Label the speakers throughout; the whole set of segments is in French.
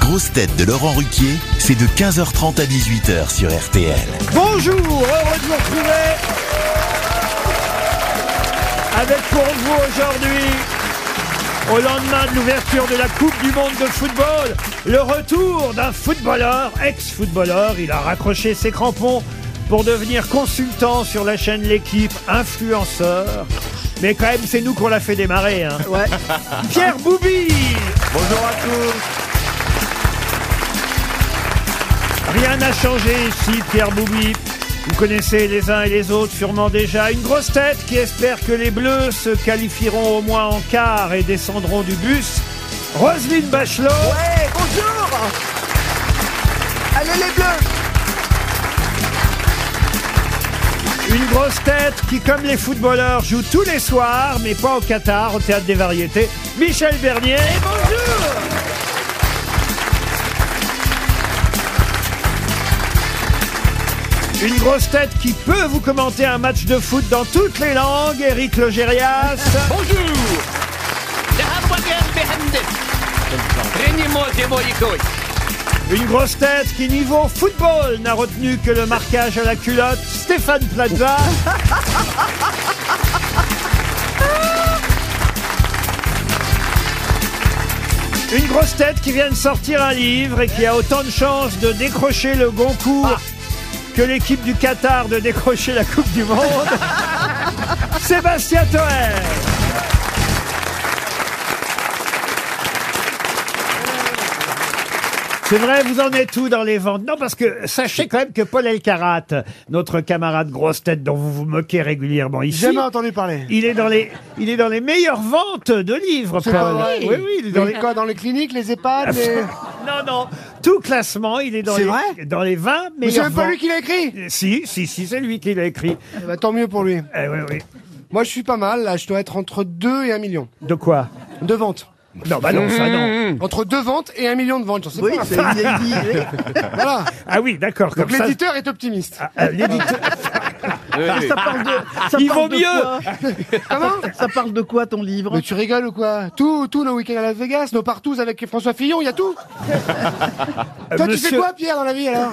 Speaker 1: grosses têtes de Laurent Ruquier, c'est de 15h30 à 18h sur RTL.
Speaker 2: Bonjour, heureux de vous retrouver avec pour vous aujourd'hui, au lendemain de l'ouverture de la Coupe du Monde de football, le retour d'un footballeur, ex-footballeur. Il a raccroché ses crampons pour devenir consultant sur la chaîne L'équipe, influenceur. Mais quand même, c'est nous qu'on l'a fait démarrer. hein. Pierre Boubi
Speaker 3: Bonjour à tous.
Speaker 2: Rien n'a changé ici, Pierre Boubi. Vous connaissez les uns et les autres sûrement déjà. Une grosse tête qui espère que les Bleus se qualifieront au moins en quart et descendront du bus. Roselyne Bachelot. Eh,
Speaker 3: Ouais, bonjour. Allez les bleus.
Speaker 2: Une grosse tête qui, comme les footballeurs, joue tous les soirs, mais pas au Qatar, au Théâtre des Variétés. Michel Bernier. Et bonjour Une grosse tête qui peut vous commenter un match de foot dans toutes les langues, Eric Logérias.
Speaker 4: Bonjour ذهب وجاء بهندس ريني موتي بويكوي
Speaker 2: Une grosse tête qui, niveau football, n'a retenu que le marquage à la culotte, Stéphane Plaza. Une grosse tête qui vient de sortir un livre et qui a autant de chances de décrocher le Goncourt que l'équipe du Qatar de décrocher la Coupe du Monde. Sébastien Toer. C'est vrai, vous en êtes tout dans les ventes. Non, parce que sachez quand même que Paul Elkarat, notre camarade grosse tête dont vous vous moquez régulièrement ici,
Speaker 3: Jamais entendu parler.
Speaker 2: il est dans les, il est dans les meilleures ventes de livres.
Speaker 3: C'est
Speaker 2: Paul.
Speaker 3: pas vrai.
Speaker 2: Oui, oui, il est dans les.
Speaker 3: quoi, dans les cliniques, les EHPAD, les...
Speaker 2: Non, non, tout classement, il est dans
Speaker 3: C'est
Speaker 2: les,
Speaker 3: vrai
Speaker 2: dans les 20
Speaker 3: Mais c'est
Speaker 2: meilleures
Speaker 3: même pas
Speaker 2: ventes.
Speaker 3: lui qui l'a écrit
Speaker 2: Si, si, si, c'est lui qui l'a écrit.
Speaker 3: Eh ben, Tant mieux pour lui.
Speaker 2: Eh oui, oui.
Speaker 3: Moi, je suis pas mal, là, je dois être entre 2 et 1 million
Speaker 2: De quoi
Speaker 3: de ventes.
Speaker 5: Ah
Speaker 2: Non, bah non, ça
Speaker 5: Mmh.
Speaker 2: non.
Speaker 3: Entre 2 ventes et 1 million de ventes, j'en sais pas. Voilà.
Speaker 2: Ah oui, d'accord, comme
Speaker 3: Donc ah,
Speaker 2: ça.
Speaker 3: l'éditeur est optimiste.
Speaker 2: euh, l'éditeur-
Speaker 6: Ça parle de, ça
Speaker 2: Il
Speaker 6: parle
Speaker 2: vaut
Speaker 6: de
Speaker 2: mieux.
Speaker 6: quoi
Speaker 3: Comment
Speaker 6: Ça parle de quoi ton livre
Speaker 3: Mais tu rigoles ou quoi Tout, tout, nos week-ends à Las Vegas, nos partous avec François Fillon, il y a tout. Toi, tu fais
Speaker 2: Euh, Monsieur-
Speaker 3: quoi, Pierre, dans la vie, alors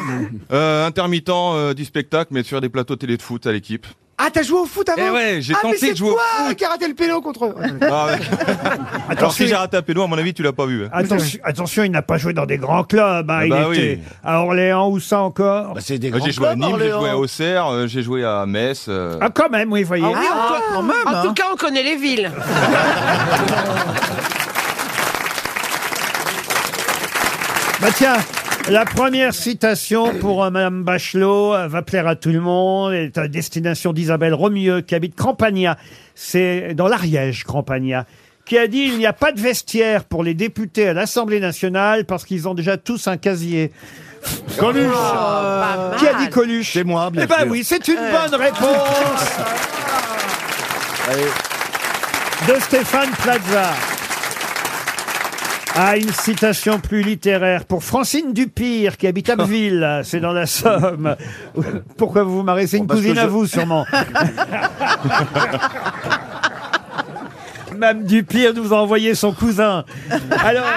Speaker 5: Euh, intermittent euh, du spectacle, mais sur des plateaux télé de foot à l'équipe.
Speaker 3: Ah, t'as joué au foot avant
Speaker 5: Eh ouais, j'ai
Speaker 3: ah,
Speaker 5: tenté
Speaker 3: mais c'est
Speaker 5: de jouer au
Speaker 3: toi qui a raté le pélo contre eux.
Speaker 5: Ah, ouais. Alors
Speaker 2: c'est-
Speaker 5: si j'ai raté un pédo, à mon avis, tu l'as pas vu. hein.
Speaker 2: Attention, attention, il n'a pas joué dans des grands clubs. hein.
Speaker 5: Ah
Speaker 2: il
Speaker 5: bah
Speaker 2: était
Speaker 5: oui.
Speaker 2: à Orléans, où ça
Speaker 3: Bah,
Speaker 2: encore
Speaker 5: Euh, j'ai joué à Nîmes, j'ai joué à Auxerre, euh, j'ai joué à Metz. euh.
Speaker 2: Ah, quand même, oui, voyez.
Speaker 6: Ah, quand même,
Speaker 7: En
Speaker 6: hein.
Speaker 7: tout cas, on connaît les villes.
Speaker 2: Bah tiens, la première citation pour euh, Madame Bachelot euh, va plaire à tout le monde. Elle est à destination d'Isabelle Romieux qui habite Campagna. C'est dans l'Ariège, Campagna. Qui a dit il n'y a pas de vestiaire pour les députés à l'Assemblée nationale parce qu'ils ont déjà tous un casier. Coluche. Qui a dit Coluche C'est moi. Eh ben oui, c'est une bonne réponse. De Stéphane Plaza. Ah, une citation plus littéraire pour Francine Dupire, qui habite Abbeville, c'est dans la Somme. Pourquoi vous vous marrez C'est une cousine à vous, sûrement. Mme Dupire nous a envoyé son cousin. Alors,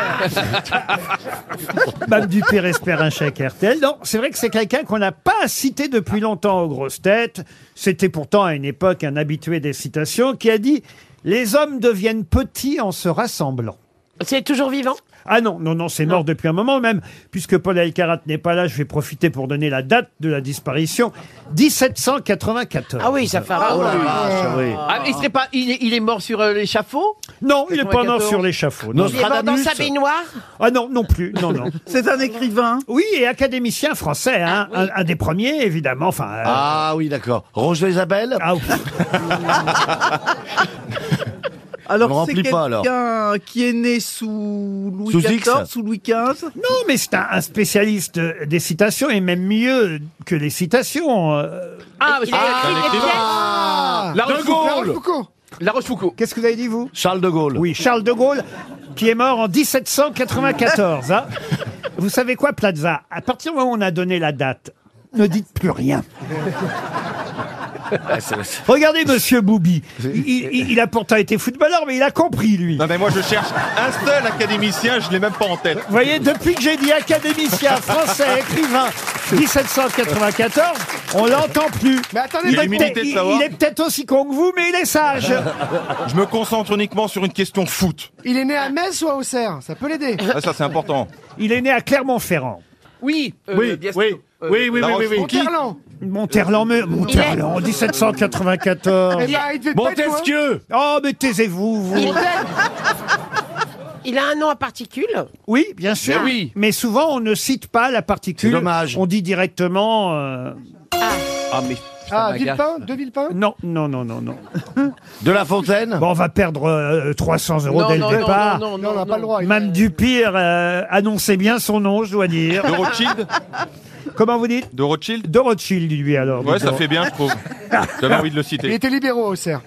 Speaker 2: Mme Dupire espère un chèque RTL. Non, c'est vrai que c'est quelqu'un qu'on n'a pas cité depuis longtemps aux grosses têtes. C'était pourtant à une époque un habitué des citations qui a dit « Les hommes deviennent petits en se rassemblant ».
Speaker 7: C'est toujours vivant.
Speaker 2: Ah non, non, non, c'est mort depuis un moment même, puisque Paul Elkarat n'est pas là, je vais profiter pour donner la date de la disparition, 1794.
Speaker 7: Ah oui, ça fait un moment.
Speaker 6: Ah, il, serait pas, il, est, il est mort sur euh, l'échafaut
Speaker 2: Non, il est pas mort
Speaker 6: 94.
Speaker 2: sur l'échafaud. non.
Speaker 7: Il est mort dans sa baignoire.
Speaker 2: Ah non, non plus, non, non.
Speaker 6: C'est un écrivain. Ah,
Speaker 2: Oui, et académicien français, hein, un, un des premiers, évidemment, enfin... euh,
Speaker 8: Ah oui, d'accord. Roger Isabelle
Speaker 2: ah, ouf.
Speaker 8: me
Speaker 6: Alors c'est
Speaker 8: remplis pas, alors.
Speaker 6: quelqu'un qui est né sous Louis
Speaker 8: Sous X.
Speaker 6: XIV, sous Louis XV.
Speaker 2: non, mais c'est un, un spécialiste euh, des citations, et même mieux que les citations. euh.
Speaker 7: Ah, il a écrit des pièces.
Speaker 2: Ah.
Speaker 6: La
Speaker 3: Laurent Foucault.
Speaker 6: La Rochefoucauld.
Speaker 2: Qu'est-ce que vous avez dit, vous
Speaker 8: Charles de Gaulle.
Speaker 2: Oui, Charles de Gaulle, qui est mort en 1794. hein. Vous savez quoi, Plaza À partir du moment où on a donné la date, ne dites plus rien. Regardez Monsieur Boubi. Il, il- il a pourtant été footballeur, mais il a compris, lui.
Speaker 5: Non mais moi je cherche un seul académicien, je l'ai même pas en tête.
Speaker 2: Vous voyez, depuis que j'ai dit académicien, français, écrivain, 1794, on l'entend plus.
Speaker 3: Mais attendez,
Speaker 2: Il
Speaker 5: Il a
Speaker 2: est
Speaker 5: l'humilité
Speaker 2: peut-être-
Speaker 5: de
Speaker 2: il-
Speaker 5: savoir.
Speaker 2: il est peut-être aussi con que vous, mais il est
Speaker 3: Ah,
Speaker 2: sage.
Speaker 5: Je me concentre uniquement sur une question foot.
Speaker 3: il est né à Metz ou à Auxerre Ça peut l'aider.
Speaker 5: Ah, ça c'est important.
Speaker 2: Il est né à Clermont-Ferrand.
Speaker 6: Oui,
Speaker 8: Oui, oui, oui, oui, oui,
Speaker 5: La
Speaker 8: oui, oui.
Speaker 3: Euh, Monterland.
Speaker 2: Monterland, mais- Monterland, 1794.
Speaker 3: Eh ben, il devait pas être loin.
Speaker 8: Montesquieu
Speaker 2: Oh, mais taisez-vous, vous.
Speaker 7: Il, il a un nom à particules.
Speaker 2: Oui, bien sûr.
Speaker 6: Mais oui.
Speaker 2: Mais souvent, on ne cite pas la particule.
Speaker 8: C'est Eh dommage.
Speaker 2: On dit directement. euh,
Speaker 6: Ah, mais.
Speaker 3: Ah, Villepin De Villepin
Speaker 2: Non, non, non, non, non.
Speaker 8: De La Fontaine
Speaker 2: Bon, on va perdre euh, 300 euros dès le départ.
Speaker 3: Non, on n'a pas le droit. il-
Speaker 2: Mme Dupire euh, annonçait bien son nom, je dois dire.
Speaker 5: De Rothschild
Speaker 2: Comment vous dites
Speaker 5: De Rothschild
Speaker 2: De Rothschild, lui, alors.
Speaker 5: Ouais,
Speaker 2: dites
Speaker 5: ça
Speaker 2: donc.
Speaker 5: fait bien, je trouve. J'avais envie de le
Speaker 3: Il
Speaker 5: citer.
Speaker 3: était libéraux à Auxerre.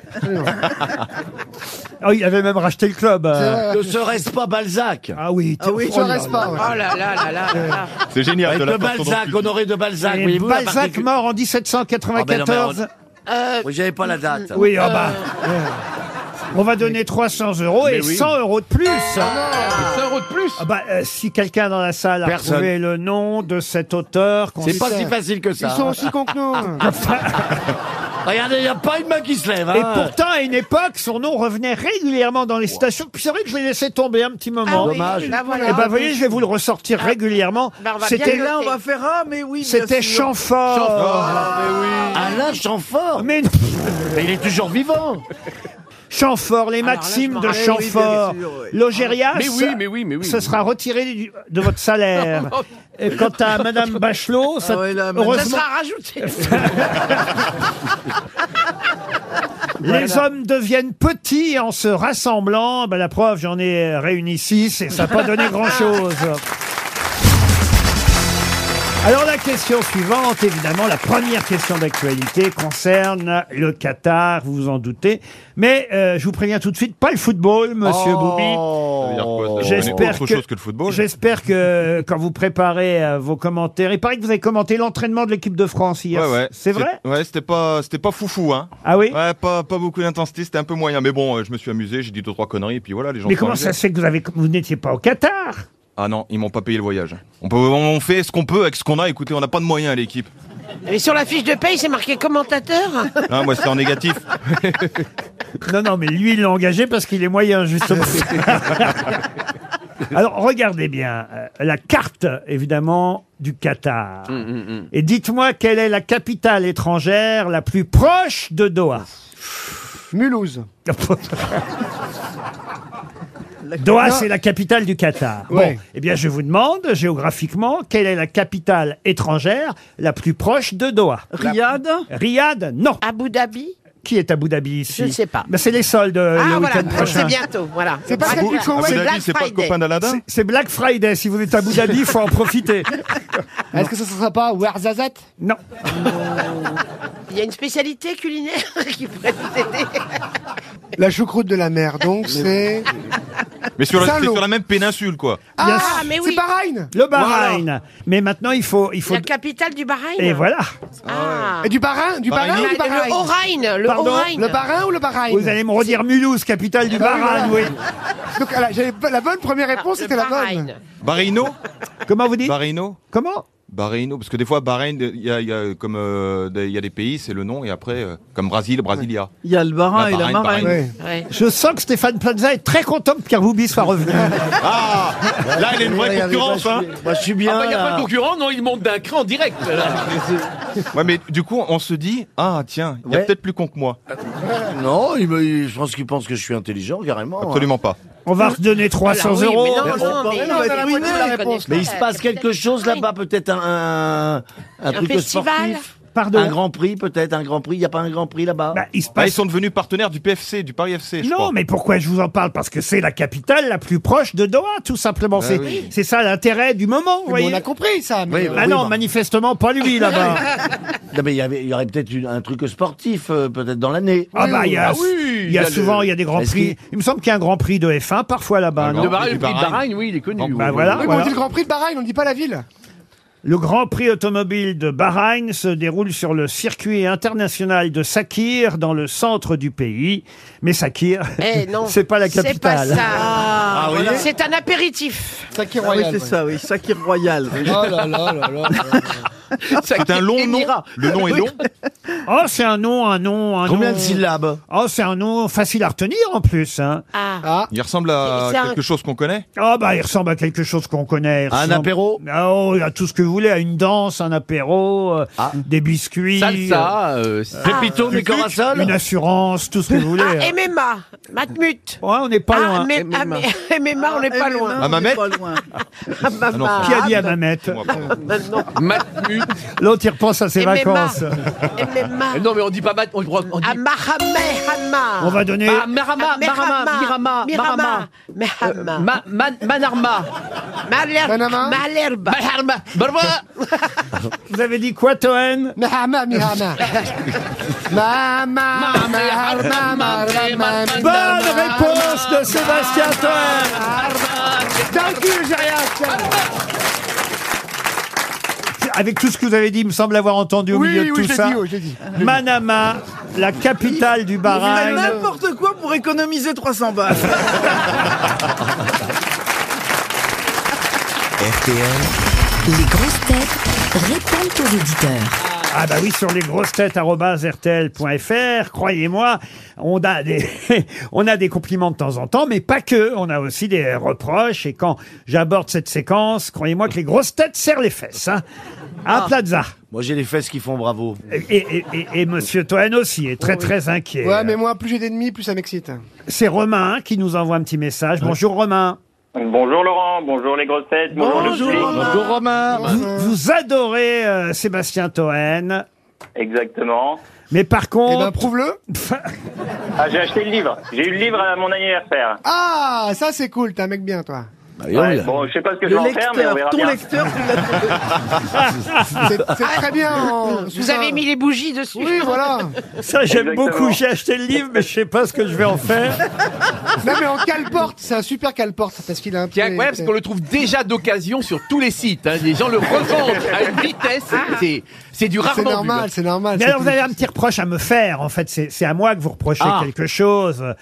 Speaker 2: Oh, il avait même racheté le club. euh.
Speaker 8: Ne serait-ce pas Balzac
Speaker 2: Ah oui,
Speaker 3: Ah oui, ça reste pas. ouais.
Speaker 7: Oh là là là là. là.
Speaker 5: C'est génial
Speaker 8: Avec
Speaker 5: de la
Speaker 8: le
Speaker 5: façon dont
Speaker 8: Balzac,
Speaker 5: tu-
Speaker 8: honoré de Balzac,
Speaker 2: Et
Speaker 8: voyez-vous la
Speaker 2: Balzac
Speaker 8: particule-
Speaker 2: mort en 1794.
Speaker 8: Ah ben non,
Speaker 7: Euh,
Speaker 8: Oui, J'avais pas la date.
Speaker 2: Oui, ah bah.
Speaker 3: Euh.
Speaker 2: On va donner 300 euros et 100 euros de plus.
Speaker 3: Ah
Speaker 6: euros de plus
Speaker 2: Ah bah, euh, si quelqu'un dans la salle a
Speaker 8: Personne.
Speaker 2: trouvé le nom de cet auteur, qu'on
Speaker 8: C'est pas
Speaker 3: ça.
Speaker 8: si facile que
Speaker 3: Ils
Speaker 8: ça.
Speaker 3: sont
Speaker 8: hein.
Speaker 3: aussi cons que nous. hein.
Speaker 8: Regardez, il n'y a pas une main qui se lève.
Speaker 2: Et
Speaker 8: hein.
Speaker 2: pourtant, à une époque, son nom revenait régulièrement dans les stations. Puis c'est vrai que je l'ai laissé tomber un petit moment.
Speaker 7: oui,
Speaker 8: Ah dommage. Ah,
Speaker 7: bah voilà.
Speaker 2: Et ben, vous voyez, je vais vous le ressortir régulièrement.
Speaker 7: Bah, on va bien
Speaker 2: C'était
Speaker 7: le noter.
Speaker 6: faire Ah, mais oui, bien
Speaker 2: C'était
Speaker 6: sûr.
Speaker 2: Chamfort.
Speaker 9: ah,
Speaker 2: hein.
Speaker 6: Ah,
Speaker 8: Alain Chamfort
Speaker 2: Mais non,
Speaker 8: Mais il est toujours vivant
Speaker 2: Chamfort, les
Speaker 7: là,
Speaker 2: maximes
Speaker 7: je m'en
Speaker 2: de
Speaker 7: rappelle,
Speaker 6: oui,
Speaker 2: Chamfort.
Speaker 6: bien sûr, oui.
Speaker 2: L'Ogérias.
Speaker 6: Ah, Mais oui, mais oui, Oh, mais oui.
Speaker 2: Ce sera retiré du- de votre salaire. Et quant à Madame Bachelot, ça,
Speaker 6: Ah ouais, là, madame-
Speaker 7: Ça
Speaker 2: heureusement,
Speaker 7: sera rajouté.
Speaker 2: les hommes deviennent petits en se rassemblant. Ben, la preuve, j'en ai réuni six et ça n'a pas donné grand-chose. Alors la question suivante, évidemment, la première question d'actualité concerne le Qatar, vous vous en doutez. Mais euh, je vous préviens tout de suite, pas le football, monsieur
Speaker 6: Oh.
Speaker 2: Boubi.
Speaker 5: Ça veut dire quoi, ça
Speaker 2: J'espère
Speaker 5: connaît autre
Speaker 2: que-
Speaker 5: chose que le football.
Speaker 2: J'espère que euh, quand vous préparez euh, vos commentaires, il paraît que vous avez commenté l'entraînement de l'équipe de France hier.
Speaker 5: Ouais, ouais.
Speaker 2: C'est vrai
Speaker 5: Ouais, c'était pas, c'était pas foufou, hein.
Speaker 2: Ah oui
Speaker 5: Ouais, pas, pas beaucoup d'intensité, c'était un peu moyen. Mais bon, euh, je me suis amusé, j'ai dit deux, trois conneries, et puis voilà, les gens
Speaker 2: Mais
Speaker 5: sont
Speaker 2: comment
Speaker 5: amusés.
Speaker 2: ça se fait que vous, avez, vous n'étiez pas au Qatar
Speaker 5: Ah non, ils m'ont pas payé le voyage. On, peut, on fait ce qu'on peut avec ce qu'on a. Écoutez, on n'a pas de moyens à l'équipe.
Speaker 7: Mais sur la fiche de paye, c'est marqué commentateur.
Speaker 5: Hein, moi, c'était en négatif.
Speaker 2: Non, non, mais lui, il l'a engagé parce qu'il est moyen, justement. Alors, regardez bien euh, la carte, évidemment, du Qatar. Et dites-moi quelle est la capitale étrangère la plus proche de Doha.
Speaker 3: Mulhouse.
Speaker 2: Doha, c'est la capitale du Qatar.
Speaker 3: Ouais.
Speaker 2: Bon, eh bien, je vous demande, géographiquement, quelle est la capitale étrangère la plus proche de Doha
Speaker 6: Riyad
Speaker 2: Riyad, non.
Speaker 7: Abu Dhabi.
Speaker 2: Qui est Abu Dhabi ici
Speaker 7: Je ne sais pas.
Speaker 2: Ben, c'est les soldes euh,
Speaker 7: Ah
Speaker 2: le
Speaker 7: voilà,
Speaker 2: week-end
Speaker 7: donc
Speaker 2: prochain.
Speaker 7: c'est bientôt. Voilà.
Speaker 3: C'est pas celle du
Speaker 5: Ah,
Speaker 3: Koweït.
Speaker 7: c'est
Speaker 5: vous
Speaker 7: Black
Speaker 5: avez dit, c'est pas le
Speaker 7: Friday.
Speaker 5: copain d'Aladin
Speaker 2: C'est- C'est Black Friday. Si vous êtes à Abu Dhabi, il faut en profiter.
Speaker 3: Est-ce que ça sera pas Ouarzazate
Speaker 2: Non.
Speaker 7: Il y a une spécialité culinaire qui pourrait nous aider.
Speaker 3: La choucroute de la mer, donc c'est.
Speaker 5: Mais sur la,
Speaker 3: Salaud.
Speaker 5: c'est sur la même péninsule, quoi.
Speaker 7: Ah, mais
Speaker 3: C'est
Speaker 7: oui.
Speaker 3: Bahreïn
Speaker 2: Le Bahreïn. Mais maintenant, il faut. Il faut...
Speaker 7: La capitale du Bahreïn.
Speaker 2: Et voilà.
Speaker 7: Ah.
Speaker 3: Et du Bahreïn Du Bahreïn
Speaker 7: Ah,
Speaker 3: ou du
Speaker 7: Le
Speaker 3: Bahreïn
Speaker 7: Haut-Rhin. Le
Speaker 2: Pardon
Speaker 7: Haut-Rhin.
Speaker 3: Le Bahreïn ou le Bahreïn
Speaker 2: Vous allez me redire Mulhouse, capitale du
Speaker 3: Ah oui,
Speaker 2: Bahreïn, oui.
Speaker 3: voilà. Donc elle a- j'avais pas- la bonne première réponse,
Speaker 7: Le
Speaker 3: c'était la bonne.
Speaker 7: Bahreïn.
Speaker 5: Bahreïno
Speaker 2: Comment vous dites
Speaker 5: Bahreïno
Speaker 2: Comment
Speaker 5: Bahreïno, parce que des fois, Bahreïn, il y a, il y a comme euh, des- il y a des pays, c'est le nom, et après, euh, comme Brésil, Brasilia.
Speaker 6: Il y a le barin
Speaker 5: La
Speaker 6: et la
Speaker 5: Bahreïn,
Speaker 6: marraine.
Speaker 5: Bahreïn.
Speaker 3: Ouais.
Speaker 7: Ouais.
Speaker 2: Je sens que Stéphane Plaza est très content que Pierre Boubi soit revenu.
Speaker 5: Ah Là, il y a une vraie
Speaker 8: Regardez,
Speaker 5: concurrence,
Speaker 8: moi,
Speaker 5: hein
Speaker 8: je suis- Moi, je suis bien.
Speaker 6: Ah, bah, il n'y a
Speaker 8: là.
Speaker 6: pas de concurrent, non, il monte d'un cran direct. là.
Speaker 5: Ouais, mais du coup, on se dit, ah tiens, il y a
Speaker 8: Ouais.
Speaker 5: peut-être plus con que moi.
Speaker 8: Non, il me- il- je pense qu'il pense que je suis intelligent, carrément.
Speaker 5: Absolument pas.
Speaker 2: On va redonner 300
Speaker 7: Alors oui,
Speaker 2: euros.
Speaker 7: mais non, non,
Speaker 8: on
Speaker 7: mais
Speaker 8: va
Speaker 7: non,
Speaker 8: être
Speaker 7: non,
Speaker 8: ruiné.
Speaker 7: non, non,
Speaker 8: hein. Mais il se passe quelque chose là-bas, peut-être un, un, un truc
Speaker 7: festival
Speaker 8: sportif.
Speaker 2: Pardon.
Speaker 8: Un grand prix, peut-être, un grand prix. Il n'y a pas un grand prix là-bas
Speaker 2: Bah, il se
Speaker 5: Ah, ils
Speaker 2: passe.
Speaker 5: sont devenus partenaires du PFC, du Paris FC, je
Speaker 2: Non,
Speaker 5: crois.
Speaker 2: mais pourquoi je vous en parle Parce que c'est la capitale la plus proche de Doha, tout simplement. c'est
Speaker 5: oui.
Speaker 2: c'est ça l'intérêt du moment, vous
Speaker 3: Mais
Speaker 2: voyez.
Speaker 3: on a compris ça. mais-
Speaker 8: Oui, bah.
Speaker 2: Ah non, manifestement pas lui là-bas.
Speaker 8: Non, mais il y, avait- il y aurait peut-être une- un truc sportif, euh, peut-être dans l'année.
Speaker 2: Ah bah il y a,
Speaker 6: Ah oui,
Speaker 2: il y a
Speaker 6: le-
Speaker 2: souvent il y a des grands
Speaker 8: Est-ce
Speaker 2: prix.
Speaker 8: qu'il-
Speaker 2: Il me semble qu'il y a un grand prix de F1 parfois là-bas.
Speaker 5: Un
Speaker 2: Ah, non
Speaker 6: Le
Speaker 5: grand-
Speaker 6: Bah barin,
Speaker 5: Et
Speaker 6: le
Speaker 5: du
Speaker 6: prix de
Speaker 5: Bahreïn.
Speaker 6: Bahreïn, oui, il est connu.
Speaker 5: Bon,
Speaker 6: oui,
Speaker 2: bah
Speaker 6: oui.
Speaker 2: voilà.
Speaker 3: Oui, mais on dit le Grand Prix de Bahreïn, on dit pas la ville.
Speaker 2: Le Grand Prix automobile de Bahreïn se déroule sur le circuit international de Sakir dans le centre du pays. Mais Sakir,
Speaker 7: Eh non.
Speaker 2: c'est pas la
Speaker 7: C'est pas
Speaker 2: capitale.
Speaker 7: ça.
Speaker 6: Ah, oui.
Speaker 7: C'est un apéritif.
Speaker 3: Saki
Speaker 6: Ah oui,
Speaker 3: Royal.
Speaker 6: c'est ça, oui. Sakir Royal.
Speaker 3: Oh là là là là.
Speaker 5: C'est un long nom.
Speaker 6: Émirat.
Speaker 5: Le nom est long.
Speaker 2: Oh, c'est un nom, un nom, un
Speaker 8: Combien
Speaker 2: nom.
Speaker 8: de syllabes
Speaker 2: Oh, c'est un nom facile à retenir en plus. hein.
Speaker 7: Ah.
Speaker 3: Ah,
Speaker 5: Il ressemble à
Speaker 7: C'est un-
Speaker 5: quelque chose qu'on connaît.
Speaker 2: Ah bah il ressemble à quelque chose qu'on connaît. Il
Speaker 8: À un
Speaker 2: ressemble-
Speaker 8: apéro
Speaker 2: Ah, Oh, à tout ce que vous voulez, à une danse, un apéro, euh, des biscuits,
Speaker 6: Salsa. euh,
Speaker 8: Pépito, mais
Speaker 2: euh, une
Speaker 8: Corasol
Speaker 2: assurance, tout ce que vous voulez.
Speaker 7: Ah,
Speaker 2: hein.
Speaker 7: MMA. Matmut.
Speaker 2: Ouais, on n'est pas
Speaker 7: Ah,
Speaker 2: loin.
Speaker 7: mais,
Speaker 6: MMA.
Speaker 7: ah, mais- MMA, on n'est pas loin.
Speaker 5: Ah, ma mère
Speaker 7: Ah, bah,
Speaker 5: non,
Speaker 7: bah.
Speaker 2: Qui a dit à Mamette
Speaker 5: Moi, pardon.
Speaker 7: Non.
Speaker 6: Matmut.
Speaker 2: L'autre il repense à ses
Speaker 7: MMA.
Speaker 2: vacances.
Speaker 7: MMA.
Speaker 6: Non, mais on dit pas Mat. On, on dit.
Speaker 7: Ah, Mahamehama.
Speaker 2: On va donner.
Speaker 6: Ah, Marama,
Speaker 7: Ah,
Speaker 6: Marama, Mirama, Marama.
Speaker 7: Mehama.
Speaker 6: Ma- Man- Manarma.
Speaker 7: Maler-
Speaker 3: Panama.
Speaker 7: Malerba.
Speaker 6: Malharma. Barba.
Speaker 2: Vous avez dit quoi, Toen
Speaker 3: Mahama, Mihama. Mama, Maharma, Marama,
Speaker 2: Bonne réponse de Sébastien Toen.
Speaker 3: Dans le cul, j'ai rien.
Speaker 10: Ah,
Speaker 3: tiens.
Speaker 2: Avec tout ce que vous avez dit, il me semble avoir entendu au milieu
Speaker 3: Oui,
Speaker 2: de
Speaker 3: oui,
Speaker 2: tout
Speaker 3: j'ai
Speaker 2: ça.
Speaker 3: dit, oui, j'ai dit.
Speaker 2: Manama, la capitale du Bahreïn.
Speaker 9: N'importe quoi pour économiser 300 balles.
Speaker 1: RTL,
Speaker 11: Les grosses têtes répondent aux auditeurs.
Speaker 2: Ah bah oui, sur les grosses croyez-moi, on a des on a des compliments de temps en temps, mais pas que, on a aussi des reproches et quand j'aborde cette séquence, croyez-moi que les grosses têtes serrent les fesses hein. À Plaza.
Speaker 8: Ah. Moi, j'ai les fesses qui font bravo.
Speaker 2: Et, et, et, et Monsieur Toen aussi est très très inquiet.
Speaker 3: Ouais, mais moi, plus j'ai d'ennemis, plus ça m'excite.
Speaker 2: C'est Romain qui nous envoie un petit message. Bonjour Romain.
Speaker 10: Bonjour Laurent, bonjour les grosses têtes, bonjour, le public.
Speaker 8: Bonjour, Romain
Speaker 2: Vous, vous adorez euh, Sébastien Toen,
Speaker 10: Exactement.
Speaker 2: mais par
Speaker 3: Eh
Speaker 2: contre,
Speaker 3: ben, prouve-le.
Speaker 10: Ah, j'ai acheté le livre. J'ai eu le livre à mon anniversaire.
Speaker 3: Ah, ça, c'est cool. T'es un mec bien, toi.
Speaker 10: Ouais, bon, je sais pas ce que je
Speaker 9: Le
Speaker 10: vais en faire, mais on verra
Speaker 9: lecteur, ton
Speaker 10: bien.
Speaker 9: lecteur, tu l'as trouvé.
Speaker 3: C'est c'est très bien. en-
Speaker 7: Vous
Speaker 3: sous un-
Speaker 7: avez mis les bougies dessus.
Speaker 3: Oui, voilà.
Speaker 2: ça j'aime
Speaker 10: Exactement.
Speaker 2: beaucoup. J'ai acheté le livre, mais je sais pas ce que je vais en faire.
Speaker 3: Non, mais en cale-porte, c'est un super cale-porte parce qu'il a un peu.
Speaker 6: C'est incroyable parce qu'on le trouve déjà d'occasion sur tous les sites. hein. Les gens le revendent à une vitesse. C'est, c'est du
Speaker 3: C'est
Speaker 6: rarement vu, hein.
Speaker 3: normal, c'est normal.
Speaker 2: Mais
Speaker 3: c'est
Speaker 2: alors, vous
Speaker 3: plus-
Speaker 2: avez un petit reproche à me faire. En fait, c'est c'est à moi que vous reprochez
Speaker 6: Ah.
Speaker 2: quelque chose. euh,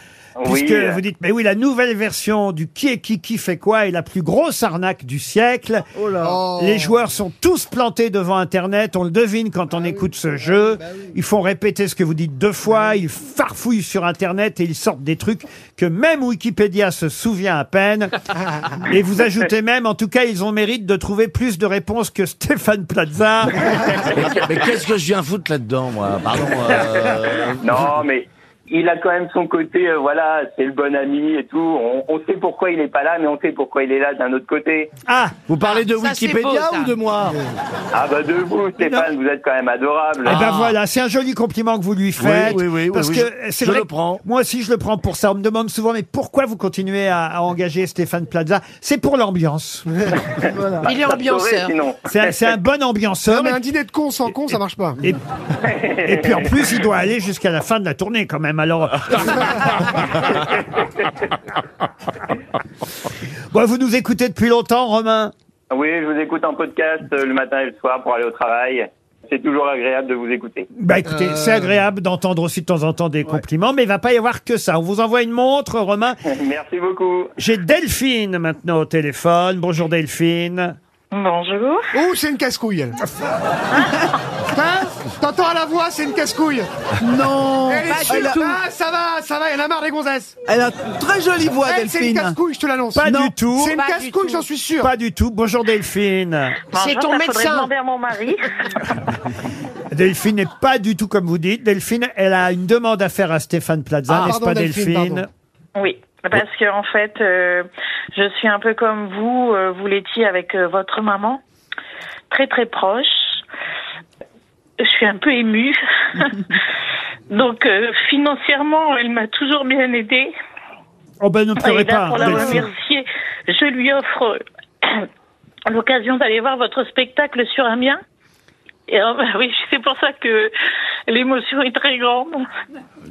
Speaker 10: Oui.
Speaker 2: Puisque vous dites, mais oui, la nouvelle version du qui est qui, qui fait quoi est la plus grosse arnaque du siècle.
Speaker 9: Oh là.
Speaker 3: Oh.
Speaker 2: Les joueurs sont tous plantés devant Internet. On le devine quand on écoute ce jeu. Ils font répéter ce que vous dites deux fois. Ils farfouillent sur Internet et ils sortent des trucs que même Wikipédia se souvient à peine. et vous ajoutez même, en tout cas, ils ont mérite de trouver plus de réponses que Stéphane Plaza.
Speaker 8: Mais, mais qu'est-ce que je viens foutre là-dedans, moi Pardon. euh,
Speaker 10: Non, mais il a quand même son côté, euh, voilà, c'est le bon ami et tout. On, on sait pourquoi il est pas là, mais on sait pourquoi il est là d'un autre côté.
Speaker 2: Ah!
Speaker 8: Vous parlez de
Speaker 7: Ça, c'est beau,
Speaker 8: Wikipédia
Speaker 7: ça.
Speaker 8: ou de moi
Speaker 10: Ah bah de vous, Stéphane, vous êtes quand même adorable.
Speaker 2: Eh ben voilà, c'est un joli compliment que vous lui faites.
Speaker 8: Ah. Oui, oui, oui, oui,
Speaker 2: parce
Speaker 8: oui,
Speaker 2: que
Speaker 8: je-
Speaker 2: c'est
Speaker 8: je
Speaker 2: vrai
Speaker 8: le
Speaker 2: que
Speaker 8: prends.
Speaker 2: Moi aussi, je le prends pour ça. On me demande souvent, mais pourquoi vous continuez à, à engager Stéphane Plaza C'est pour l'ambiance.
Speaker 7: Il est
Speaker 10: Ça me saurait,
Speaker 7: ambianceur.
Speaker 10: sinon.
Speaker 2: C'est un, c'est un bon
Speaker 3: Non,
Speaker 2: ambianceur.
Speaker 3: mais un dîner de con sans con, ça marche pas.
Speaker 2: Et, et puis en plus, il doit aller jusqu'à la fin de la tournée quand même. Alors, bon, vous nous écoutez depuis longtemps, Romain.
Speaker 10: Oui, je vous écoute en podcast euh, le matin et le soir pour aller au travail. C'est toujours agréable de vous écouter.
Speaker 2: Bah écoutez,
Speaker 12: Euh,
Speaker 2: c'est
Speaker 10: Euh.
Speaker 2: agréable d'entendre aussi de temps en temps des compliments, mais il va pas y avoir que ça. On vous envoie une montre, Romain.
Speaker 10: Merci beaucoup.
Speaker 2: J'ai Delphine maintenant au téléphone. Bonjour Delphine.
Speaker 11: Bonjour.
Speaker 3: Oh, c'est une casse-couille, elle. Hein T'entends à la voix, c'est une casse-couille.
Speaker 9: Non.
Speaker 3: Elle est
Speaker 9: elle,
Speaker 3: sûre.
Speaker 9: a,
Speaker 3: Ah, ça va, ça va, elle a marre des gonzesses.
Speaker 9: elle a une très jolie voix,
Speaker 3: Elle, c'est une
Speaker 9: Delphine.
Speaker 3: casse-couille, je te l'annonce.
Speaker 2: Pas
Speaker 3: Non,
Speaker 2: du tout.
Speaker 3: C'est une
Speaker 7: Pas du
Speaker 3: casse-couille,
Speaker 7: tout.
Speaker 3: j'en suis sûr.
Speaker 2: Pas du tout. Bonjour Delphine.
Speaker 7: C'est ton médecin.
Speaker 11: à mon mari.
Speaker 2: Delphine n'est pas du tout comme vous dites. Delphine, elle a une demande à faire à Stéphane Plaza,
Speaker 3: Ah,
Speaker 2: n'est-ce
Speaker 3: pardon,
Speaker 2: pas Delphine,
Speaker 3: Delphine, pardon.
Speaker 11: Oui, parce que en fait, euh, je suis un peu comme vous, euh, vous l'étiez avec euh, votre maman, très très proche. Je suis un peu émue. Donc euh, financièrement, elle m'a toujours bien aidée.
Speaker 2: Oh ben ne pleurez
Speaker 7: eh
Speaker 11: Et Ah, là,
Speaker 2: pas,
Speaker 11: pour la
Speaker 2: Delphine.
Speaker 11: remercier, je lui offre l'occasion d'aller voir votre spectacle sur Amiens. Et euh, bah oui, c'est pour ça que l'émotion est très grande.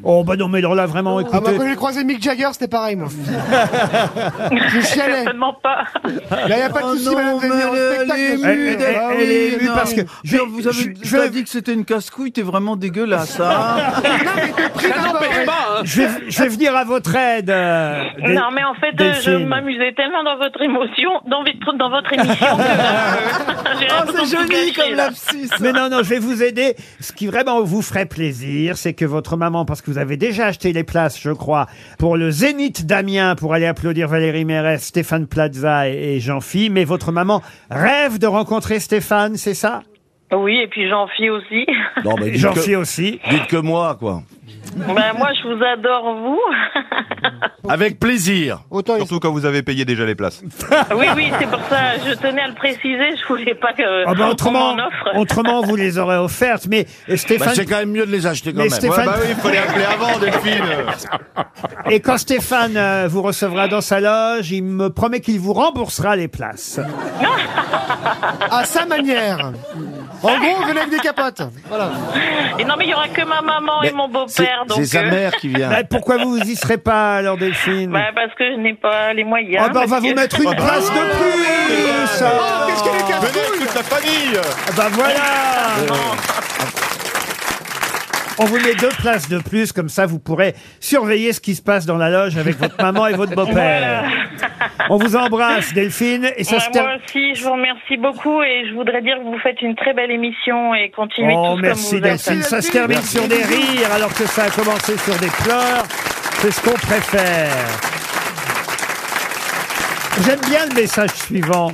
Speaker 2: Oh, bah non, mais alors là, vraiment,
Speaker 3: Ah, moi,
Speaker 2: écoutez.
Speaker 3: quand j'ai croisé Mick Jagger, c'était pareil, moi. Je chialais. Certainement
Speaker 7: pas.
Speaker 3: Là, il a pas de souci, madame Daniel, en spectacle, monsieur.
Speaker 9: Oh Elle est émue,
Speaker 3: Ah
Speaker 9: elle-
Speaker 3: oui,
Speaker 9: elle est émue
Speaker 3: non.
Speaker 9: parce que.
Speaker 2: je-
Speaker 9: vous avez
Speaker 2: je-
Speaker 9: t'as dit que c'était une casse-couille, t'es vraiment dégueulasse, hein. ça.
Speaker 7: Ça n'empêche pas, hein.
Speaker 2: Je vais, je vais venir à votre aide. euh, Dé-
Speaker 7: Non, mais en fait, euh, je
Speaker 2: Delphine.
Speaker 7: m'amusais tellement dans votre émotion, dans votre, dans votre émission. euh,
Speaker 9: Oh, c'est joli comme lapsus.
Speaker 2: Mais non, non, je vais vous aider. Ce qui vraiment vous ferait plaisir, c'est que votre maman, parce que vous avez déjà acheté les places, je crois, pour le Zénith d'Amiens, pour aller applaudir Valérie Mérès, Stéphane Plaza et, et jean phi mais votre maman rêve de rencontrer Stéphane, c'est ça
Speaker 7: Oui, et puis j'en fie aussi.
Speaker 2: jean phi aussi.
Speaker 8: Dites que moi, quoi.
Speaker 7: Ben, moi, je vous adore, vous.
Speaker 8: Avec plaisir.
Speaker 5: Surtout quand vous avez payé déjà les places.
Speaker 7: Oui, oui, c'est pour ça. Je tenais à le préciser. Je voulais pas que.
Speaker 2: Ah bah,
Speaker 7: Euh, on
Speaker 2: autrement,
Speaker 7: m'en offre.
Speaker 2: autrement, vous les aurez offertes, mais Stéphane...
Speaker 8: Bah, c'est quand même mieux de les acheter quand
Speaker 2: Mais
Speaker 8: même.
Speaker 2: Stéphane- Ouais, bah oui, il fallait
Speaker 5: appeler avant,
Speaker 2: Et quand Stéphane euh, vous recevra dans sa loge, il me promet qu'il vous remboursera les places.
Speaker 3: À sa manière. En gros, venez avec des capotes. Voilà.
Speaker 7: Et non, mais il y aura que ma maman
Speaker 2: Ben,
Speaker 7: et mon beau-père. donc, euh,
Speaker 2: Bah, pourquoi vous y serez pas alors, Delphine
Speaker 7: Bah, parce que je n'ai pas les moyens.
Speaker 2: Ah bah, on va
Speaker 7: parce
Speaker 2: vous
Speaker 7: que-
Speaker 2: mettre une place de plus
Speaker 7: Oh, qu'est-ce qu'elle est casse-couille
Speaker 2: Venez toute la famille Bah voilà On vous met deux places de plus, comme ça vous pourrez surveiller ce qui se passe dans la loge avec votre maman et votre beau-père. On vous embrasse, Delphine, et ça
Speaker 7: Ouais,
Speaker 2: se termine...
Speaker 7: moi aussi, je vous remercie beaucoup et je voudrais dire que vous faites une très belle émission et continuez
Speaker 2: oh,
Speaker 7: tous
Speaker 2: merci
Speaker 7: comme vous êtes.
Speaker 2: Delphine. Ça se termine sur des rires alors que ça a commencé sur des pleurs. C'est ce qu'on préfère. J'aime bien le message suivant.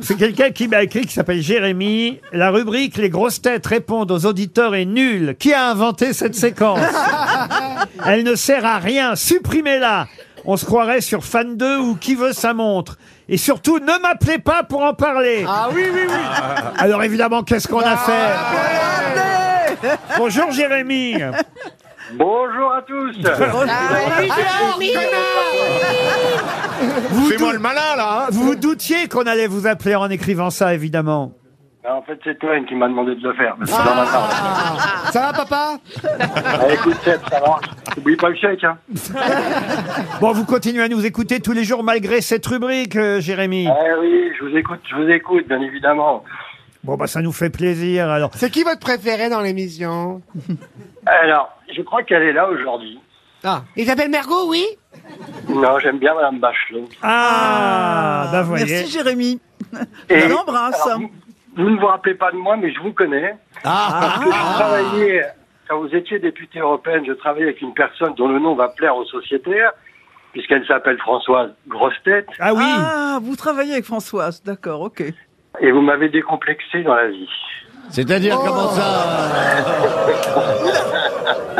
Speaker 2: C'est quelqu'un qui m'a écrit qui s'appelle Jérémy. La rubrique Les grosses têtes répondent aux auditeurs est nulle. Qui a inventé cette séquence Ah Elle ne sert à rien. Supprimez-la. On se croirait sur Fan 2 ou Qui veut sa montre. Et surtout, ne m'appelez pas pour en parler.
Speaker 3: Ah oui, oui, oui. Ah,
Speaker 2: Alors évidemment, qu'est-ce qu'on a fait Bonjour Jérémy. Ah,
Speaker 12: Bonjour à tous.
Speaker 3: Ah,
Speaker 2: Fais-moi le malin là. hein. Vous vous doutiez qu'on allait vous appeler en écrivant ça, évidemment.
Speaker 12: bah, En fait, c'est Toen qui m'a demandé de le faire. Mais c'est dans ma parole.
Speaker 3: Ça va, papa
Speaker 12: Ah, écoute, Seb, ça marche. Oublie pas le chèque. Hein.
Speaker 2: Bon, vous continuez à nous écouter tous les jours malgré cette rubrique, euh, Jérémy.
Speaker 12: Ah oui, je vous écoute, je vous écoute, bien évidemment.
Speaker 2: Bon, bah ça nous fait plaisir. Alors,
Speaker 3: C'est qui votre préféré dans l'émission
Speaker 12: Alors, je crois qu'elle est là aujourd'hui.
Speaker 3: Ah. Isabelle Mergot, oui
Speaker 12: Non, j'aime bien Madame Bachelot.
Speaker 2: Ah, bah
Speaker 12: voyez.
Speaker 9: Merci Jérémy.
Speaker 12: Et-
Speaker 9: On l'embrasse.
Speaker 12: alors, vous, vous ne vous rappelez pas de moi, mais je vous connais. Parce que je travaillais, quand vous étiez députée européenne, je travaillais avec une personne dont le nom va plaire aux sociétaires, puisqu'elle s'appelle Françoise Grossetête.
Speaker 2: Ah oui
Speaker 9: Ah, vous travaillez avec Françoise, d'accord, ok.
Speaker 12: Et vous m'avez décomplexé dans la vie.
Speaker 8: C'est-à-dire comment ça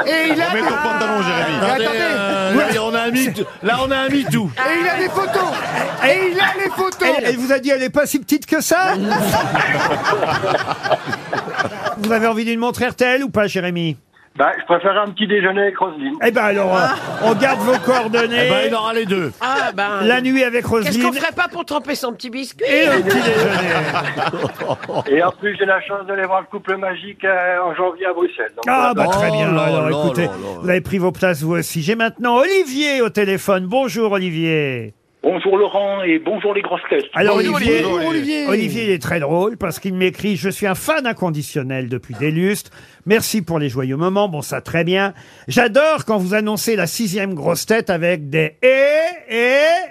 Speaker 3: Et il a
Speaker 8: Remets ton pantalon, Jérémy. Attendez, euh, là, on a un mythe. Là, on a un MeToo.
Speaker 3: Et il a des photos Et il a les photos
Speaker 2: elle, elle vous a dit elle est pas si petite que ça Vous avez envie d'une montre RTL ou pas, Jérémy
Speaker 12: Bah, je préfère un petit déjeuner avec Roselyne.
Speaker 2: Eh ben alors, euh, on garde vos coordonnées.
Speaker 8: Eh ben, il aura les deux.
Speaker 13: Ah, ben,
Speaker 2: La nuit avec
Speaker 13: Qu'est-ce qu'on
Speaker 2: Roselyne.
Speaker 13: ferait pas pour tremper son petit biscuit
Speaker 2: Et le petit déjeuner.
Speaker 12: Et en plus, j'ai la chance d'aller voir le couple magique euh, en janvier à Bruxelles. Donc,
Speaker 2: Ah
Speaker 12: voilà.
Speaker 2: bah très bien.
Speaker 8: là
Speaker 2: Alors,
Speaker 8: là
Speaker 2: écoutez,
Speaker 8: là là.
Speaker 2: vous avez pris vos places vous aussi. J'ai maintenant Olivier au téléphone. Bonjour Olivier.
Speaker 14: Bonjour Laurent et bonjour les grosses têtes.
Speaker 2: Alors Olivier, Olivier, il est très drôle parce qu'il m'écrit Je suis un fan inconditionnel depuis des lustres. Merci pour les joyeux moments. Bon, ça très bien. J'adore quand vous annoncez la sixième grosse tête avec des et, et,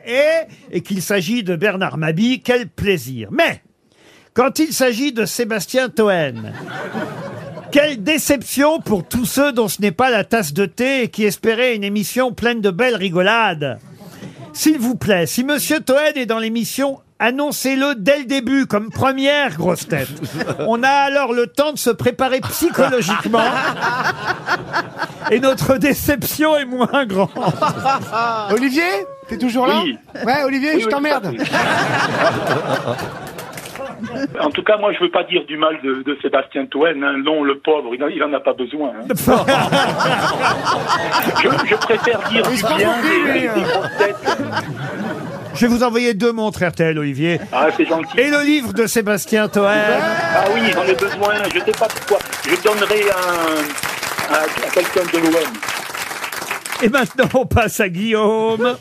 Speaker 2: et, et qu'il s'agit de Bernard Mabi. Quel plaisir. Mais quand il s'agit de Sébastien Toen. Quelle déception pour tous ceux dont ce n'est pas la tasse de thé et qui espéraient une émission pleine de belles rigolades. S'il vous plaît, si Monsieur Toen est dans l'émission, annoncez-le dès le début comme première grosse tête. On a alors le temps de se préparer psychologiquement et notre déception est moins grande.
Speaker 3: Olivier T'es toujours là
Speaker 14: Oui.
Speaker 3: Ouais, Olivier,
Speaker 14: Oui,
Speaker 3: je
Speaker 14: oui,
Speaker 3: t'emmerde.
Speaker 14: En tout cas, moi, je veux pas dire du mal de, de Sébastien Toen. hein. Non, le pauvre, il en, il en a pas besoin. hein. je, je préfère dire du bien des, des- des grosses têtes.
Speaker 2: Je vais vous envoyer deux montres RTL, Olivier.
Speaker 14: Ah, c'est gentil.
Speaker 2: Et le livre de Sébastien Toen.
Speaker 14: Ah oui, j'en ai besoin. Je sais pas pourquoi. Je donnerai un.
Speaker 15: à, à quelqu'un de l'OM.
Speaker 2: Et maintenant, on passe à Guillaume.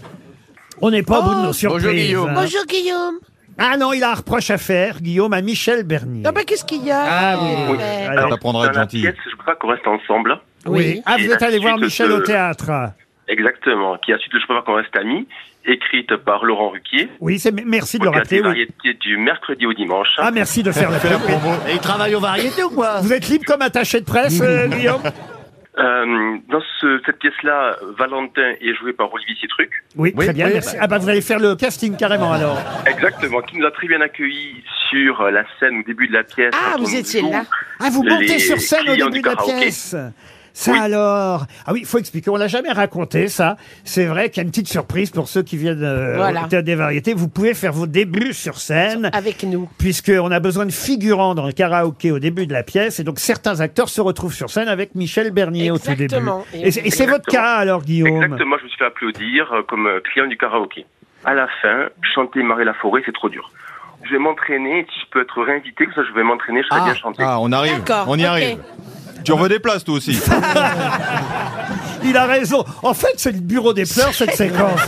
Speaker 2: On n'est pas au bout de nos surprises.
Speaker 7: Oh, Bonjour Guillaume.
Speaker 2: Ah non, il a un reproche à faire, Guillaume, à Michel Bernier.
Speaker 7: Ah bah qu'est-ce qu'il y a
Speaker 2: oui.
Speaker 7: Ouais.
Speaker 2: Alors, t'apprendras à être
Speaker 16: Ah, ben. dans la
Speaker 2: gentil.
Speaker 16: pièce, je crois qu'on reste ensemble.
Speaker 2: Ah, vous
Speaker 16: Et euh,
Speaker 2: êtes allé
Speaker 16: la
Speaker 2: voir
Speaker 16: suite
Speaker 2: Michel
Speaker 16: de-
Speaker 2: au théâtre.
Speaker 16: Exactement, qui est la suite de Je préfère qu'on reste amis, écrite par Laurent Ruquier.
Speaker 2: Oui, c'est merci de le
Speaker 16: Au théâtre
Speaker 2: rappeler.
Speaker 16: des
Speaker 2: oui.
Speaker 16: variétés du mercredi au dimanche.
Speaker 2: Ah, merci de faire la
Speaker 8: Et il travaille aux variétés ou quoi
Speaker 2: Vous êtes libre comme attaché de presse, euh, Guillaume
Speaker 16: Euh, dans ce- cette pièce-là, Valentin est joué par Olivier Citruc.
Speaker 2: oui, très bien, merci. Ah bah vous allez faire le casting carrément alors.
Speaker 16: Exactement, qui nous a très bien accueillis sur euh, la scène au début de la pièce.
Speaker 7: Ah,
Speaker 16: quand on
Speaker 7: vous
Speaker 16: nous
Speaker 7: étiez
Speaker 16: joue
Speaker 7: là.
Speaker 2: Ah, vous
Speaker 16: les
Speaker 2: montez sur scène au
Speaker 16: clients
Speaker 2: début
Speaker 16: du
Speaker 2: de la
Speaker 16: karaoké.
Speaker 2: pièce. Ça alors Ah oui, il faut expliquer, on l'a jamais raconté ça. C'est vrai qu'il y a une petite surprise pour ceux qui viennent euh,
Speaker 7: Voilà.
Speaker 2: au Théâtre des Variétés. Vous pouvez faire vos débuts sur scène. Avec nous. Puisqu'on a besoin de figurants dans le karaoké au début de la pièce. Et donc certains acteurs se retrouvent sur scène avec Michel Bernier
Speaker 16: Exactement.
Speaker 2: au tout début. Et, c'est- et c'est votre
Speaker 16: Exactement.
Speaker 2: cas alors, Guillaume
Speaker 16: Exactement, je me suis fait applaudir euh, comme euh, client du karaoké. À la fin, chanter Marie Laforêt, c'est trop dur. Je vais m'entraîner, si je peux être réinvité, comme ça je vais m'entraîner, je serai bien chanter.
Speaker 5: ah, on arrive,
Speaker 16: D'accord,
Speaker 5: on y
Speaker 16: ok.
Speaker 5: arrive. Tu en veux des places toi aussi
Speaker 2: Il a raison. En fait, c'est le bureau des pleurs, cette séquence.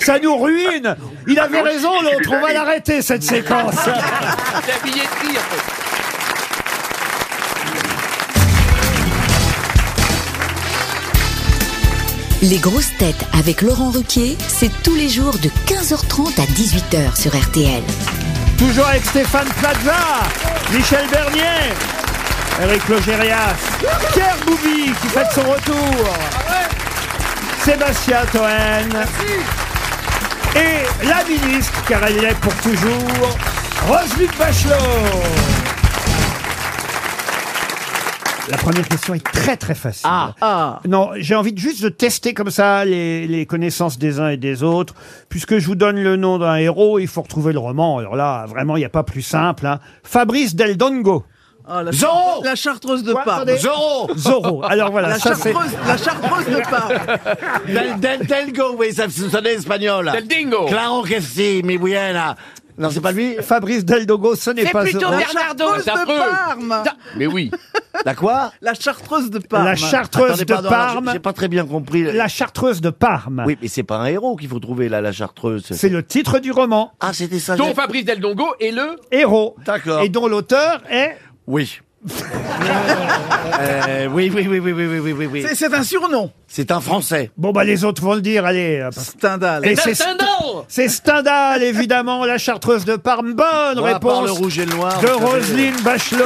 Speaker 2: Ça nous ruine. Il avait raison, l'autre. On va l'arrêter, cette séquence.
Speaker 4: C'est un billet de tir, en fait.
Speaker 17: Les grosses têtes avec Laurent Ruquier, c'est tous les jours de 15h30 à 18h sur RTL.
Speaker 2: Toujours avec Stéphane Plaza, Michel Bernier, Eric Logérias, Pierre Boubi qui fait son retour, Sébastien Toen et la ministre, car elle y est pour toujours, Roselyne Bachelot. La première question est très très facile.
Speaker 8: Ah.
Speaker 2: Non, j'ai envie de juste de tester comme ça les, les connaissances des uns et des autres. Puisque je vous donne le nom d'un héros, il faut retrouver le roman. Alors là, vraiment, il n'y a pas plus simple. hein. Fabrice Del Dongo.
Speaker 9: Ah, la,
Speaker 8: Oh.
Speaker 2: Zorro
Speaker 9: la chartreuse de
Speaker 2: Quoi,
Speaker 9: Parme.
Speaker 2: attendez Zorro. Alors voilà,
Speaker 9: La
Speaker 2: ça c'est...
Speaker 9: chartreuse, la chartreuse de Parme.
Speaker 8: Del, del Delgo, oui, ça sonne espagnol.
Speaker 9: Del Dingo.
Speaker 8: Claro que si, mi buena. Non, c'est pas lui
Speaker 2: Fabrice Del Dongo, ce n'est
Speaker 9: C'est
Speaker 2: pas
Speaker 9: plutôt
Speaker 2: Zorro.
Speaker 9: La chartreuse de Parme.
Speaker 8: Mais oui. La quoi
Speaker 9: La chartreuse de Parme.
Speaker 2: La chartreuse de Parme.
Speaker 8: J'ai pas très bien compris.
Speaker 2: La chartreuse de Parme.
Speaker 8: Oui, mais c'est pas un héros qu'il faut trouver là, la chartreuse.
Speaker 2: C'est le titre du roman.
Speaker 8: Ah, c'était ça.
Speaker 6: Donc Fabrice Del Dongo est le
Speaker 2: Héros.
Speaker 8: D'accord.
Speaker 2: Et dont l'auteur est...
Speaker 8: Oui. Euh, oui, oui, oui, oui, oui, oui, oui, oui, oui.
Speaker 9: C'est- C'est un surnom.
Speaker 8: C'est un Français.
Speaker 2: Bon, bah les autres vont le dire, allez. euh, parce-
Speaker 9: Stendhal.
Speaker 2: Et c'est C'est Stendhal, évidemment, la chartreuse de Parme. Bonne
Speaker 8: Bon, à
Speaker 2: réponse
Speaker 8: part le rouge et le noir,
Speaker 2: de
Speaker 8: vous savez. euh,
Speaker 2: Roselyne Bachelot.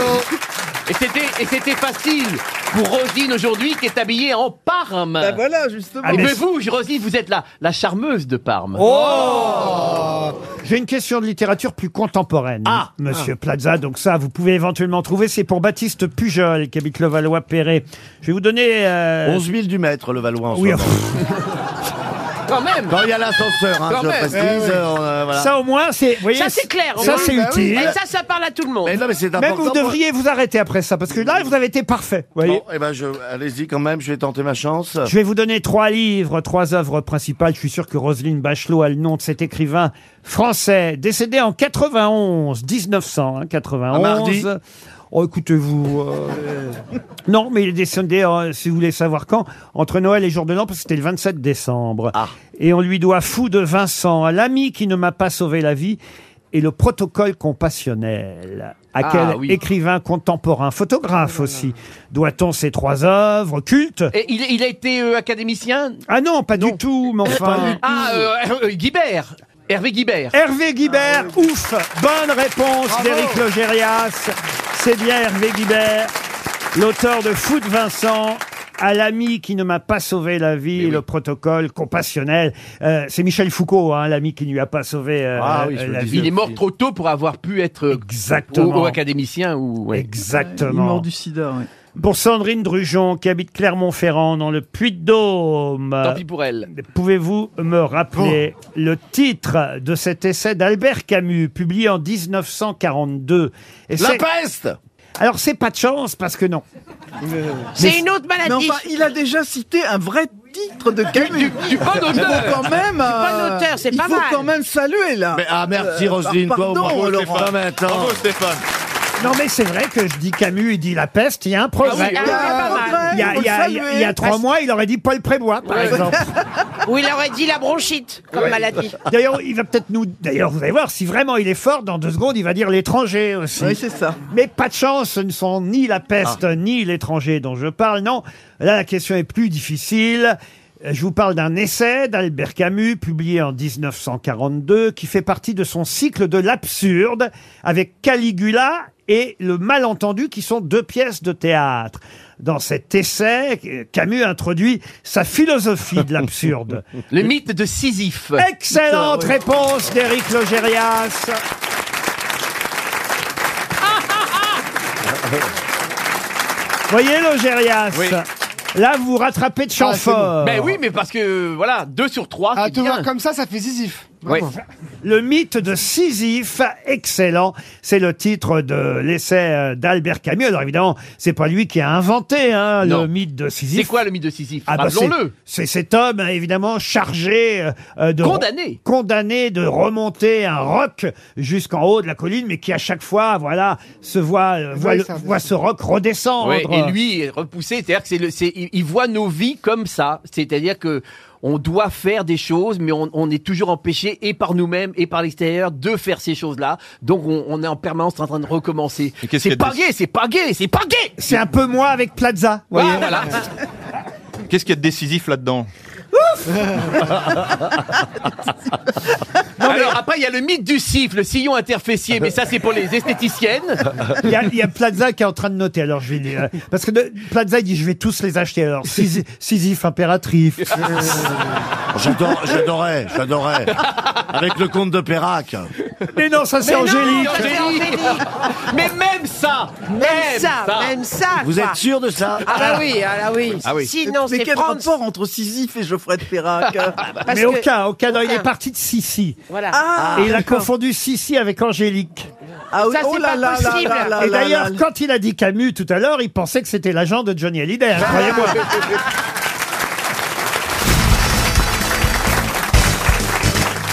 Speaker 6: Et c'était, et c'était facile pour Rosine aujourd'hui qui est habillée en Parme. Ben
Speaker 9: voilà, justement.
Speaker 2: Ah,
Speaker 6: et
Speaker 2: mais
Speaker 6: mais
Speaker 2: c'est-
Speaker 6: vous, Rosine, vous êtes la, la charmeuse de Parme.
Speaker 2: Oh J'ai une question de littérature plus contemporaine, monsieur
Speaker 6: Ah.
Speaker 2: Plaza. Donc ça, vous pouvez éventuellement trouver. C'est pour Baptiste Pujol, qui habite le Valois-Perret. Je vais vous donner... euh,
Speaker 8: 11 000 du mètre, le Valois, en
Speaker 2: Oui,
Speaker 8: ce moment.
Speaker 6: Oh, Quand même
Speaker 8: Quand il y a l'ascenseur, hein,
Speaker 6: Quand
Speaker 8: je
Speaker 6: même.
Speaker 8: précise.
Speaker 6: Eh oui.
Speaker 8: euh, on, euh, voilà. Eh,
Speaker 2: Ça, au moins, c'est... vous voyez,
Speaker 7: Ça c'est clair. au
Speaker 2: Ça,
Speaker 7: moins.
Speaker 2: c'est
Speaker 7: Bah oui.
Speaker 2: utile.
Speaker 7: Et ça, ça parle à tout le monde.
Speaker 8: Mais non, mais c'est
Speaker 2: Même
Speaker 8: important
Speaker 2: vous
Speaker 8: pour-
Speaker 2: devriez vous arrêter après ça, parce que là, vous avez été parfait. vous voyez.
Speaker 8: Bon, eh ben, je... allez-y quand même, je vais tenter ma chance.
Speaker 2: Je vais vous donner trois livres, trois œuvres principales. Je suis sûr que Roselyne Bachelot a le nom de cet écrivain français, décédé en 91, 1991.
Speaker 8: Un mardi.
Speaker 2: hein, Oh, écoutez-vous. euh, non, mais il est décédé, euh, si vous voulez savoir quand, entre Noël et Jour de l'An, parce que c'était le 27 décembre. Et on lui doit Fou de Vincent, l'ami qui ne m'a pas sauvé la vie, et le protocole compassionnel. À
Speaker 6: Ah,
Speaker 2: quel
Speaker 6: oui.
Speaker 2: écrivain contemporain, photographe aussi, doit-on ces trois œuvres cultes
Speaker 6: Et il, il a été euh, académicien
Speaker 2: ah non, pas du tout, mais enfin.
Speaker 6: Ah, euh, euh, Guibert Hervé Guibert
Speaker 2: Hervé Guibert, ouf Bonne réponse d'Éric Logérias. C'est bien Hervé Guibert, l'auteur de Fou de Vincent. À l'ami qui ne m'a pas sauvé la vie, le protocole compassionnel. Euh, c'est Michel Foucault, hein, l'ami qui ne lui a pas sauvé euh,
Speaker 3: Ah
Speaker 2: euh, la vie.
Speaker 6: Il est mort trop tôt pour avoir pu être euh,
Speaker 2: Exactement.
Speaker 6: Au, au académicien ou ouais.
Speaker 2: Exactement. Il meurt du
Speaker 9: sida.
Speaker 2: Pour Sandrine Drujon, qui habite Clermont-Ferrand, dans le Puy-de-Dôme.
Speaker 6: Tant pis pour elle.
Speaker 2: Pouvez-vous me rappeler le titre de cet essai d'Albert Camus, publié en 1942 Et
Speaker 8: La
Speaker 2: c'est-
Speaker 8: peste
Speaker 2: Alors c'est pas de chance, parce que non. Mais-
Speaker 9: Mais enfin, il a déjà cité un vrai titre de Camus.
Speaker 6: Du bon auteur.
Speaker 9: Il faut quand même.
Speaker 6: Du bon
Speaker 9: euh,
Speaker 6: auteur, c'est pas
Speaker 9: Il
Speaker 6: mal.
Speaker 9: faut quand même saluer là.
Speaker 8: Mais, ah, merci,
Speaker 9: Euh,
Speaker 8: Roselyne, toi, au
Speaker 9: pardon,
Speaker 8: moins,
Speaker 9: Laurent.
Speaker 8: Stéphane. Bravo, Stéphane.
Speaker 2: Non mais c'est vrai que je dis Camus, il dit la peste, il y a un progrès.
Speaker 7: Ah oui, ah oui, pas mal.
Speaker 2: Il y a, il y a- il y a- il y a trois mois, il aurait dit Paul Prébois, par exemple.
Speaker 7: Ou il aurait dit la bronchite comme
Speaker 2: Ouais.
Speaker 7: maladie.
Speaker 2: D'ailleurs, il va peut-être nous. D'ailleurs, vous allez voir, si vraiment il est fort, dans deux secondes, il va dire l'étranger aussi.
Speaker 9: Oui, c'est ça. Ah.
Speaker 2: Mais pas de chance, ce ne sont ni la peste, ni l'étranger dont je parle. Non, là, la question est plus difficile. Euh, Je vous parle d'un essai d'Albert Camus, publié en 1942, qui fait partie de son cycle de l'absurde, avec Caligula et Le Malentendu, qui sont deux pièces de théâtre. Dans cet essai, euh, Camus introduit sa philosophie de l'absurde.
Speaker 6: Le mythe de Sisyphe.
Speaker 2: Excellente
Speaker 6: Putain, ouais.
Speaker 2: réponse d'Éric Logérias. Voyez Logérias
Speaker 6: Oui.
Speaker 2: Là, vous vous rattrapez de
Speaker 3: Ah,
Speaker 2: champ fort.
Speaker 6: Ben oui, mais parce que, voilà, 2 sur 3,
Speaker 3: À
Speaker 6: c'est
Speaker 3: te
Speaker 6: bien.
Speaker 3: voir Ah, comme ça, ça fait zizif.
Speaker 6: Oui.
Speaker 2: Le mythe de Sisyphe, excellent. C'est le titre de l'essai euh, d'Albert Camus. Alors évidemment, c'est pas lui qui a inventé hein, le
Speaker 6: Non.
Speaker 2: mythe de Sisyphe.
Speaker 6: C'est quoi le mythe de Sisyphe
Speaker 2: Ah bah, c'est-
Speaker 6: Rappelons-le.
Speaker 2: C'est cet homme, hein, évidemment, chargé euh, de...
Speaker 6: Condamné.
Speaker 2: Condamné de remonter un roc jusqu'en haut de la colline, mais qui à chaque fois, voilà, se voit, euh, voit,
Speaker 6: Oui,
Speaker 2: le-
Speaker 6: ça descend.
Speaker 2: voit ce roc redescendre.
Speaker 6: Ouais, et lui est repoussé, c'est-à-dire que c'est le, c'est, il il voit nos vies comme ça, c'est-à-dire que on doit faire des choses, mais on, on est toujours empêché et par nous-mêmes et par l'extérieur de faire ces choses-là. Donc on, on est en permanence en train de recommencer.
Speaker 5: qu'il y
Speaker 6: C'est
Speaker 5: a de-
Speaker 6: pas gay, c'est pas gay, c'est pas gay. Ah,
Speaker 2: C'est un peu moi avec Plaza. vous voyez.
Speaker 6: voilà.
Speaker 5: Qu'est-ce qu'il y a de décisif là-dedans
Speaker 6: Alors après il y a le mythe du siffle, le sillon interfessier, mais ça c'est pour les esthéticiennes.
Speaker 2: Il y, a, il y a Plaza qui est en train de noter. Alors je vais lui, euh, parce que de- Plaza il dit je vais tous les acheter. Alors Sisy- Sisyphe impératrice.
Speaker 8: Oh, J'adore- J'adorais, j'adorais. Avec le comte de Perrac.
Speaker 2: Mais non, ça c'est
Speaker 6: Mais non,
Speaker 2: Angélique.
Speaker 6: ça, c'est Angélique. Mais même ça, même,
Speaker 7: Même ça, même ça.
Speaker 8: Vous
Speaker 7: quoi.
Speaker 8: êtes sûr de ça
Speaker 7: Ah bah oui, ah bah oui.
Speaker 8: Ah oui.
Speaker 7: Sinon,
Speaker 9: Mais
Speaker 7: c'est
Speaker 9: quel
Speaker 7: prendre.
Speaker 9: rapport entre Sisyphe et Geoffrey de Perrac euh
Speaker 2: Mais aucun, aucun. Non, il est parti de Sissi.
Speaker 7: Voilà.
Speaker 9: Ah,
Speaker 2: et il a
Speaker 9: d'accord.
Speaker 2: confondu Sissi avec Angélique.
Speaker 9: Ah oui,
Speaker 7: Ça, c'est
Speaker 9: oh là
Speaker 7: pas
Speaker 9: là là
Speaker 7: possible.
Speaker 9: là là
Speaker 2: Et
Speaker 9: là
Speaker 2: d'ailleurs,
Speaker 9: là.
Speaker 2: quand il a dit Camus tout à l'heure, il pensait que c'était l'agent de Johnny Hallyday,
Speaker 9: Ah,
Speaker 14: Ah.
Speaker 2: hein, croyez-moi.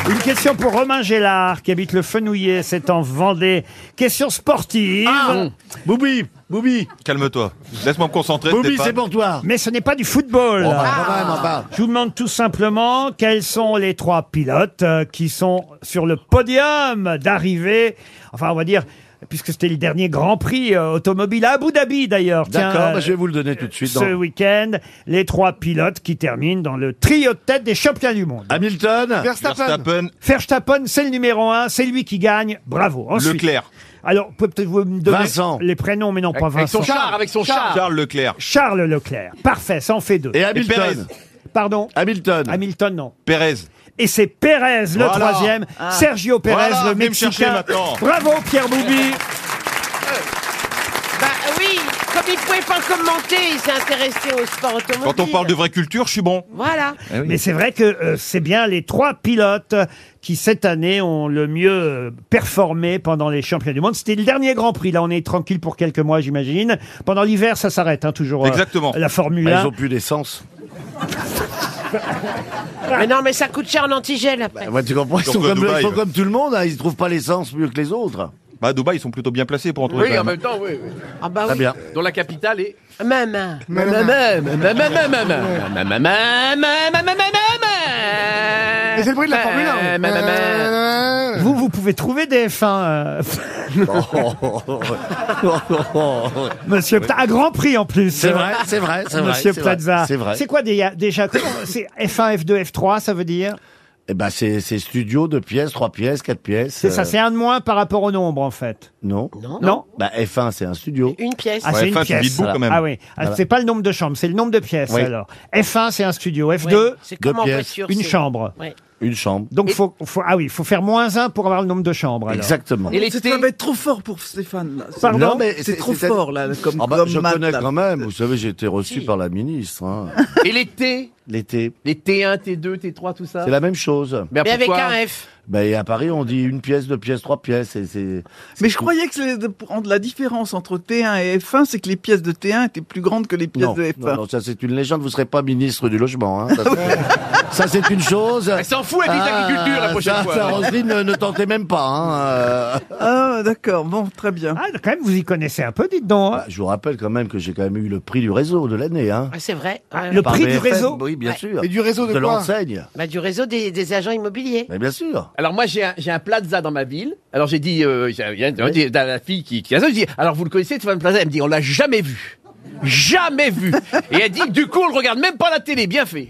Speaker 2: Une question pour Romain Gélard, qui habite le Fenouillet, c'est en Vendée. Question sportive.
Speaker 8: Ah, Boubi, Boubi.
Speaker 5: Calme-toi. Laisse-moi me concentrer.
Speaker 8: Boubi,
Speaker 5: Stéphane.
Speaker 8: c'est pour toi.
Speaker 2: Mais ce n'est pas du football.
Speaker 8: Oh, bah, quand même, enfin.
Speaker 2: Je vous demande tout simplement quels sont les trois pilotes euh, qui sont sur le podium d'arrivée. Enfin, on va dire, puisque c'était le dernier Grand Prix euh, automobile à Abu Dhabi d'ailleurs. Tiens,
Speaker 8: D'accord,
Speaker 2: euh,
Speaker 8: bah, je vais vous le donner tout de suite.
Speaker 2: Ce
Speaker 8: dans-
Speaker 2: week-end, les trois pilotes qui terminent dans le trio de tête des champions du monde.
Speaker 8: Hamilton
Speaker 3: Verstappen.
Speaker 5: Verstappen.
Speaker 2: Verstappen, c'est le numéro un, c'est lui qui gagne. Bravo. Ensuite,
Speaker 5: Leclerc.
Speaker 2: Alors, vous pouvez peut-être vous me donner
Speaker 8: Vincent.
Speaker 2: les prénoms, mais non pas
Speaker 6: Avec
Speaker 2: Vincent.
Speaker 6: son char, avec son char.
Speaker 5: Charles Leclerc.
Speaker 2: Charles Leclerc. Parfait, ça en fait deux.
Speaker 8: Et
Speaker 5: Perez.
Speaker 8: Hamilton.
Speaker 2: Pardon
Speaker 8: Hamilton.
Speaker 2: Hamilton, non.
Speaker 5: Pérez.
Speaker 2: Et c'est Pérez, le
Speaker 5: Voilà. Ah.
Speaker 2: troisième. Sergio Pérez,
Speaker 5: Voilà,
Speaker 2: le
Speaker 5: venez me chercher
Speaker 2: Mexicain.
Speaker 5: maintenant.
Speaker 2: Bravo, Pierre Boubi.
Speaker 7: Bah oui, comme il pouvait pas commenter, il s'est intéressé au sport automobile.
Speaker 5: Quand on parle de vraie culture, je suis bon.
Speaker 7: Voilà.
Speaker 2: Mais c'est vrai que euh, c'est bien les trois pilotes qui, cette année, ont le mieux euh, performé pendant les championnats du monde. C'était le dernier Grand Prix. Là, on est tranquille pour quelques mois, j'imagine. Pendant l'hiver, ça s'arrête, hein, toujours. euh,
Speaker 5: Exactement.
Speaker 2: La Formule
Speaker 8: Bah,
Speaker 2: 1.
Speaker 8: ils ont plus d'essence.
Speaker 7: Mais non, mais ça coûte cher en antigel après.
Speaker 8: Ah, ouais, tu comprends Ils
Speaker 5: Donc,
Speaker 8: sont,
Speaker 5: euh,
Speaker 8: comme,
Speaker 5: Dubaï,
Speaker 8: ils sont
Speaker 5: ouais.
Speaker 8: comme tout le monde, hein, ils ne trouvent pas l'essence mieux que les autres.
Speaker 5: Bah, à Dubaï, ils sont plutôt bien placés pour en trouver.
Speaker 6: Oui, en
Speaker 5: quand même.
Speaker 6: même temps, oui. oui.
Speaker 7: Ah bah
Speaker 8: ben, Très
Speaker 7: oui.
Speaker 8: bien.
Speaker 6: Dans la capitale et
Speaker 7: Maman.
Speaker 3: Et Euh, c'est le bruit de la Formule
Speaker 2: Euh,
Speaker 3: Euh. 1.
Speaker 2: Vous, vous pouvez trouver des F1, euh, Monsieur Pla- à Grand Prix en plus.
Speaker 8: C'est vrai, c'est vrai, c'est vrai,
Speaker 2: Monsieur
Speaker 8: c'est vrai,
Speaker 2: Plaza.
Speaker 8: c'est vrai.
Speaker 2: C'est quoi déjà, déjà comment- C'est F1, F2, F3, ça veut dire
Speaker 8: Eh ben, c'est c'est studio, deux pièces, trois pièces, quatre pièces.
Speaker 2: C'est ça,
Speaker 8: euh,
Speaker 2: c'est un de moins par rapport au nombre en fait.
Speaker 8: Non.
Speaker 7: Non.
Speaker 2: Non
Speaker 8: Bah, F1, c'est un studio.
Speaker 7: Une pièce.
Speaker 2: Ah,
Speaker 5: Ouais,
Speaker 2: c'est une
Speaker 5: F1, c'est
Speaker 2: pièce.
Speaker 5: Bitbout, quand même.
Speaker 2: Ah oui. Ah,
Speaker 8: Voilà.
Speaker 2: C'est pas le nombre de chambres, c'est le nombre de pièces
Speaker 8: Oui.
Speaker 2: alors. F1, c'est un studio. F2,
Speaker 7: Ouais, C'est comme
Speaker 8: deux
Speaker 7: en
Speaker 8: pièces,
Speaker 7: voiture.
Speaker 2: une
Speaker 7: c'est-
Speaker 2: chambre.
Speaker 7: Ouais.
Speaker 8: Une chambre.
Speaker 2: Donc
Speaker 7: Et-
Speaker 2: faut, faut- ah oui, faut faire moins un pour avoir le nombre de chambres. alors.
Speaker 8: Exactement.
Speaker 6: Et les
Speaker 9: C'est-
Speaker 6: thés-
Speaker 9: Ça va être trop fort pour Stéphane. là.
Speaker 2: Pardon
Speaker 8: Non, mais
Speaker 9: c'est
Speaker 8: c'est-
Speaker 9: trop
Speaker 8: c'est-
Speaker 9: fort là, comme,
Speaker 8: Ah bah,
Speaker 9: comme
Speaker 8: je
Speaker 9: maths,
Speaker 8: connais
Speaker 9: là.
Speaker 8: quand même. Vous savez, j'ai été reçu par la ministre. hein.
Speaker 6: et l'été.
Speaker 8: L'été.
Speaker 6: Les T1, T2, T3, tout ça
Speaker 8: C'est la même chose.
Speaker 6: Mais Mais avec pourquoi un
Speaker 7: F.
Speaker 8: Ben, à Paris, on dit une pièce, deux pièces, trois pièces. Et c'est-
Speaker 9: Mais je croyais que c'est- pour rendre la différence entre T1 et F1, c'est que les pièces de T1 étaient plus grandes que les pièces
Speaker 8: Non,
Speaker 9: de F1.
Speaker 8: non, non, ça c'est une légende, vous ne serez pas ministre du logement. hein. Ça, c'est- Ça c'est une chose. Elle
Speaker 6: s'en fout, elle dit l'agriculture, la prochaine fois.
Speaker 8: Roselyne, ne, ne tentez même pas. hein, euh.
Speaker 9: Ah d'accord, bon, très bien.
Speaker 2: Ah quand même, vous y connaissez un peu, dites donc. hein.
Speaker 8: Bah, je vous rappelle quand même que j'ai quand même eu le prix du réseau de l'année. hein.
Speaker 7: Ah, c'est vrai.
Speaker 8: Ah,
Speaker 7: Ouais.
Speaker 8: le Par prix du BFM, réseau oui, bien sûr. Mais du réseau de De quoi l'enseigne.
Speaker 7: Bah, Du réseau des, des agents immobiliers.
Speaker 8: Mais bien sûr.
Speaker 6: Alors moi j'ai un, j'ai un Plaza dans ma ville. Alors j'ai dit, euh, j'ai- il y a une- il y a la fille qui, qui a ça, je dis, alors vous le connaissez, Stéphane Plaza Elle me dit, on l'a jamais vu. Jamais vu. Et elle dit, du coup on le regarde même pas à la télé, bien fait.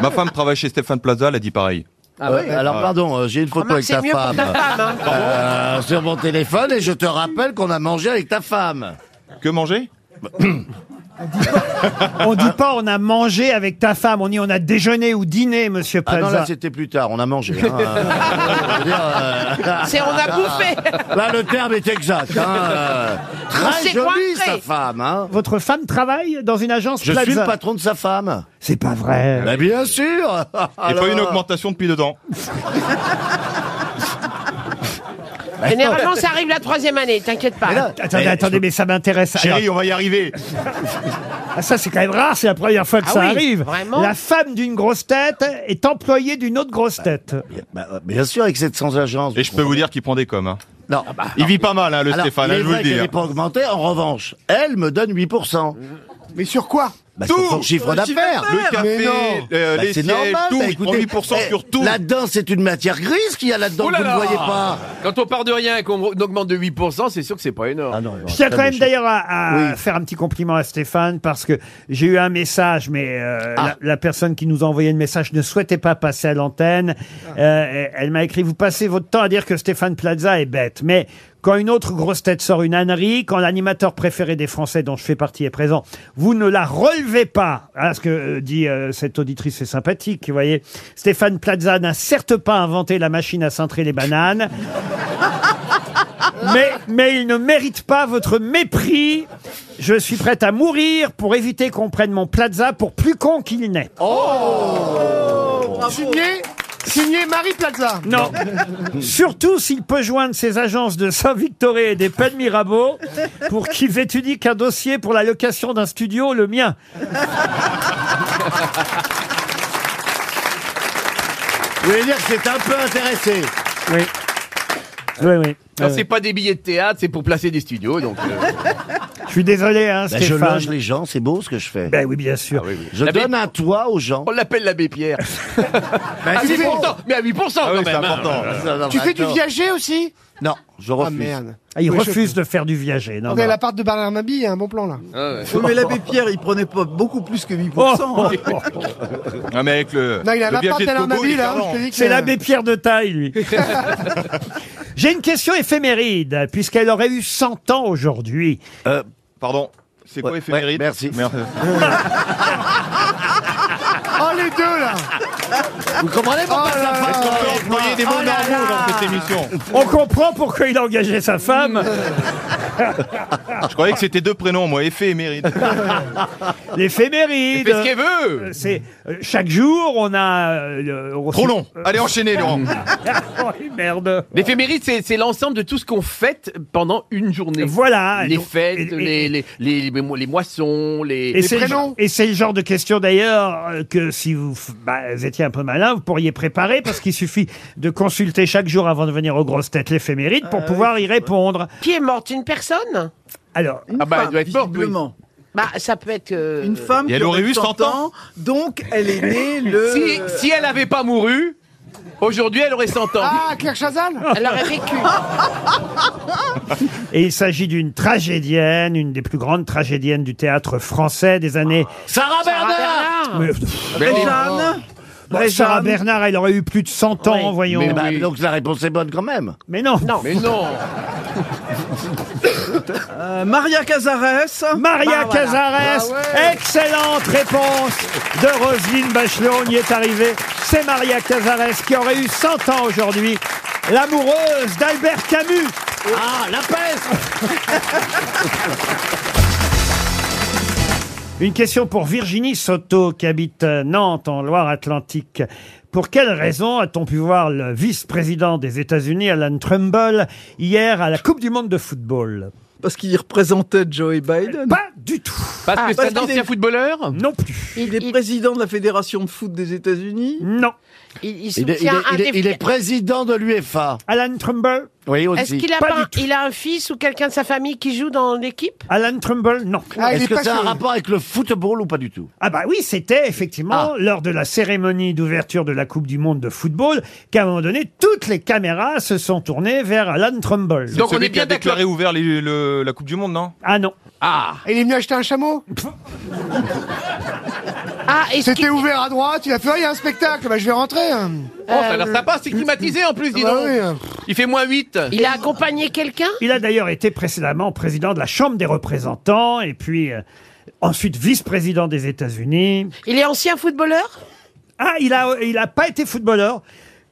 Speaker 5: Ma femme travaille chez Stéphane Plaza, elle a dit pareil.
Speaker 8: Ah ouais, alors pardon, euh, j'ai une photo
Speaker 5: Remarque,
Speaker 8: avec
Speaker 5: c'est
Speaker 8: ta
Speaker 5: mieux pour
Speaker 8: femme,
Speaker 5: ta femme, hein.
Speaker 8: euh, sur mon téléphone et je te rappelle qu'on a mangé avec ta femme.
Speaker 5: Que manger
Speaker 2: On dit pas on a mangé avec ta femme, on dit on a déjeuné ou dîné, monsieur
Speaker 8: Ah
Speaker 2: Plaza.
Speaker 8: non, là c'était plus tard, on a mangé. hein. Je veux dire, euh,
Speaker 2: C'est on a bouffé.
Speaker 8: Là le terme est exact. hein. Euh,
Speaker 2: On
Speaker 8: Très
Speaker 2: s'est
Speaker 8: jolie
Speaker 2: goinfré.
Speaker 8: sa femme. hein.
Speaker 2: Votre femme travaille dans une agence
Speaker 8: Je
Speaker 2: Plaza
Speaker 8: suis le patron de sa femme.
Speaker 2: C'est pas
Speaker 5: Eh
Speaker 2: vrai.
Speaker 8: Bah, bien sûr.
Speaker 5: Et pas une augmentation depuis deux ans.
Speaker 7: Généralement, ça arrive la troisième année, t'inquiète pas.
Speaker 2: Attendez,
Speaker 8: Eh,
Speaker 2: attendez, mais ça m'intéresse.
Speaker 5: Chérie, on va y arriver.
Speaker 2: Ah, ça, c'est quand même rare, c'est la première fois que
Speaker 7: Ah
Speaker 2: ça
Speaker 7: oui,
Speaker 2: arrive.
Speaker 7: vraiment
Speaker 2: la femme d'une grosse tête est employée d'une autre grosse tête.
Speaker 8: Bah, euh, bien sûr, avec cette sans agence.
Speaker 5: Et je peux vous dire qu'il prend des coms. hein.
Speaker 8: Non.
Speaker 6: Ah bah,
Speaker 5: Il vit pas mal, hein, le
Speaker 8: Alors,
Speaker 5: Stéphane,
Speaker 8: il
Speaker 5: hein,
Speaker 8: est
Speaker 5: je vous le
Speaker 8: vrai qu'elle
Speaker 5: dis.
Speaker 8: n'est pas augmentée. En revanche, elle me donne 8%.
Speaker 3: Mais sur quoi
Speaker 8: bah, Tout Son chiffre d'affaires.
Speaker 5: Le café,
Speaker 8: Mais non.
Speaker 5: euh,
Speaker 8: Bah,
Speaker 5: les
Speaker 8: c'est
Speaker 5: sièges,
Speaker 8: normal,
Speaker 5: tout.
Speaker 8: bah,
Speaker 5: il prend
Speaker 8: écoutez,
Speaker 5: 8%
Speaker 8: eh,
Speaker 5: sur tout.
Speaker 8: Là-dedans, c'est une matière grise qu'il y a là-dedans,
Speaker 6: Oh là
Speaker 8: vous ne
Speaker 6: là
Speaker 8: voyez pas.
Speaker 6: Quand on part de rien et qu'on augmente de 8%, c'est sûr que c'est pas énorme.
Speaker 8: Ah
Speaker 2: Je tiens quand même d'ailleurs à, à faire un petit compliment à Stéphane parce que j'ai eu un message, mais euh, la, la personne qui nous a envoyé le message ne souhaitait pas passer à l'antenne. Euh, elle m'a écrit Vous passez votre temps à dire que Stéphane Plaza est bête, mais quand une autre grosse tête sort une ânerie, quand l'animateur préféré des Français dont je fais partie est présent, vous ne la relevez pas. Voilà ce que euh, dit euh, cette auditrice, c'est sympathique, vous voyez. Stéphane Plaza n'a certes pas inventé la machine à cintrer les bananes. Mais, mais il ne mérite pas votre mépris. Je suis prête à mourir pour éviter qu'on prenne mon plaza pour plus con qu'il n'est.
Speaker 6: Oh
Speaker 3: Oh, Signé, signé Marie Plaza.
Speaker 2: Non. Surtout s'il peut joindre ses agences de Saint-Victoré et des Pins de Mirabeau pour qu'ils étudient qu'un dossier pour la location d'un studio, le mien.
Speaker 8: Vous voulez dire que c'est un peu intéressé
Speaker 2: Oui. Oui, oui.
Speaker 3: Ah,
Speaker 6: Non,
Speaker 2: Oui,
Speaker 6: c'est
Speaker 2: Ah, oui.
Speaker 6: pas des billets de théâtre, c'est pour placer des studios. Donc, euh,
Speaker 2: Je suis désolé, hein,
Speaker 8: Bah, je
Speaker 2: Stéphane.
Speaker 8: loge les gens, c'est beau ce que je fais. Ah
Speaker 2: Ben oui, bien sûr.
Speaker 8: Je
Speaker 6: La
Speaker 8: donne
Speaker 6: baie-
Speaker 8: un toit aux gens.
Speaker 6: on l'appelle l'abbé Pierre. Bah, à 8%, mais à 8%
Speaker 8: Ah oui,
Speaker 6: quand
Speaker 8: c'est
Speaker 6: même. hein.
Speaker 8: important.
Speaker 6: Euh,
Speaker 3: Tu fais du viager aussi
Speaker 8: Non, je
Speaker 3: Ah, merde.
Speaker 2: Ah, il
Speaker 3: Oui, je-
Speaker 2: refuse de faire du viager. Non,
Speaker 3: Attendez,
Speaker 2: non.
Speaker 3: l'appart de Bernard Mabille, il y a un bon plan là.
Speaker 9: Oui, mais l'abbé Pierre, il prenait pas beaucoup plus que 8%.
Speaker 2: Oh,
Speaker 5: Ah, mais avec le.
Speaker 3: Non, il a
Speaker 5: le
Speaker 3: la
Speaker 5: bienfait
Speaker 3: patte,
Speaker 5: de
Speaker 3: elle en
Speaker 5: Coco,
Speaker 3: a mis,
Speaker 5: il est hein.
Speaker 3: là,
Speaker 5: fervent.
Speaker 3: je te dis que-
Speaker 2: C'est l'abbé Pierre de taille, lui. J'ai une question éphéméride, puisqu'elle aurait eu 100 ans aujourd'hui.
Speaker 5: Euh, Pardon, c'est quoi éphéméride
Speaker 8: Merci.
Speaker 3: Oh, les deux là
Speaker 8: Vous comprenez
Speaker 14: Oh,
Speaker 8: pourquoi
Speaker 3: ça
Speaker 8: fait
Speaker 3: Est-ce qu'on peut
Speaker 5: employer des mots
Speaker 8: Ah,
Speaker 5: normaux dans cette émission
Speaker 2: On comprend pourquoi il a engagé sa femme.
Speaker 5: Je croyais que c'était deux prénoms, moi, éphéméride.
Speaker 2: L'éphéméride.
Speaker 5: Elle fait ce qu'elle veut.
Speaker 2: Euh, C'est euh, chaque jour, on a. euh, le-
Speaker 5: Trop long. Allez, enchaînez, Laurent.
Speaker 2: Oui, merde.
Speaker 6: L'éphéméride, c'est c'est l'ensemble de tout ce qu'on fête pendant une journée.
Speaker 2: Voilà. Et
Speaker 6: Les
Speaker 2: donc-
Speaker 6: fêtes,
Speaker 2: et- et-
Speaker 6: les, les, les, les mo- les moissons, les,
Speaker 2: Et c'est le- et c'est le genre de question d'ailleurs euh, que si vous, f- bah, vous étiez un peu malin, vous pourriez préparer parce qu'il suffit de consulter chaque jour avant de venir aux grosses têtes l'éphéméride pour pouvoir y répondre.
Speaker 7: Qui est morte Une personne
Speaker 2: Alors,
Speaker 9: Une femme, visiblement.
Speaker 7: Bah, ça peut être. euh,
Speaker 9: Une femme
Speaker 7: Et
Speaker 9: qui
Speaker 7: elle aurait eu
Speaker 9: 100
Speaker 7: 100 ans
Speaker 9: ans, donc elle est née le...
Speaker 6: Si, si elle n'avait pas mouru, aujourd'hui elle aurait 100 ans.
Speaker 3: Ah, Claire Chazal
Speaker 7: Elle aurait vécu.
Speaker 2: Et il s'agit d'une tragédienne, une des plus grandes tragédiennes du théâtre français des années.
Speaker 8: Sarah
Speaker 7: Bernard
Speaker 2: Mais-
Speaker 9: Jeanne
Speaker 2: Bon,
Speaker 9: Réjeanne.
Speaker 2: Sarah Bernard, elle aurait eu plus de 100 ans, voyons.
Speaker 8: Mais bah, Donc la réponse est bonne quand même.
Speaker 2: Mais non.
Speaker 7: Non.
Speaker 6: Mais non
Speaker 9: Euh, Maria Cazares
Speaker 2: Maria
Speaker 9: Bah, voilà.
Speaker 2: Cazares,
Speaker 9: Bah ouais.
Speaker 2: excellente réponse de Roselyne Bachelot, on y est arrivé. C'est Maria Cazares qui aurait eu 100 ans aujourd'hui, l'amoureuse d'Albert Camus.
Speaker 8: Ah, la peste
Speaker 2: Une question pour Virginie Soto qui habite euh, Nantes en Loire-Atlantique. Pour quelle raison a-t-on pu voir le vice-président des États-Unis, Alan Trumbull, hier à la Coupe du Monde de football
Speaker 9: Parce qu'il représentait Joe Biden
Speaker 2: Pas du tout Ah,
Speaker 6: Parce que c'est un ancien footballeur
Speaker 2: Non plus.
Speaker 9: Il est président de la Fédération de foot des États-Unis
Speaker 2: Non.
Speaker 7: Il, il
Speaker 8: Il est, il
Speaker 7: soutient
Speaker 8: est-
Speaker 7: un
Speaker 8: il est-
Speaker 7: défi-
Speaker 8: il est président de l'UEFA.
Speaker 2: Alan Trumbull
Speaker 8: Oui, aussi.
Speaker 7: Est-ce qu'il a, pas- il a un fils ou quelqu'un de sa famille qui joue dans l'équipe
Speaker 2: Alan Trumbull, non.
Speaker 7: Ah, il
Speaker 8: Est-ce
Speaker 7: est
Speaker 8: que
Speaker 7: pas
Speaker 8: ça a un
Speaker 7: sûr.
Speaker 8: rapport avec le football ou pas du tout Ah.
Speaker 2: Ah bah oui, c'était effectivement lors de la cérémonie d'ouverture de la Coupe du Monde de football qu'à un moment donné, toutes les caméras se sont tournées vers Alan Trumbull.
Speaker 5: Donc on est bien déclaré ouvert les- le- la Coupe du Monde, non
Speaker 2: Ah non.
Speaker 6: Ah
Speaker 3: Et il est venu acheter un chameau
Speaker 7: Ah,
Speaker 3: C'était ouvert à droite, il a fait, Ah, il y a un spectacle, bah, je vais rentrer.
Speaker 6: Oh, ça a l'air sympa, c'est climatisé en plus, dis
Speaker 3: Bah
Speaker 6: donc.
Speaker 3: oui, hein.
Speaker 6: Il fait moins 8.
Speaker 7: Il a accompagné quelqu'un
Speaker 2: Il a d'ailleurs été précédemment président de la Chambre des représentants et puis euh, ensuite vice-président des États-Unis.
Speaker 7: Il est ancien footballeur
Speaker 2: Ah, il a il a pas été footballeur,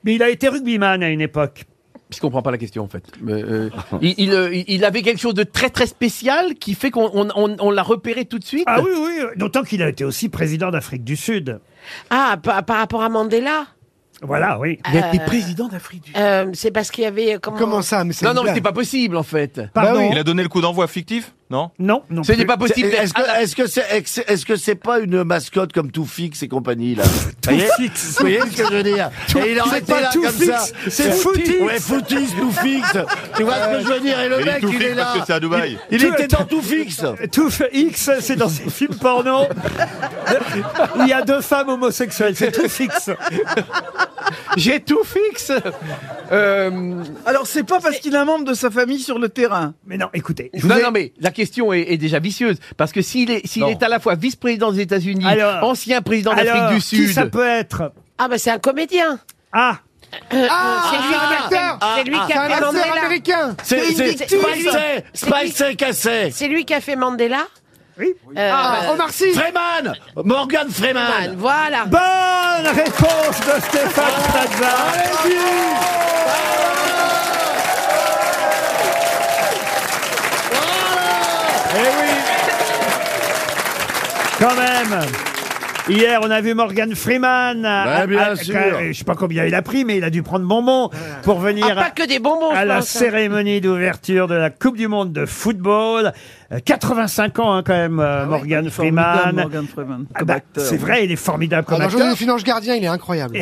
Speaker 2: mais il a été rugbyman à une époque.
Speaker 6: Je comprends pas la question en fait. Mais, euh, il, il, euh, il avait quelque chose de très très spécial qui fait qu'on on, on- on l'a repéré tout de suite.
Speaker 2: Ah oui, oui, euh, d'autant qu'il a été aussi président d'Afrique du Sud.
Speaker 7: Ah, par, par rapport à Mandela
Speaker 2: Voilà, oui.
Speaker 6: Il a été
Speaker 7: Euh,
Speaker 6: président d'Afrique du
Speaker 7: euh, C'est parce qu'il y avait... euh, Comment,
Speaker 3: Comment ça mais
Speaker 6: Non, non, mais c'est pas possible en fait.
Speaker 2: Pardon
Speaker 5: Il a donné le coup d'envoi fictif Non
Speaker 2: Non, non.
Speaker 6: Ce n'est
Speaker 2: plus.
Speaker 6: pas possible.
Speaker 8: Est-ce
Speaker 6: Ah,
Speaker 8: que est-ce que c'est est-ce est-ce que c'est pas une mascotte comme Tout Fix et compagnie là Vous voyez
Speaker 2: Fix.
Speaker 8: Vous voyez ce que je veux dire Et il aurait
Speaker 2: C'est
Speaker 8: été
Speaker 2: pas
Speaker 8: là
Speaker 2: Tout
Speaker 8: comme
Speaker 2: Fix,
Speaker 8: ça.
Speaker 2: c'est Footix.
Speaker 8: Ouais, Footix, Tout Fix. Tu vois ce que je veux dire Et le
Speaker 5: Il est
Speaker 8: mec,
Speaker 5: Tout
Speaker 8: il
Speaker 5: Fix
Speaker 8: est là.
Speaker 5: parce que c'est à Dubaï.
Speaker 8: Il, il
Speaker 2: Tu-
Speaker 8: était dans Tout Fix.
Speaker 2: Tout fait X, c'est dans ces films porno où il y a deux femmes homosexuelles. C'est tout fixe.
Speaker 6: J'ai tout fixe. Euh,
Speaker 9: Alors c'est pas parce qu'il est un membre de sa famille sur le terrain.
Speaker 2: Mais non, écoutez. je vous
Speaker 6: non,
Speaker 2: ai-
Speaker 6: non, mais la question est, est déjà vicieuse parce que s'il est, s'il
Speaker 8: Non.
Speaker 6: est à la fois vice-président des États-Unis,
Speaker 2: Alors-
Speaker 6: ancien président
Speaker 2: Alors,
Speaker 6: d'Afrique du
Speaker 2: qui
Speaker 6: Sud,
Speaker 2: ça peut être
Speaker 7: Ah, bah c'est un comédien
Speaker 2: Ah,
Speaker 7: Euh, euh,
Speaker 3: Ah,
Speaker 7: C'est lui
Speaker 3: c'est un
Speaker 7: qui a
Speaker 3: acteur. Ah,
Speaker 7: fait- c'est lui qui
Speaker 3: C'est
Speaker 7: a
Speaker 3: un
Speaker 7: fait
Speaker 3: acteur
Speaker 7: Mandela
Speaker 3: américain
Speaker 8: C'est
Speaker 7: une
Speaker 8: c'est
Speaker 7: victime.
Speaker 8: Spicer, Spicer Cassé.
Speaker 7: C'est lui qui a fait Mandela
Speaker 2: oui.
Speaker 7: Euh,
Speaker 2: bah,
Speaker 3: Ah, Omar Sy
Speaker 8: Freeman, Morgan Freeman.
Speaker 7: Voilà
Speaker 2: Bonne réponse de Stéphane
Speaker 8: Ah.
Speaker 2: Plaza. Eh oui. Quand même. Hier, on a vu Morgan Freeman. euh, à-
Speaker 8: Bah, bien
Speaker 2: à-
Speaker 8: sûr.
Speaker 2: à- je sais pas combien il a pris, mais il a dû prendre bonbon pour venir.
Speaker 7: Ah,
Speaker 2: à-
Speaker 7: pas que des bonbons,
Speaker 2: à
Speaker 7: je
Speaker 2: la
Speaker 7: pense. hein.
Speaker 2: cérémonie d'ouverture de la Coupe du Monde de football. Euh, 85 ans hein, quand même, euh, Morgan Freeman.
Speaker 9: Ah Formidable, Morgan Freeman.
Speaker 2: Ah
Speaker 9: comme
Speaker 2: bah,
Speaker 9: acteur. bah,
Speaker 2: c'est vrai, il est formidable
Speaker 3: Ah,
Speaker 2: comme
Speaker 3: Dans Journée
Speaker 2: acteur.
Speaker 3: du Finanche Gardien, il est incroyable.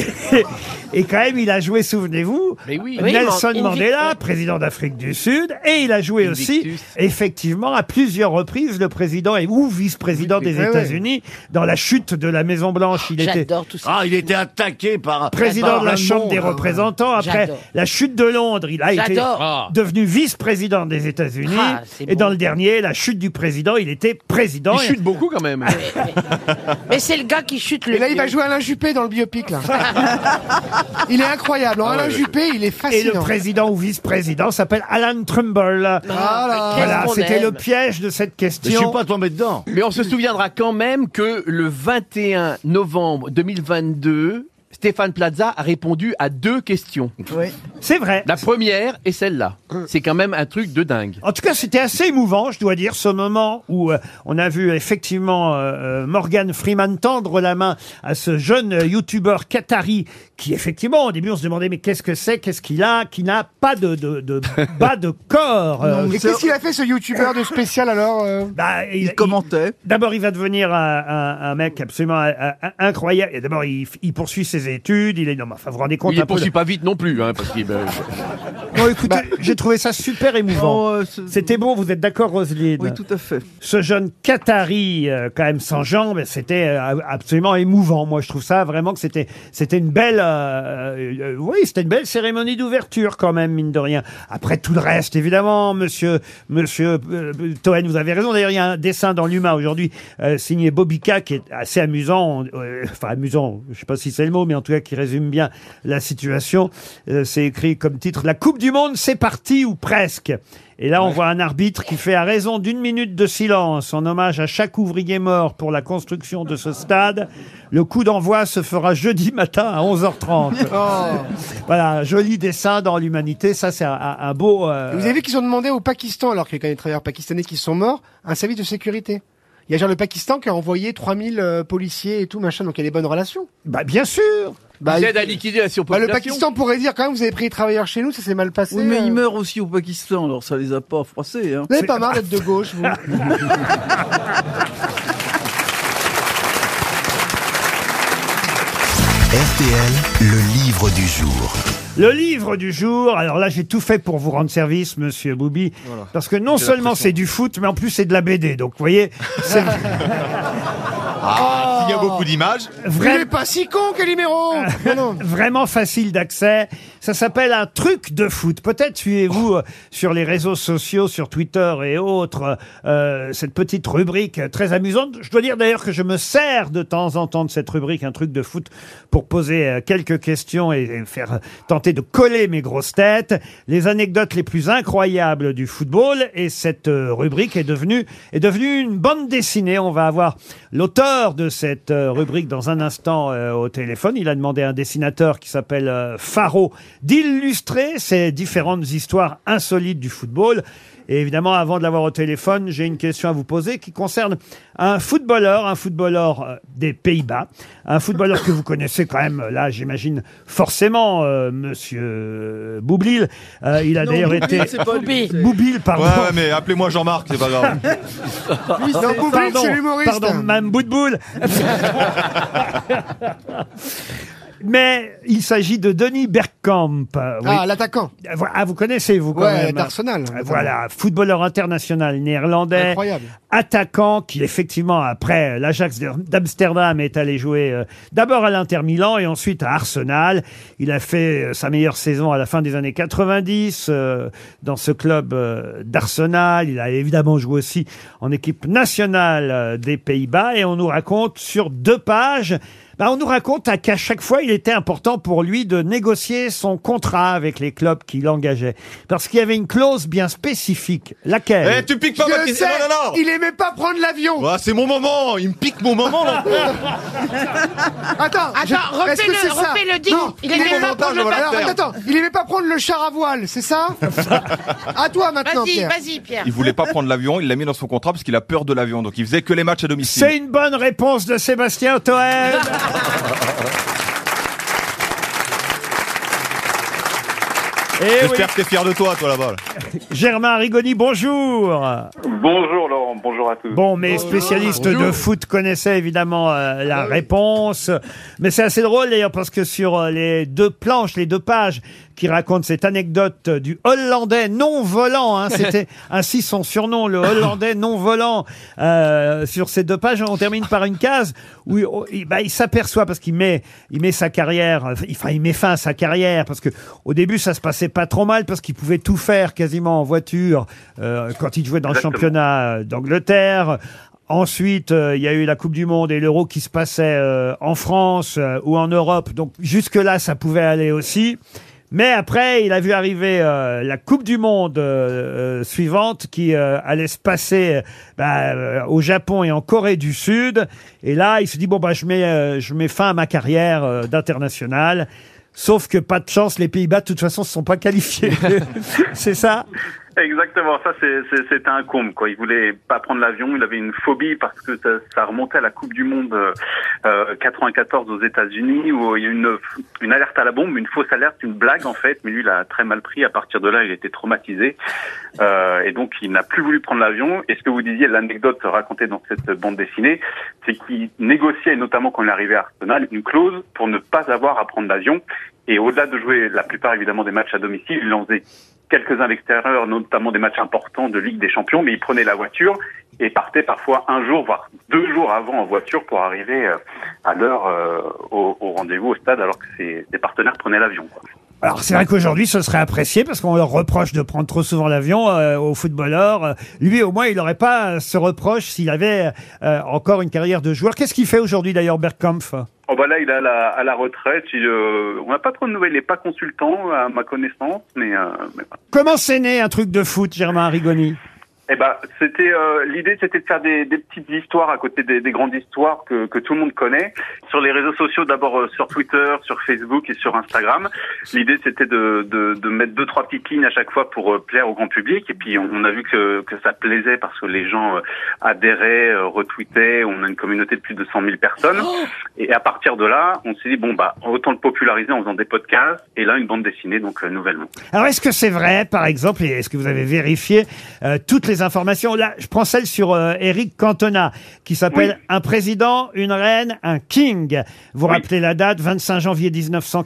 Speaker 2: Et quand même, il a joué, souvenez-vous,
Speaker 6: Mais oui.
Speaker 7: Oui,
Speaker 2: Nelson
Speaker 7: Invictus.
Speaker 2: Mandela, président d'Afrique du Sud, et il a joué aussi,
Speaker 6: Invictus.
Speaker 2: effectivement, à plusieurs reprises, le président et ou vice-président des
Speaker 3: oui, oui.
Speaker 2: États-Unis dans la chute de la Maison Blanche. Il était
Speaker 7: J'adore tout ça.
Speaker 8: Ah, il était attaqué par
Speaker 2: président
Speaker 8: par
Speaker 2: de la
Speaker 8: un
Speaker 2: Chambre
Speaker 8: monde.
Speaker 2: des représentants après
Speaker 7: J'adore.
Speaker 2: la chute de Londres. Il a été
Speaker 7: J'adore.
Speaker 6: Ah.
Speaker 2: devenu vice-président des États-Unis.
Speaker 7: Ah, c'est
Speaker 2: et
Speaker 7: bon.
Speaker 2: dans le dernier, la chute du président, il était président.
Speaker 6: il
Speaker 2: Et-
Speaker 6: chute beaucoup quand même.
Speaker 7: Ah, Mais c'est le gars qui chute le
Speaker 3: Et là, il va
Speaker 7: mieux.
Speaker 3: jouer Alain Juppé dans le biopic, là. Il est incroyable.
Speaker 6: Ah
Speaker 3: Alors, Alain Juppé, il est
Speaker 2: Et le
Speaker 3: fascinant.
Speaker 2: président ou vice-président s'appelle Alan Trumbull.
Speaker 3: Voilà.
Speaker 7: Ah, Qu'est-ce
Speaker 2: Voilà,
Speaker 7: qu'on
Speaker 2: c'était
Speaker 7: aime.
Speaker 2: le piège de cette
Speaker 8: Mais je suis
Speaker 2: question.
Speaker 8: pas tombé dedans.
Speaker 6: Mais on se souviendra quand même que le 21 novembre 2022, Stéphane Plaza a répondu à deux questions.
Speaker 9: Oui.
Speaker 2: C'est vrai.
Speaker 6: La première est celle-là. C'est quand même un truc de dingue.
Speaker 2: En tout cas, c'était assez émouvant, je dois dire, ce moment où euh, on a vu effectivement euh, euh, Morgan Freeman tendre la main à ce jeune euh, youtubeur qatari qui, effectivement, au début, on se demandait mais qu'est-ce que c'est, qu'est-ce qu'il a, qui n'a pas de, de, de bas de corps.
Speaker 5: Ah,
Speaker 2: euh,
Speaker 3: Et qu'est-ce qu'il a fait, ce youtubeur de spécial, alors euh
Speaker 2: bah,
Speaker 9: Il commentait.
Speaker 2: D'abord, il va devenir un, un- un mec absolument euh, euh, incroyable. Et d'abord, il, il poursuit ses études. Il est non, mais enfin, vous vous rendez compte
Speaker 6: Il
Speaker 2: un
Speaker 6: ne
Speaker 2: peu
Speaker 6: poursuit pas vite non plus, hein, parce qu'il. euh,
Speaker 2: de- Non, écoutez, j'ai trouvé ça super émouvant.
Speaker 9: Bah, Oh, euh, ce-
Speaker 2: C'était bon, vous êtes d'accord, Roselyne
Speaker 9: Oui, tout à fait.
Speaker 2: ce jeune Qatari, euh, quand même sans jambes, c'était euh, absolument émouvant. Moi, je trouve ça vraiment que c'était c'était une belle, euh, euh, oui, c'était une belle cérémonie d'ouverture quand même, mine de rien. Après tout le reste, évidemment, Monsieur Monsieur euh, Toen, vous avez raison. D'ailleurs, il y a un dessin dans l'humain aujourd'hui euh, signé Bobica qui est assez amusant, euh, enfin amusant. Je sais pas si c'est le mot, mais en tout cas qui résume bien la situation. Euh, c'est écrit comme titre La Coupe du Monde, c'est parti ou presque. Et là, on voit un arbitre qui fait à raison d'une minute de silence en hommage à chaque ouvrier mort pour la construction de ce stade. Le coup d'envoi se fera jeudi matin à 11h30. Voilà, joli dessin dans l'humanité. Ça, c'est un, un- un beau. euh,
Speaker 3: Vous avez vu qu'ils ont demandé au Pakistan, alors qu'il y a quand même des travailleurs pakistanais qui sont morts, un service de sécurité. Il y a genre le Pakistan qui a envoyé 3000 euh, policiers et tout, machin, donc il y a des bonnes relations.
Speaker 2: Bah, bien sûr
Speaker 6: Ils aident à liquider la
Speaker 3: Bah, le
Speaker 6: surpopulation.
Speaker 3: Pakistan pourrait dire quand même, vous avez pris les travailleurs chez nous, ça s'est mal passé.
Speaker 9: Oui, mais
Speaker 3: euh.
Speaker 9: ils meurent aussi au Pakistan, alors ça les a pas froissés. Hein.
Speaker 3: Vous n'avez pas marre d'être de gauche, vous
Speaker 1: RTL, le livre du jour.
Speaker 2: Le livre du jour, alors là j'ai tout fait pour vous rendre service, monsieur Boubi,
Speaker 1: Voilà.
Speaker 2: parce que non
Speaker 1: J'ai
Speaker 2: seulement
Speaker 1: l'impression.
Speaker 2: c'est du foot, mais en plus c'est de la BD, donc vous voyez, c'est
Speaker 5: Ah, s'il y a beaucoup d'images.
Speaker 2: Vrai-
Speaker 3: Il est pas si con, Calimero
Speaker 2: vraiment facile d'accès. Ça s'appelle un truc de foot. Peut-être suivez-vous euh, sur les réseaux sociaux, sur Twitter et autres, euh, cette petite rubrique euh, très amusante. Je dois dire d'ailleurs que je me sers de temps en temps de cette rubrique, un truc de foot, pour poser euh, quelques questions et, et faire euh, tenter de coller mes grosses têtes, les anecdotes les plus incroyables du football. Et cette euh, rubrique est devenue, est devenue une bande dessinée. On va avoir l'auteur de cette euh, rubrique dans un instant euh, au téléphone. Il a demandé à un dessinateur qui s'appelle euh, Faro d'illustrer ces différentes histoires insolites du football. Et évidemment, avant de l'avoir au téléphone, j'ai une question à vous poser qui concerne un footballeur, un footballeur euh, des Pays-Bas, un footballeur que vous connaissez quand même, là, j'imagine, forcément, euh, monsieur Boublil. Euh, il a
Speaker 5: Non,
Speaker 2: d'ailleurs
Speaker 5: Boublil,
Speaker 2: été.
Speaker 5: c'est pas lui.
Speaker 2: Boublil, pardon.
Speaker 5: Ouais, ouais, mais appelez-moi Jean-Marc, c'est pas grave.
Speaker 2: Oui,
Speaker 5: Non,
Speaker 2: c'est-
Speaker 5: Boublil,
Speaker 2: pardon,
Speaker 5: c'est l'humoriste.
Speaker 2: Pardon, Mme Boutboul. Mais il s'agit de Denis Bergkamp. euh, oui.
Speaker 3: Ah, l'attaquant.
Speaker 2: Ah, vous connaissez, vous, quand
Speaker 3: Ouais,
Speaker 2: même.
Speaker 3: d'Arsenal, notamment.
Speaker 2: Voilà, footballeur international néerlandais.
Speaker 3: Incroyable.
Speaker 2: Attaquant qui, effectivement, après euh, l'Ajax d'Amsterdam, est allé jouer euh, d'abord à l'Inter Milan et ensuite à Arsenal. Il a fait euh, sa meilleure saison à la fin des années 90 euh, dans ce club euh, d'Arsenal. Il a évidemment joué aussi en équipe nationale euh, des Pays-Bas et on nous raconte sur deux pages bah, on nous raconte à- qu'à chaque fois, il était important pour lui de négocier son contrat avec les clubs qui l'engageaient. Parce qu'il y avait une clause bien spécifique. Laquelle
Speaker 5: Eh, tu piques pas ma
Speaker 3: Je
Speaker 5: question.
Speaker 3: sais,
Speaker 5: Non, non, non.
Speaker 3: il aimait pas prendre l'avion.
Speaker 5: Ah, c'est mon moment, il me pique mon moment là.
Speaker 14: Oh.
Speaker 3: Attends,
Speaker 7: Attends, refais
Speaker 3: est-ce que
Speaker 7: le-
Speaker 3: c'est ça
Speaker 7: refais le digne.
Speaker 3: Non,
Speaker 7: Il aimait
Speaker 3: aimait
Speaker 7: pas prendre le
Speaker 3: Alors,
Speaker 7: bateau.
Speaker 3: attends, attends, il aimait pas prendre le char à voile, c'est ça À toi maintenant,
Speaker 7: Vas-y,
Speaker 3: Pierre.
Speaker 7: vas-y, Pierre.
Speaker 5: Il voulait pas prendre l'avion, il l'a mis dans son contrat parce qu'il a peur de l'avion, donc il faisait que les matchs à domicile.
Speaker 2: C'est une bonne réponse de Sébastien Toen.
Speaker 5: J'espère que t'es fier de toi, toi là-bas.
Speaker 2: Eh Germain Rigoni, bonjour.
Speaker 18: Bonjour Laurent, bonjour à tous.
Speaker 2: Bon, mes spécialistes de foot connaissaient évidemment euh, la réponse. Mais c'est assez drôle d'ailleurs parce que sur euh, les deux planches, les deux pages qui racontent cette anecdote euh, du Hollandais non volant, hein, c'était ainsi son surnom, le Hollandais non volant. Euh, sur ces deux pages, on termine par une case où il, oh, il- bah, il s'aperçoit parce qu'il met, il met sa carrière, euh, enfin il met fin à sa carrière parce que au début ça se passait pas trop mal parce qu'il pouvait tout faire quasiment en voiture euh, quand il jouait dans le
Speaker 19: Exactement.
Speaker 2: championnat euh, d'Angleterre. Ensuite, euh, il y a eu la Coupe du Monde et l'Euro qui se passait euh, en France euh, ou en Europe. Donc jusque-là, ça pouvait aller aussi. Mais après, il a vu arriver euh, la Coupe du Monde euh, euh, suivante qui euh, allait se passer euh, bah, euh, au Japon et en Corée du Sud. Et là, il se dit, bon, bah, je, mets, euh, je mets fin à ma carrière euh, d'international. Sauf que pas de chance, les Pays-Bas, de toute façon, ne sont pas qualifiés. C'est ça
Speaker 18: Exactement, ça c'est- c'est- c'était un comble. Quoi. Il voulait pas prendre l'avion, il avait une phobie parce que ça, ça remontait à la Coupe du Monde euh, euh, 94 aux États-Unis où il y a eu une, une alerte à la bombe, une fausse alerte, une blague en fait, mais lui il a très mal pris. À partir de là, il était traumatisé Euh, et donc il n'a plus voulu prendre l'avion. Et ce que vous disiez, l'anecdote racontée dans cette bande dessinée, c'est qu'il négociait, notamment quand il arrivait à Arsenal, une clause pour ne pas avoir à prendre l'avion. Et au-delà de jouer la plupart évidemment des matchs à domicile, il en faisait quelques-uns à l'extérieur, notamment des matchs importants de Ligue des Champions, mais il prenait la voiture et partait parfois un jour, voire deux jours avant en voiture pour arriver euh, à l'heure euh, au, au rendez-vous au stade alors que ses, ses partenaires prenaient l'avion. quoi.
Speaker 2: Alors c'est vrai qu'aujourd'hui ce serait apprécié parce qu'on leur reproche de prendre trop souvent l'avion euh, aux footballeurs. Euh, lui au moins il n'aurait pas euh, ce reproche s'il avait euh, encore une carrière de joueur. Qu'est-ce qu'il fait aujourd'hui d'ailleurs Bergkampf
Speaker 18: Oh bah là, il est à la, à la retraite. il, euh, on n'a pas trop de nouvelles. Il n'est pas consultant à ma connaissance, mais, euh, mais
Speaker 2: Comment c'est né un truc de foot Germain Rigoni
Speaker 18: Eh ben, c'était euh, l'idée, c'était de faire des, des petites histoires à côté des, des grandes histoires que, que tout le monde connaît sur les réseaux sociaux, d'abord euh, sur Twitter, sur Facebook et sur Instagram. L'idée, c'était de, de, de mettre deux trois petites lignes à chaque fois pour euh, plaire au grand public. Et puis, on, on a vu que, que ça plaisait parce que les gens euh, adhéraient, euh, retweetaient. On a une communauté de plus de 100 000 personnes. Et à partir de là, on s'est dit bon bah autant le populariser en faisant des podcasts et là une bande dessinée donc euh, nouvellement.
Speaker 2: Alors, est-ce que c'est vrai, par exemple, et est-ce que vous avez vérifié euh, toutes les informations Là, je prends celle sur euh, Eric Cantona, qui s'appelle Un président, une reine, un king. Vous rappelez la date, 25 janvier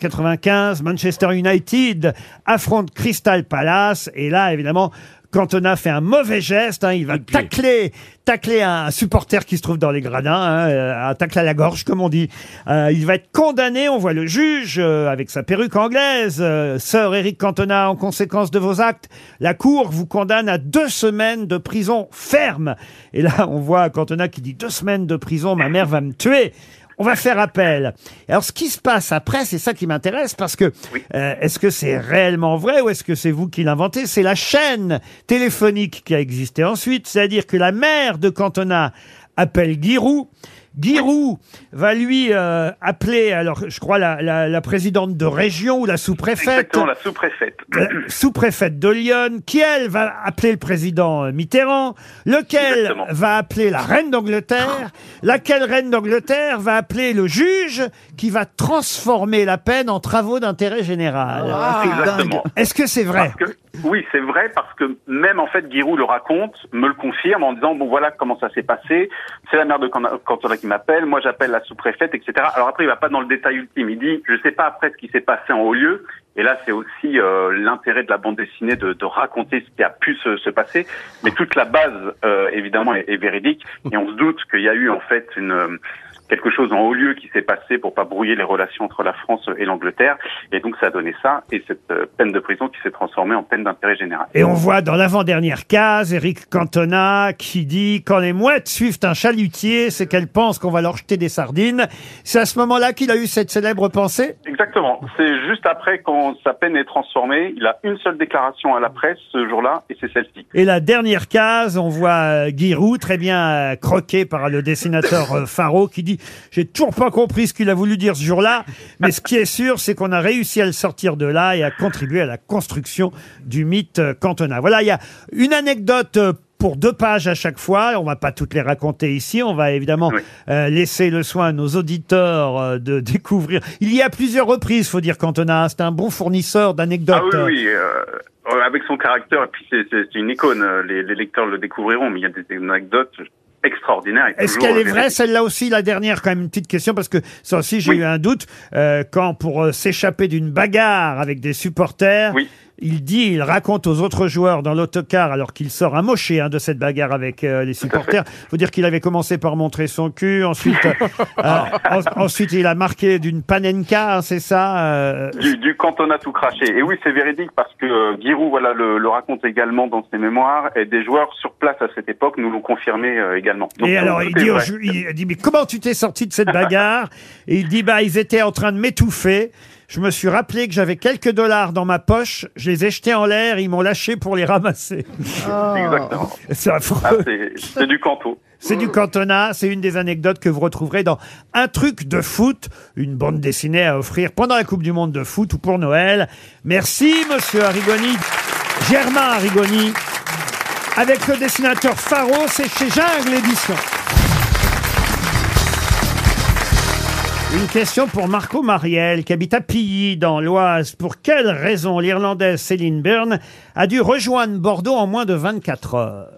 Speaker 2: 1995, Manchester United affronte Crystal Palace, et là, évidemment... Cantona fait un mauvais geste, hein, il va tacler, tacler un supporter qui se trouve dans les gradins, hein, euh, un tacle à la gorge comme on dit. Euh, il va être condamné, on voit le juge euh, avec sa perruque anglaise, euh, Sir Eric Cantona, en conséquence de vos actes, la cour vous condamne à deux semaines de prison ferme. Et là, on voit Cantona qui dit deux semaines de prison, ma mère va me tuer. On va faire appel. Alors, ce qui se passe après, c'est ça qui m'intéresse parce que euh, est-ce que c'est réellement vrai ou est-ce que c'est vous qui l'inventez C'est la chaîne téléphonique qui a existé ensuite, c'est-à-dire que la mère de Cantona appelle Giroud. Giroud va lui euh, appeler, alors je crois la, la- la présidente de région ou la sous-préfète
Speaker 18: Exactement, la sous-préfète.
Speaker 2: la sous-préfète de Lyon, qui elle va appeler le président euh, Mitterrand, lequel va appeler la reine d'Angleterre, laquelle reine d'Angleterre va appeler le juge qui va transformer la peine en travaux d'intérêt général.
Speaker 18: Ah,
Speaker 2: C'est dingue.
Speaker 18: exactement. Ah.
Speaker 2: Est-ce que c'est vrai
Speaker 18: Parce que- oui, c'est vrai parce que même en fait, Giroud le raconte, me le confirme en disant bon voilà comment ça s'est passé. C'est la mère de Can- Cantona qui m'appelle, moi j'appelle la sous-préfète, etc. Alors après, il va pas dans le détail ultime. Il dit je sais pas après ce qui s'est passé en haut lieu. Et là, c'est aussi euh, l'intérêt de la bande dessinée de, de raconter ce qui a pu se, se passer. Mais toute la base, euh, évidemment, est, est véridique. Et on se doute qu'il y a eu en fait une euh, quelque chose en haut lieu qui s'est passé pour pas brouiller les relations entre la France et l'Angleterre. Et donc ça a donné ça et cette euh, peine de prison qui s'est transformée en peine d'intérêt général.
Speaker 2: Et on voit dans l'avant-dernière case Eric Cantona qui dit quand les mouettes suivent un chalutier, c'est qu'elles pensent qu'on va leur jeter des sardines. C'est à ce moment-là qu'il a eu cette célèbre pensée.
Speaker 18: Exactement. C'est juste après quand sa peine est transformée, il a une seule déclaration à la presse ce jour-là et c'est celle-ci.
Speaker 2: Et la dernière case, on voit euh, Giroud très bien euh, croqué par le dessinateur euh, Faro qui dit j'ai toujours pas compris ce qu'il a voulu dire ce jour-là, mais ce qui est sûr, c'est qu'on a réussi à le sortir de là et à contribuer à la construction du mythe euh, Cantona. Voilà, il y a une anecdote. euh, pour deux pages à chaque fois, on va pas toutes les raconter ici, on va évidemment euh, laisser le soin à nos auditeurs euh, de découvrir. Il y a plusieurs reprises, faut dire Cantona, c'est un bon fournisseur d'anecdotes.
Speaker 18: Ah oui, oui. euh, euh, avec son caractère, et puis c'est- c'est c'est une icône. euh, Les, les lecteurs le découvriront, mais il y a des, des anecdotes extraordinaires. et
Speaker 2: Est-ce
Speaker 18: toujours,
Speaker 2: qu'elle est
Speaker 18: euh,
Speaker 2: vraie, celle-là aussi, la dernière, quand même, une petite question, parce que ça aussi, j'ai eu un doute, euh, quand pour euh, s'échapper d'une bagarre avec des supporters, il dit, il raconte aux autres joueurs dans l'autocar, alors qu'il sort un moché hein, de cette bagarre avec euh, les supporters, faut dire qu'il avait commencé par montrer son cul, ensuite, euh, euh, en- ensuite il a marqué d'une panenka, hein, c'est ça euh,
Speaker 18: du, du cantonat tout craché. Et oui, c'est véridique parce que euh, Giroud voilà, le, le raconte également dans ses mémoires et des joueurs sur place à cette époque nous l'ont confirmé euh, également. Donc,
Speaker 2: et
Speaker 18: euh,
Speaker 2: alors,
Speaker 18: tout
Speaker 2: il
Speaker 18: est
Speaker 2: dit, au
Speaker 18: vrai.
Speaker 2: ju- il dit, mais comment tu t'es sorti de cette bagarre Et il dit, bah, ils étaient en train de m'étouffer. Je me suis rappelé que j'avais quelques dollars dans ma poche. Je les ai jetés en l'air. Ils m'ont lâché pour les ramasser.
Speaker 18: Exactement.
Speaker 2: Ah. C'est
Speaker 18: Ah,
Speaker 2: affreux.
Speaker 18: c'est- c'est du canto.
Speaker 2: C'est du cantonat, c'est une des anecdotes que vous retrouverez dans Un truc de foot, une bande dessinée à offrir pendant la Coupe du Monde de foot ou pour Noël. Merci, monsieur Arrigoni, Germain Arrigoni, avec le dessinateur Faro, c'est chez Jungle Édition. Une question pour Marco Mariel, qui habite à Pilly, dans l'Oise. Pour quelle raison l'Irlandaise Céline Byrne a dû rejoindre Bordeaux en moins de 24 heures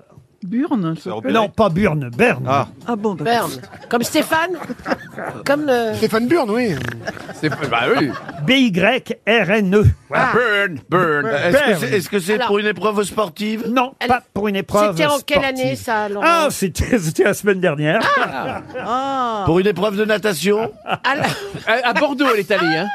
Speaker 9: Burne hein,
Speaker 2: Non, pas Byrne, Berne.
Speaker 9: Ah bon,
Speaker 7: Berne. Comme Stéphane Comme euh, le...
Speaker 3: Stéphane Burn, oui.
Speaker 6: Bah oui.
Speaker 2: B-Y-R-N-E.
Speaker 3: Ah.
Speaker 2: Voilà.
Speaker 8: ben Burn, burn. Est-ce que c'est- est-ce que c'est
Speaker 7: Alors-
Speaker 8: pour une épreuve sportive
Speaker 2: Non, pas pour une épreuve.
Speaker 7: C'était en quelle
Speaker 2: sportive.
Speaker 7: année, ça, Laurent
Speaker 2: Ah, c'était c'était la semaine dernière.
Speaker 7: Ah.
Speaker 2: Ah.
Speaker 8: Pour une épreuve de natation
Speaker 6: À, à Bordeaux, elle est allée. Hein.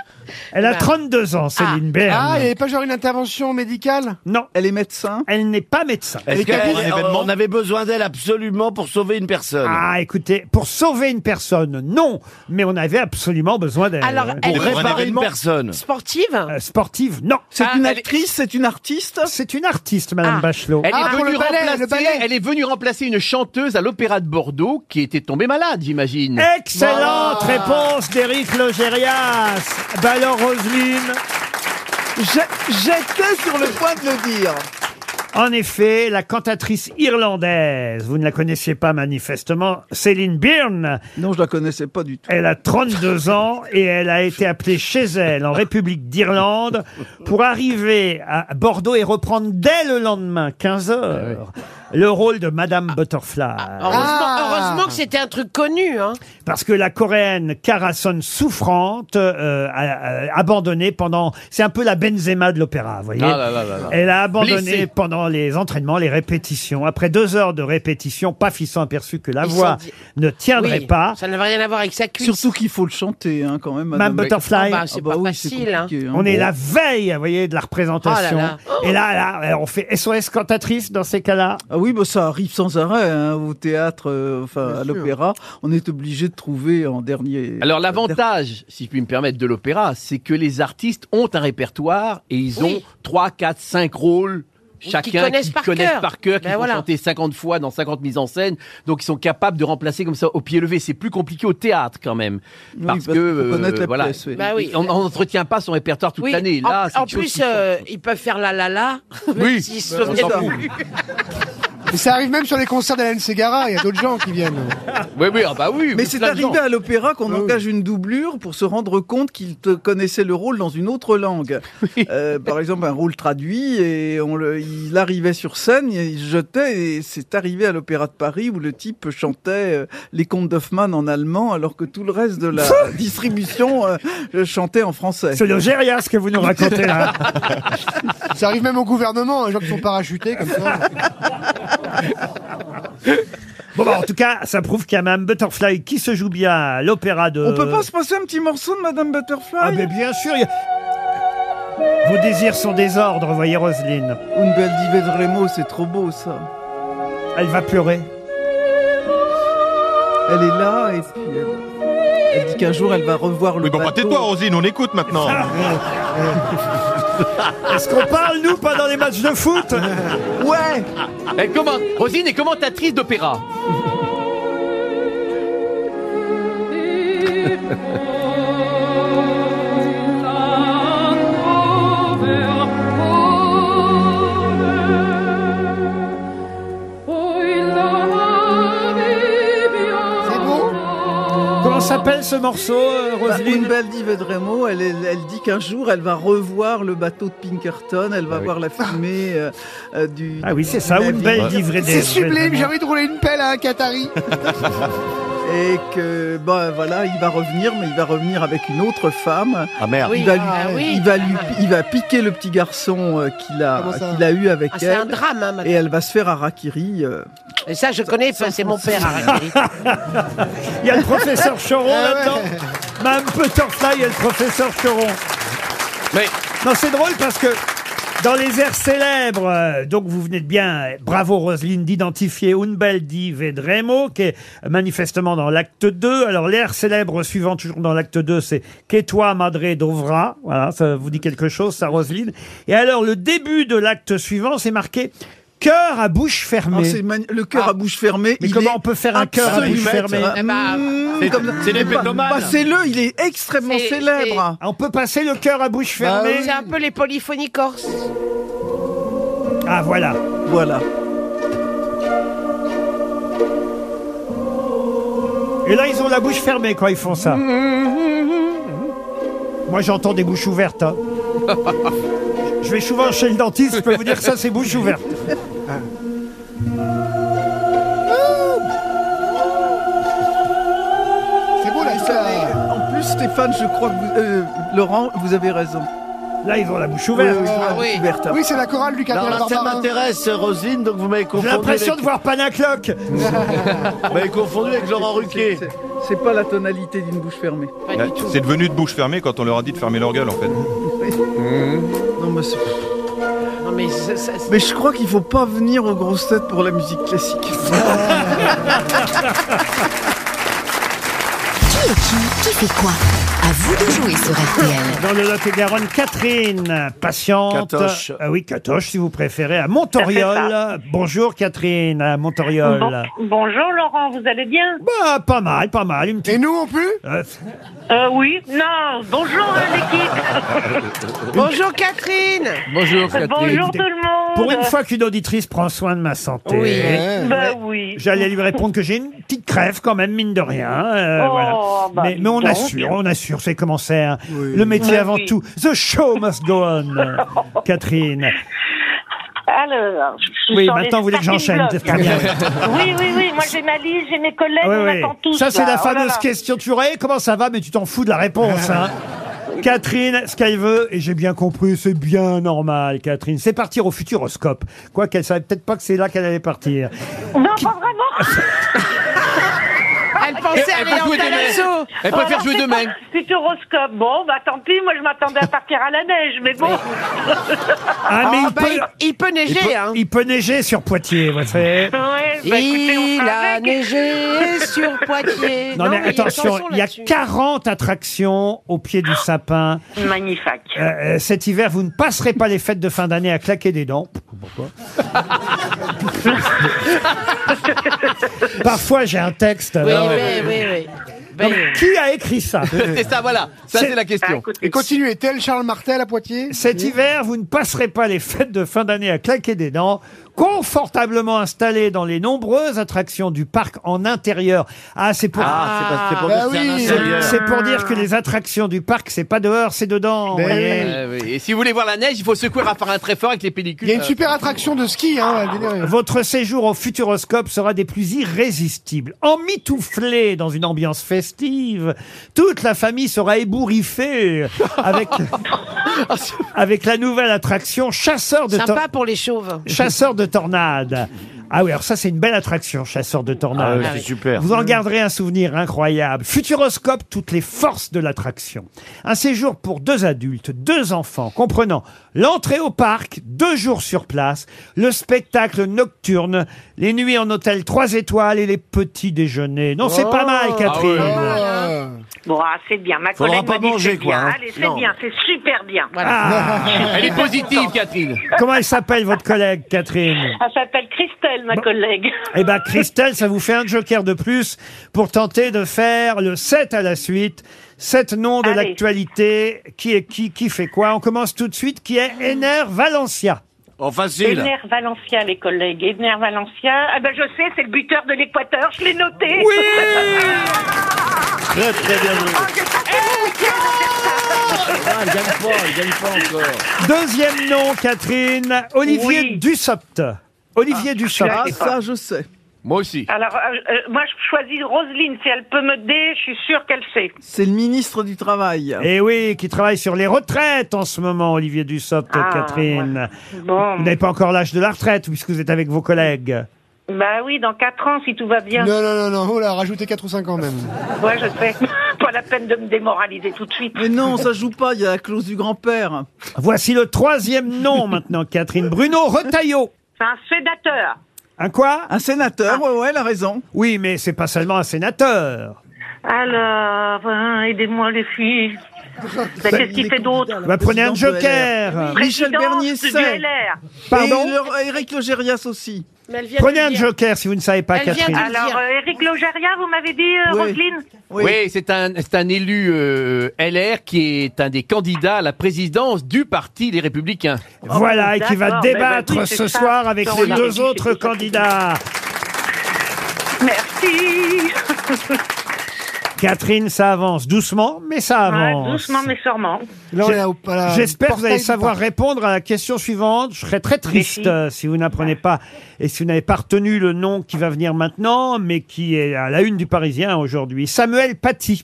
Speaker 2: Elle a 32 ans, Céline Bern.
Speaker 3: Ah, elle n'est pas genre une intervention médicale
Speaker 2: Non.
Speaker 9: Elle est médecin
Speaker 2: Elle n'est pas médecin.
Speaker 8: Est-ce
Speaker 2: Et
Speaker 8: qu'elle-
Speaker 2: Camille-
Speaker 8: on- on avait besoin d'elle absolument pour sauver une personne.
Speaker 2: Ah, écoutez, pour sauver une personne, non, mais on avait absolument besoin d'elle.
Speaker 8: Alors, Pour elle est- réparer une personne.
Speaker 2: Sportive Euh, Sportive, non.
Speaker 9: C'est une actrice, c'est une artiste Ah.
Speaker 2: C'est une artiste, Madame Bachelot. Ah,
Speaker 6: Elle, est venue remplacer, elle est venue remplacer une chanteuse à l'Opéra de Bordeaux qui était tombée malade, j'imagine.
Speaker 2: Excellente réponse d'Éric Logérias. Bah alors, Roselyne.
Speaker 9: J'étais sur le point de le dire.
Speaker 2: En effet, la cantatrice irlandaise, vous ne la connaissiez pas manifestement, Céline Byrne.
Speaker 9: Non, je la connaissais pas du tout.
Speaker 2: Elle a 32 ans et elle a été appelée chez elle, en République d'Irlande, pour arriver à Bordeaux et reprendre dès le lendemain, 15
Speaker 9: Ah
Speaker 2: heures, le rôle de Madame Butterfly.
Speaker 7: Heureusement,
Speaker 3: Ah.
Speaker 7: heureusement que c'était un truc connu. Hein.
Speaker 2: parce que la coréenne Carason souffrante euh, a, a abandonné pendant c'est un peu la Benzema de l'opéra vous voyez
Speaker 6: Ah là là là là.
Speaker 2: elle a abandonné
Speaker 6: Blessée.
Speaker 2: pendant les entraînements les répétitions après deux heures de répétition pafissant aperçu que la
Speaker 7: Ils
Speaker 2: voix
Speaker 7: sont dit-
Speaker 2: ne tiendrait
Speaker 7: Oui,
Speaker 2: pas
Speaker 7: Ça n'avait rien à voir avec sa cuisse.
Speaker 9: Surtout qu'il faut le chanter hein, quand même.
Speaker 2: Madame Butterfly.
Speaker 7: Ah bah, c'est
Speaker 2: Ah
Speaker 7: pas
Speaker 2: bah oui, c'est
Speaker 7: facile. hein.
Speaker 9: compliqué, hein.
Speaker 2: on est
Speaker 9: Bon.
Speaker 2: la veille vous voyez de la représentation
Speaker 9: Oh là là.
Speaker 2: et là, là on fait SOS cantatrice dans ces cas-là
Speaker 9: Ah oui, bah ça arrive sans arrêt hein, au théâtre, euh, enfin à
Speaker 6: sûr.
Speaker 9: l'opéra. On est obligé de trouver en dernier.
Speaker 6: Alors l'avantage, si je puis me permettre, de l'opéra, c'est que les artistes ont un répertoire et ils ont
Speaker 7: Oui.
Speaker 6: 3, 4, 5 rôles.
Speaker 7: Qu'ils
Speaker 6: Chacun
Speaker 7: connaissent
Speaker 6: qu'ils
Speaker 7: par
Speaker 6: connaissent
Speaker 7: cœur.
Speaker 6: par cœur, qui
Speaker 7: Ben
Speaker 6: vont
Speaker 7: voilà.
Speaker 6: chanter 50 fois dans 50 mises en scène, donc ils sont capables de remplacer comme ça au pied levé. C'est plus compliqué au théâtre quand même, parce
Speaker 9: parce
Speaker 6: que euh,
Speaker 9: qu'il faut connaître la
Speaker 6: voilà,
Speaker 9: pièce, oui.
Speaker 7: Bah oui.
Speaker 6: on on n'entretient pas son répertoire toute
Speaker 7: Oui,
Speaker 6: l'année.
Speaker 7: en-
Speaker 6: Là, c'est
Speaker 7: en,
Speaker 6: quelque chose
Speaker 7: plus,
Speaker 6: qui-
Speaker 7: euh, ils peuvent faire la la la. même
Speaker 6: Oui, Bah,
Speaker 7: s'ils se
Speaker 6: on
Speaker 7: souviennent
Speaker 6: s'en fout.
Speaker 7: plus.
Speaker 3: Et ça arrive même sur les concerts d'Alain Segara, il y a d'autres gens qui viennent.
Speaker 6: Oui, oui, ah bah oui.
Speaker 9: Mais
Speaker 6: oui,
Speaker 9: c'est
Speaker 6: plein de gens.
Speaker 9: arrivé à l'opéra qu'on engage une doublure pour se rendre compte qu'il te connaissait le rôle dans une autre langue. Euh, par exemple, un rôle traduit et on le, il arrivait sur scène, il se jetait et c'est arrivé à l'opéra de Paris où le type chantait euh, les contes d'Hoffmann en allemand alors que tout le reste de la distribution euh, chantait en français.
Speaker 2: c'est le Gérias que vous nous racontez là
Speaker 3: Ça arrive même au gouvernement, hein, les gens qui sont parachutés comme ça.
Speaker 2: bon bah, en tout cas ça prouve qu'il y a Madame Butterfly qui se joue bien à l'opéra de
Speaker 9: On peut pas se passer un petit morceau de Madame Butterfly
Speaker 2: Ah, mais bien sûr. il y a- Vos désirs sont des ordres, voyez Roselyne.
Speaker 9: Une belle diva de Remo, c'est trop beau ça.
Speaker 2: Elle va pleurer.
Speaker 9: Elle est là et puis elle, elle dit qu'un jour elle va revoir le.
Speaker 5: Oui, bon, bah,
Speaker 9: bateau.
Speaker 5: tais-toi, Rosine, on écoute maintenant.
Speaker 2: Ah, Est-ce qu'on parle, nous, pendant les matchs de foot
Speaker 9: Ouais
Speaker 6: Elle commente- Eh, Rosine est commentatrice d'opéra.
Speaker 2: Comment s'appelle ce morceau, euh,
Speaker 9: Bah,
Speaker 2: Roselyne
Speaker 9: une belle diva de Remo, elle, elle- elle dit qu'un jour elle va revoir le bateau de Pinkerton, elle
Speaker 5: Ah
Speaker 9: va voir la fumée euh, euh, du.
Speaker 2: Ah oui, c'est ça,
Speaker 9: du
Speaker 2: une
Speaker 9: navire.
Speaker 2: belle divrée
Speaker 3: C'est sublime, j'ai envie de rouler une pelle à un Qatari.
Speaker 9: Et que, bah voilà, il va revenir, mais il va revenir avec une autre femme.
Speaker 8: Ah merde.
Speaker 7: Oui,
Speaker 9: Il va, lui,
Speaker 7: ah oui.
Speaker 9: il va, lui, il va piquer le petit garçon euh, qu'il a,
Speaker 7: Comment ça
Speaker 9: qu'il a eu avec
Speaker 7: Ah, c'est
Speaker 9: elle.
Speaker 7: un drame, hein,
Speaker 9: et
Speaker 7: madame.
Speaker 9: elle va se faire harakiri. euh,
Speaker 7: Et ça, je connais, enfin, c'est mon père. Harry.
Speaker 2: Il y a le professeur Choron
Speaker 3: Ah ouais.
Speaker 2: là-dedans. Madame Butterfly et le professeur Choron.
Speaker 6: Mais
Speaker 2: Non, c'est drôle parce que dans les airs célèbres, euh, donc vous venez de bien, euh, bravo Roselyne, d'identifier Unbeldi Vedremo, qui est manifestement dans l'acte 2. Alors l'air célèbre suivant, toujours dans l'acte 2, c'est Qu'est-toi Madre Dovra. Voilà, ça vous dit quelque chose, ça Roselyne. Et alors le début de l'acte suivant, c'est marqué Cœur à bouche
Speaker 9: Oh,
Speaker 2: fermée.
Speaker 9: c'est mani- le cœur à bouche fermée.
Speaker 2: Mais
Speaker 9: il
Speaker 2: comment
Speaker 9: est
Speaker 2: on peut faire un cœur à bouche
Speaker 9: absolument-
Speaker 2: fermée Hein
Speaker 9: Ah, mm,
Speaker 8: C'est-
Speaker 9: comme ça.
Speaker 8: c'est des
Speaker 9: Pas-
Speaker 7: bah,
Speaker 8: pétomanes.
Speaker 9: Passez-le, il est extrêmement
Speaker 7: C'est-
Speaker 9: célèbre.
Speaker 2: Ah, On peut passer le cœur à bouche
Speaker 9: Bah
Speaker 2: fermée.
Speaker 7: C'est un peu les polyphonies corses.
Speaker 2: Ah voilà.
Speaker 9: Voilà.
Speaker 2: Et là, ils ont la bouche fermée quand ils font ça. Moi, j'entends des bouches ouvertes. hein. Je vais souvent chez le dentiste, je peux vous dire que ça, c'est bouche ouverte.
Speaker 3: Ah. C'est beau la ça.
Speaker 9: Ah, En plus, Stéphane, je crois que vous- euh, Laurent, vous avez raison.
Speaker 2: Là, ils ont la bouche ouverte.
Speaker 7: Ah oui.
Speaker 9: Bertha.
Speaker 3: Oui, c'est la chorale du
Speaker 8: Non,
Speaker 3: Cardinal
Speaker 8: là, ça
Speaker 3: Barbarin.
Speaker 8: m'intéresse, Roselyne, donc vous m'avez
Speaker 2: J'ai
Speaker 8: confondu.
Speaker 2: l'impression
Speaker 8: avec-
Speaker 2: de voir Panacloc.
Speaker 8: Vous m'avez confondu avec Laurent Ruquier.
Speaker 9: C'est- c'est- C'est pas la tonalité d'une bouche fermée.
Speaker 5: Ouais, C'est devenu de bouche fermée quand on leur a dit de fermer leur gueule en fait.
Speaker 9: Mmh. Non, mais c'est-
Speaker 7: Non, mais ça- ça-
Speaker 9: Mais je crois qu'il faut pas venir aux grosses têtes pour la musique classique.
Speaker 17: Qui est qui Qui fait quoi À vous de jouer sur RTL.
Speaker 2: Dans le Lot-et-Garonne, Catherine, patiente.
Speaker 17: Catoche.
Speaker 2: Ah oui, Catoche, si vous préférez,
Speaker 11: Ça
Speaker 2: à
Speaker 11: fait ça.
Speaker 2: Montoriol. Bonjour Catherine, à Montoriol.
Speaker 11: Bon- bonjour Laurent, vous allez bien
Speaker 2: Bah, pas mal, pas mal. Et nous non plus
Speaker 11: Euh, Oui, non, bonjour
Speaker 2: Ah.
Speaker 11: euh, l'équipe.
Speaker 7: Bonjour Catherine
Speaker 2: Bonjour, Catherine.
Speaker 11: Euh, Bonjour tout le monde.
Speaker 2: Pour une fois qu'une auditrice prend soin de ma santé. Eh,
Speaker 11: Oui. Bah oui.
Speaker 2: J'allais lui répondre que j'ai une petite crève quand même, mine de rien. euh,
Speaker 11: Oh,
Speaker 2: voilà.
Speaker 11: bah,
Speaker 2: mais,
Speaker 11: dis
Speaker 2: mais on
Speaker 11: donc.
Speaker 2: assure, on assure, c'est commencer. hein. Le métier
Speaker 11: Bah
Speaker 2: avant
Speaker 11: oui.
Speaker 2: tout. The show must go on, euh, Catherine.
Speaker 11: Eh, Alors, je suis
Speaker 2: Oui,
Speaker 11: sur
Speaker 2: maintenant,
Speaker 11: les
Speaker 2: vous voulez que j'enchaîne,
Speaker 11: starting
Speaker 2: c'est très bien.
Speaker 11: blocks. Oui, oui, oui, moi j'ai ma liste, j'ai mes collègues,
Speaker 2: Ah Ouais,
Speaker 11: on
Speaker 2: ouais.
Speaker 11: attend tous.
Speaker 2: Ça, c'est
Speaker 11: là.
Speaker 2: la
Speaker 11: Oh là
Speaker 2: fameuse
Speaker 11: là.
Speaker 2: question. Tu aurais comment ça va, mais tu t'en fous de la réponse. hein. Catherine, ce qu'elle veut, et j'ai bien compris, c'est bien normal, Catherine, c'est partir au futuroscope. Quoi qu'elle savait peut-être pas que c'est là qu'elle allait partir.
Speaker 11: Non, pas vraiment.
Speaker 7: Elle pensait
Speaker 11: Eh, Elle
Speaker 7: aller
Speaker 11: peut
Speaker 7: en
Speaker 11: jouer demain.
Speaker 7: Talasso.
Speaker 11: Elle préfère jouer demain. Futuroscope. Bon, bah tant pis, moi je m'attendais à partir à la neige, mais bon.
Speaker 2: Ah, mais il,
Speaker 11: bah,
Speaker 2: peut,
Speaker 7: il peut neiger,
Speaker 2: il peut-
Speaker 7: hein.
Speaker 2: il peut neiger sur Poitiers, vous savez.
Speaker 7: Il a neigé sur Poitiers.
Speaker 2: Non, mais
Speaker 7: il y a une
Speaker 2: attention,
Speaker 7: chanson
Speaker 2: il y a
Speaker 7: là-dessus.
Speaker 2: 40 attractions au pied du sapin.
Speaker 11: Magnifique.
Speaker 2: Euh, euh, cet hiver, vous ne passerez pas les fêtes de fin d'année à claquer des dents. Pourquoi Parfois, j'ai un texte.
Speaker 7: Oui,
Speaker 2: alors.
Speaker 7: oui, oui, oui.
Speaker 8: Ben
Speaker 2: Non, mais qui a écrit ça
Speaker 6: C'est ça, voilà. Ça, c'est Bah, la question.
Speaker 3: Et continuez, tel Charles Martel à Poitiers
Speaker 2: Cet hiver, vous ne passerez pas les fêtes de fin d'année à claquer des dents. Confortablement installé dans les nombreuses attractions du parc en intérieur. Ah, c'est pour,
Speaker 8: Ah, c'est pas- c'est
Speaker 6: Bah
Speaker 8: pour
Speaker 2: Ah,
Speaker 8: dire que c'est en
Speaker 2: oui.
Speaker 8: intérieur.
Speaker 2: C'est pour dire que les attractions du parc, c'est pas dehors, c'est dedans. vous voyez.
Speaker 6: Euh, oui. Et si vous voulez voir la neige, il faut secouer à faire un très fort avec les pellicules. Euh,
Speaker 2: attraction de ski. hein, Votre séjour au Futuroscope sera des plus irrésistibles. Emmitouflé dans une ambiance festive, toute la famille sera ébouriffée avec, avec la nouvelle attraction Chasseur de
Speaker 7: Sympa
Speaker 2: tornades.
Speaker 7: pour les chauves.
Speaker 2: Chasseur de tornades. Ah oui, alors ça c'est une belle attraction, chasseur de tornades.
Speaker 8: Ah oui, c'est super.
Speaker 2: Vous en garderez un souvenir incroyable. Futuroscope, toutes les forces de l'attraction. Un séjour pour deux adultes, deux enfants, comprenant l'entrée au parc, deux jours sur place, le spectacle nocturne, les nuits en hôtel trois étoiles et les petits déjeuners. Non, c'est
Speaker 8: Oh.
Speaker 2: pas mal, Catherine.
Speaker 11: Bon, ah, c'est bien. Ma
Speaker 2: Ah Faudra
Speaker 11: collègue
Speaker 2: pas
Speaker 11: m'a dit
Speaker 2: manger,
Speaker 11: c'est
Speaker 2: quoi,
Speaker 11: bien.
Speaker 2: hein.
Speaker 11: Allez,
Speaker 2: Non.
Speaker 11: c'est bien, c'est super bien.
Speaker 2: Ah.
Speaker 6: Elle est positive, Catherine.
Speaker 2: Comment elle s'appelle votre collègue, Catherine
Speaker 11: Elle s'appelle Christelle, ma collègue.
Speaker 2: Eh ben, Christelle, ça vous fait un joker de plus pour tenter de faire le 7 à la suite. 7 noms de l'actualité. Qui est qui Qui fait quoi On commence tout de suite. Qui est Ener Valencia
Speaker 8: Oh, facile.
Speaker 11: Edner Valencia, les collègues. Edner Valencia. Ah ben, je sais, c'est le buteur de l'Équateur. Je l'ai noté.
Speaker 8: Oui Très, très bien joué.
Speaker 19: Ah, il gagne pas, il gagne pas encore.
Speaker 2: Deuxième nom, Catherine. Olivier
Speaker 11: Oui.
Speaker 2: Dussopt. Olivier Dussopt.
Speaker 11: Ah, ça,
Speaker 9: je sais.
Speaker 6: Moi aussi.
Speaker 11: Alors, euh, euh, moi, je choisis Roselyne. Si elle peut me dé, je suis sûre qu'elle sait.
Speaker 9: C'est le ministre du Travail.
Speaker 2: Eh oui, qui travaille sur les retraites en ce moment, Olivier Dussopt,
Speaker 11: Ah,
Speaker 2: Catherine.
Speaker 11: Bon.
Speaker 2: Vous n'avez pas encore l'âge de la retraite puisque vous êtes avec vos collègues.
Speaker 11: Bah oui, dans 4 ans, si tout va bien.
Speaker 3: Non, non, non, non, oh là, rajoutez 4 ou 5 ans même.
Speaker 11: Ouais, je sais. Pas la peine de me démoraliser tout de suite.
Speaker 9: Mais non, ça joue pas, il y a la clause du grand-père.
Speaker 2: Voici le troisième nom maintenant, Catherine. Bruno Retailleau.
Speaker 11: C'est un sédateur.
Speaker 2: Un quoi Ah.
Speaker 9: Un sénateur, ouais, ouais, elle a raison.
Speaker 2: Oui, mais c'est pas seulement un sénateur.
Speaker 11: Alors, euh, aidez-moi les filles. Bah, Qu'est-ce qu'il fait d'autre
Speaker 2: Bah, prenez un joker.
Speaker 9: Michel
Speaker 11: Présidente
Speaker 9: Bernier,
Speaker 11: du
Speaker 9: c'est.
Speaker 11: LR.
Speaker 2: Pardon
Speaker 9: Et leur- Eric Logérias aussi.
Speaker 2: Prenez un joker si vous ne savez pas, Catherine.
Speaker 11: Alors, euh, Eric Lojaria, vous m'avez dit, euh,
Speaker 6: Oui.
Speaker 11: Roselyne
Speaker 6: Oui, c'est un, c'est un élu euh, LR qui est un des candidats à la présidence du parti Les Républicains.
Speaker 2: Voilà, et qui va
Speaker 11: Oh, D'accord,
Speaker 2: débattre
Speaker 6: Ben,
Speaker 11: mais bah oui, c'est
Speaker 2: ce
Speaker 11: ça.
Speaker 2: soir avec
Speaker 11: Non,
Speaker 2: les
Speaker 11: on a
Speaker 2: deux
Speaker 11: réussi,
Speaker 2: autres candidats.
Speaker 11: Merci.
Speaker 2: Catherine, ça avance doucement, mais ça
Speaker 11: Ouais,
Speaker 2: avance.
Speaker 11: doucement, mais sûrement.
Speaker 2: J'ai- J'espère que vous allez savoir répondre à la question suivante. Je serais très triste
Speaker 11: Merci.
Speaker 2: euh, si vous n'apprenez pas et si vous n'avez pas retenu le nom qui va venir maintenant, mais qui est à la une du Parisien aujourd'hui. Samuel Paty.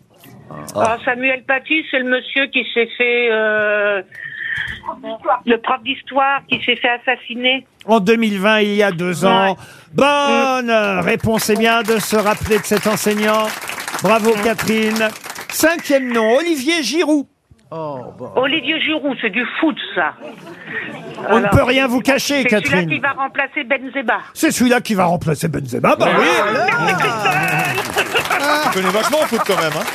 Speaker 11: Ah, Samuel Paty, c'est le monsieur qui s'est fait euh, le prof d'histoire qui s'est fait assassiner.
Speaker 2: En 2020, il y a deux ans. Bonne réponse, c'est bien de se rappeler de cet enseignant. Bravo
Speaker 11: Mm.
Speaker 2: Catherine. Cinquième nom, Olivier Giroud.
Speaker 6: Oh,
Speaker 11: Olivier Giroud, c'est du foot, ça.
Speaker 2: On ne peut rien vous cacher,
Speaker 11: c'est
Speaker 2: Catherine.
Speaker 11: celui-là qui va remplacer Benzema.
Speaker 2: C'est celui-là qui va remplacer Benzema, bah oui.
Speaker 11: Ah.
Speaker 2: connais vachement foot quand même. hein.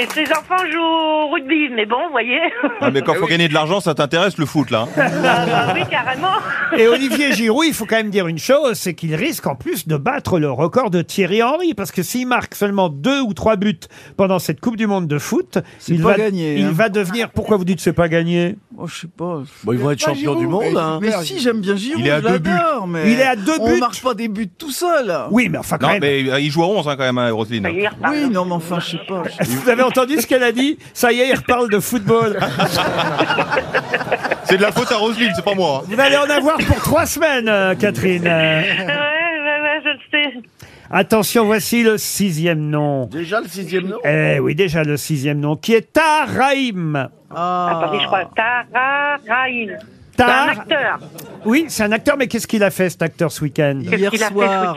Speaker 11: Et ses enfants jouent au rugby, mais bon, vous voyez.
Speaker 5: Ah, mais quand
Speaker 9: Eh
Speaker 5: faut gagner de l'argent, ça t'intéresse le foot là. hein.
Speaker 11: Ah, bah oui, carrément.
Speaker 2: Et Olivier Giroud, il faut quand même dire une chose, c'est qu'il risque en plus de battre le record de Thierry Henry, parce que s'il marque seulement deux ou trois buts pendant cette Coupe du Monde de foot, il,
Speaker 9: pas
Speaker 2: va,
Speaker 9: gagné,
Speaker 2: il
Speaker 9: hein.
Speaker 2: va devenir... Pourquoi vous dites c'est pas gagné
Speaker 9: Je sais pas.
Speaker 2: Bon, ils vont être
Speaker 9: Pas
Speaker 2: champions du monde,
Speaker 9: Mais,
Speaker 2: hein.
Speaker 9: mais si, j'aime bien Giroud,
Speaker 5: Il est à
Speaker 9: je
Speaker 5: deux buts.
Speaker 9: l'adore, mais
Speaker 5: Il est à deux
Speaker 9: On
Speaker 5: buts.
Speaker 9: marche pas des buts tout seul.
Speaker 2: Ah.
Speaker 5: non, mais euh, il joue à 11 hein, quand même, hein, Roselyne.
Speaker 9: Oui, non, mais enfin, je sais pas.
Speaker 2: Vous avez entendu ce qu'elle a dit Ça y est, il reparle de football.
Speaker 5: C'est de la faute à Roselyne, c'est pas moi.
Speaker 2: Vous allez en avoir pour trois semaines, euh, Catherine. Euh,
Speaker 11: Ah Ouais, ouais, ouais, je le sais.
Speaker 2: Attention, voici le sixième nom.
Speaker 8: Déjà le sixième nom
Speaker 2: Eh oui, déjà le sixième nom, qui est Taraïm.
Speaker 11: Ah. Paris, je crois. Tara Rahim. C'est
Speaker 2: Tar-
Speaker 11: un acteur.
Speaker 2: Oui, c'est un acteur, mais qu'est-ce qu'il a fait cet acteur ce week-end
Speaker 11: Qu'est-ce qu'il a fait ce week-end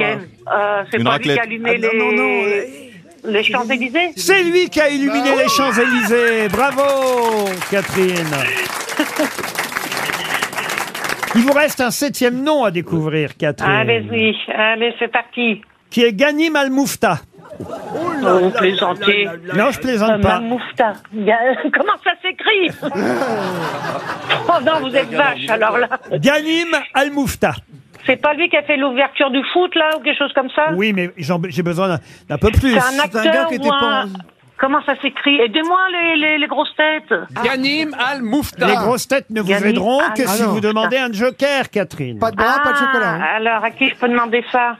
Speaker 11: Euh, C'est
Speaker 2: Une
Speaker 11: pas lui
Speaker 2: raclette.
Speaker 11: qui a allumé
Speaker 2: Ah, non,
Speaker 11: les,
Speaker 2: non, non,
Speaker 11: les Champs-Élysées
Speaker 2: C'est lui qui a
Speaker 11: Bah
Speaker 2: illuminé les Champs-Élysées. Bravo, Catherine. Il vous reste un septième nom à
Speaker 11: Ah,
Speaker 2: découvrir, Catherine.
Speaker 11: Allez-y, allez, Ah, c'est parti.
Speaker 2: Qui est Ghanim Al-Moufta.
Speaker 11: Oh, Euh, vous plaisantez.
Speaker 2: Non, je plaisante pas.
Speaker 11: Maman Moufta. Ga- Comment ça s'écrit Oh non, vous êtes vache, alors là.
Speaker 2: Ghanim Al-Moufta.
Speaker 11: C'est pas lui qui a fait l'ouverture du foot, là, ou quelque chose comme ça
Speaker 2: Oui, mais j'en- j'ai besoin d'un- d'un peu plus.
Speaker 11: C'est un acteur ou un- Comment ça s'écrit Aidez-moi, les, les, les grosses têtes.
Speaker 6: Ghanim Al-Moufta.
Speaker 2: Les grosses têtes ne vous
Speaker 11: Ghanim
Speaker 2: aideront que si
Speaker 11: Al-Moufta.
Speaker 2: vous demandez un joker, Catherine. Pas
Speaker 7: hein.
Speaker 11: Ah, Alors, à qui je peux demander ça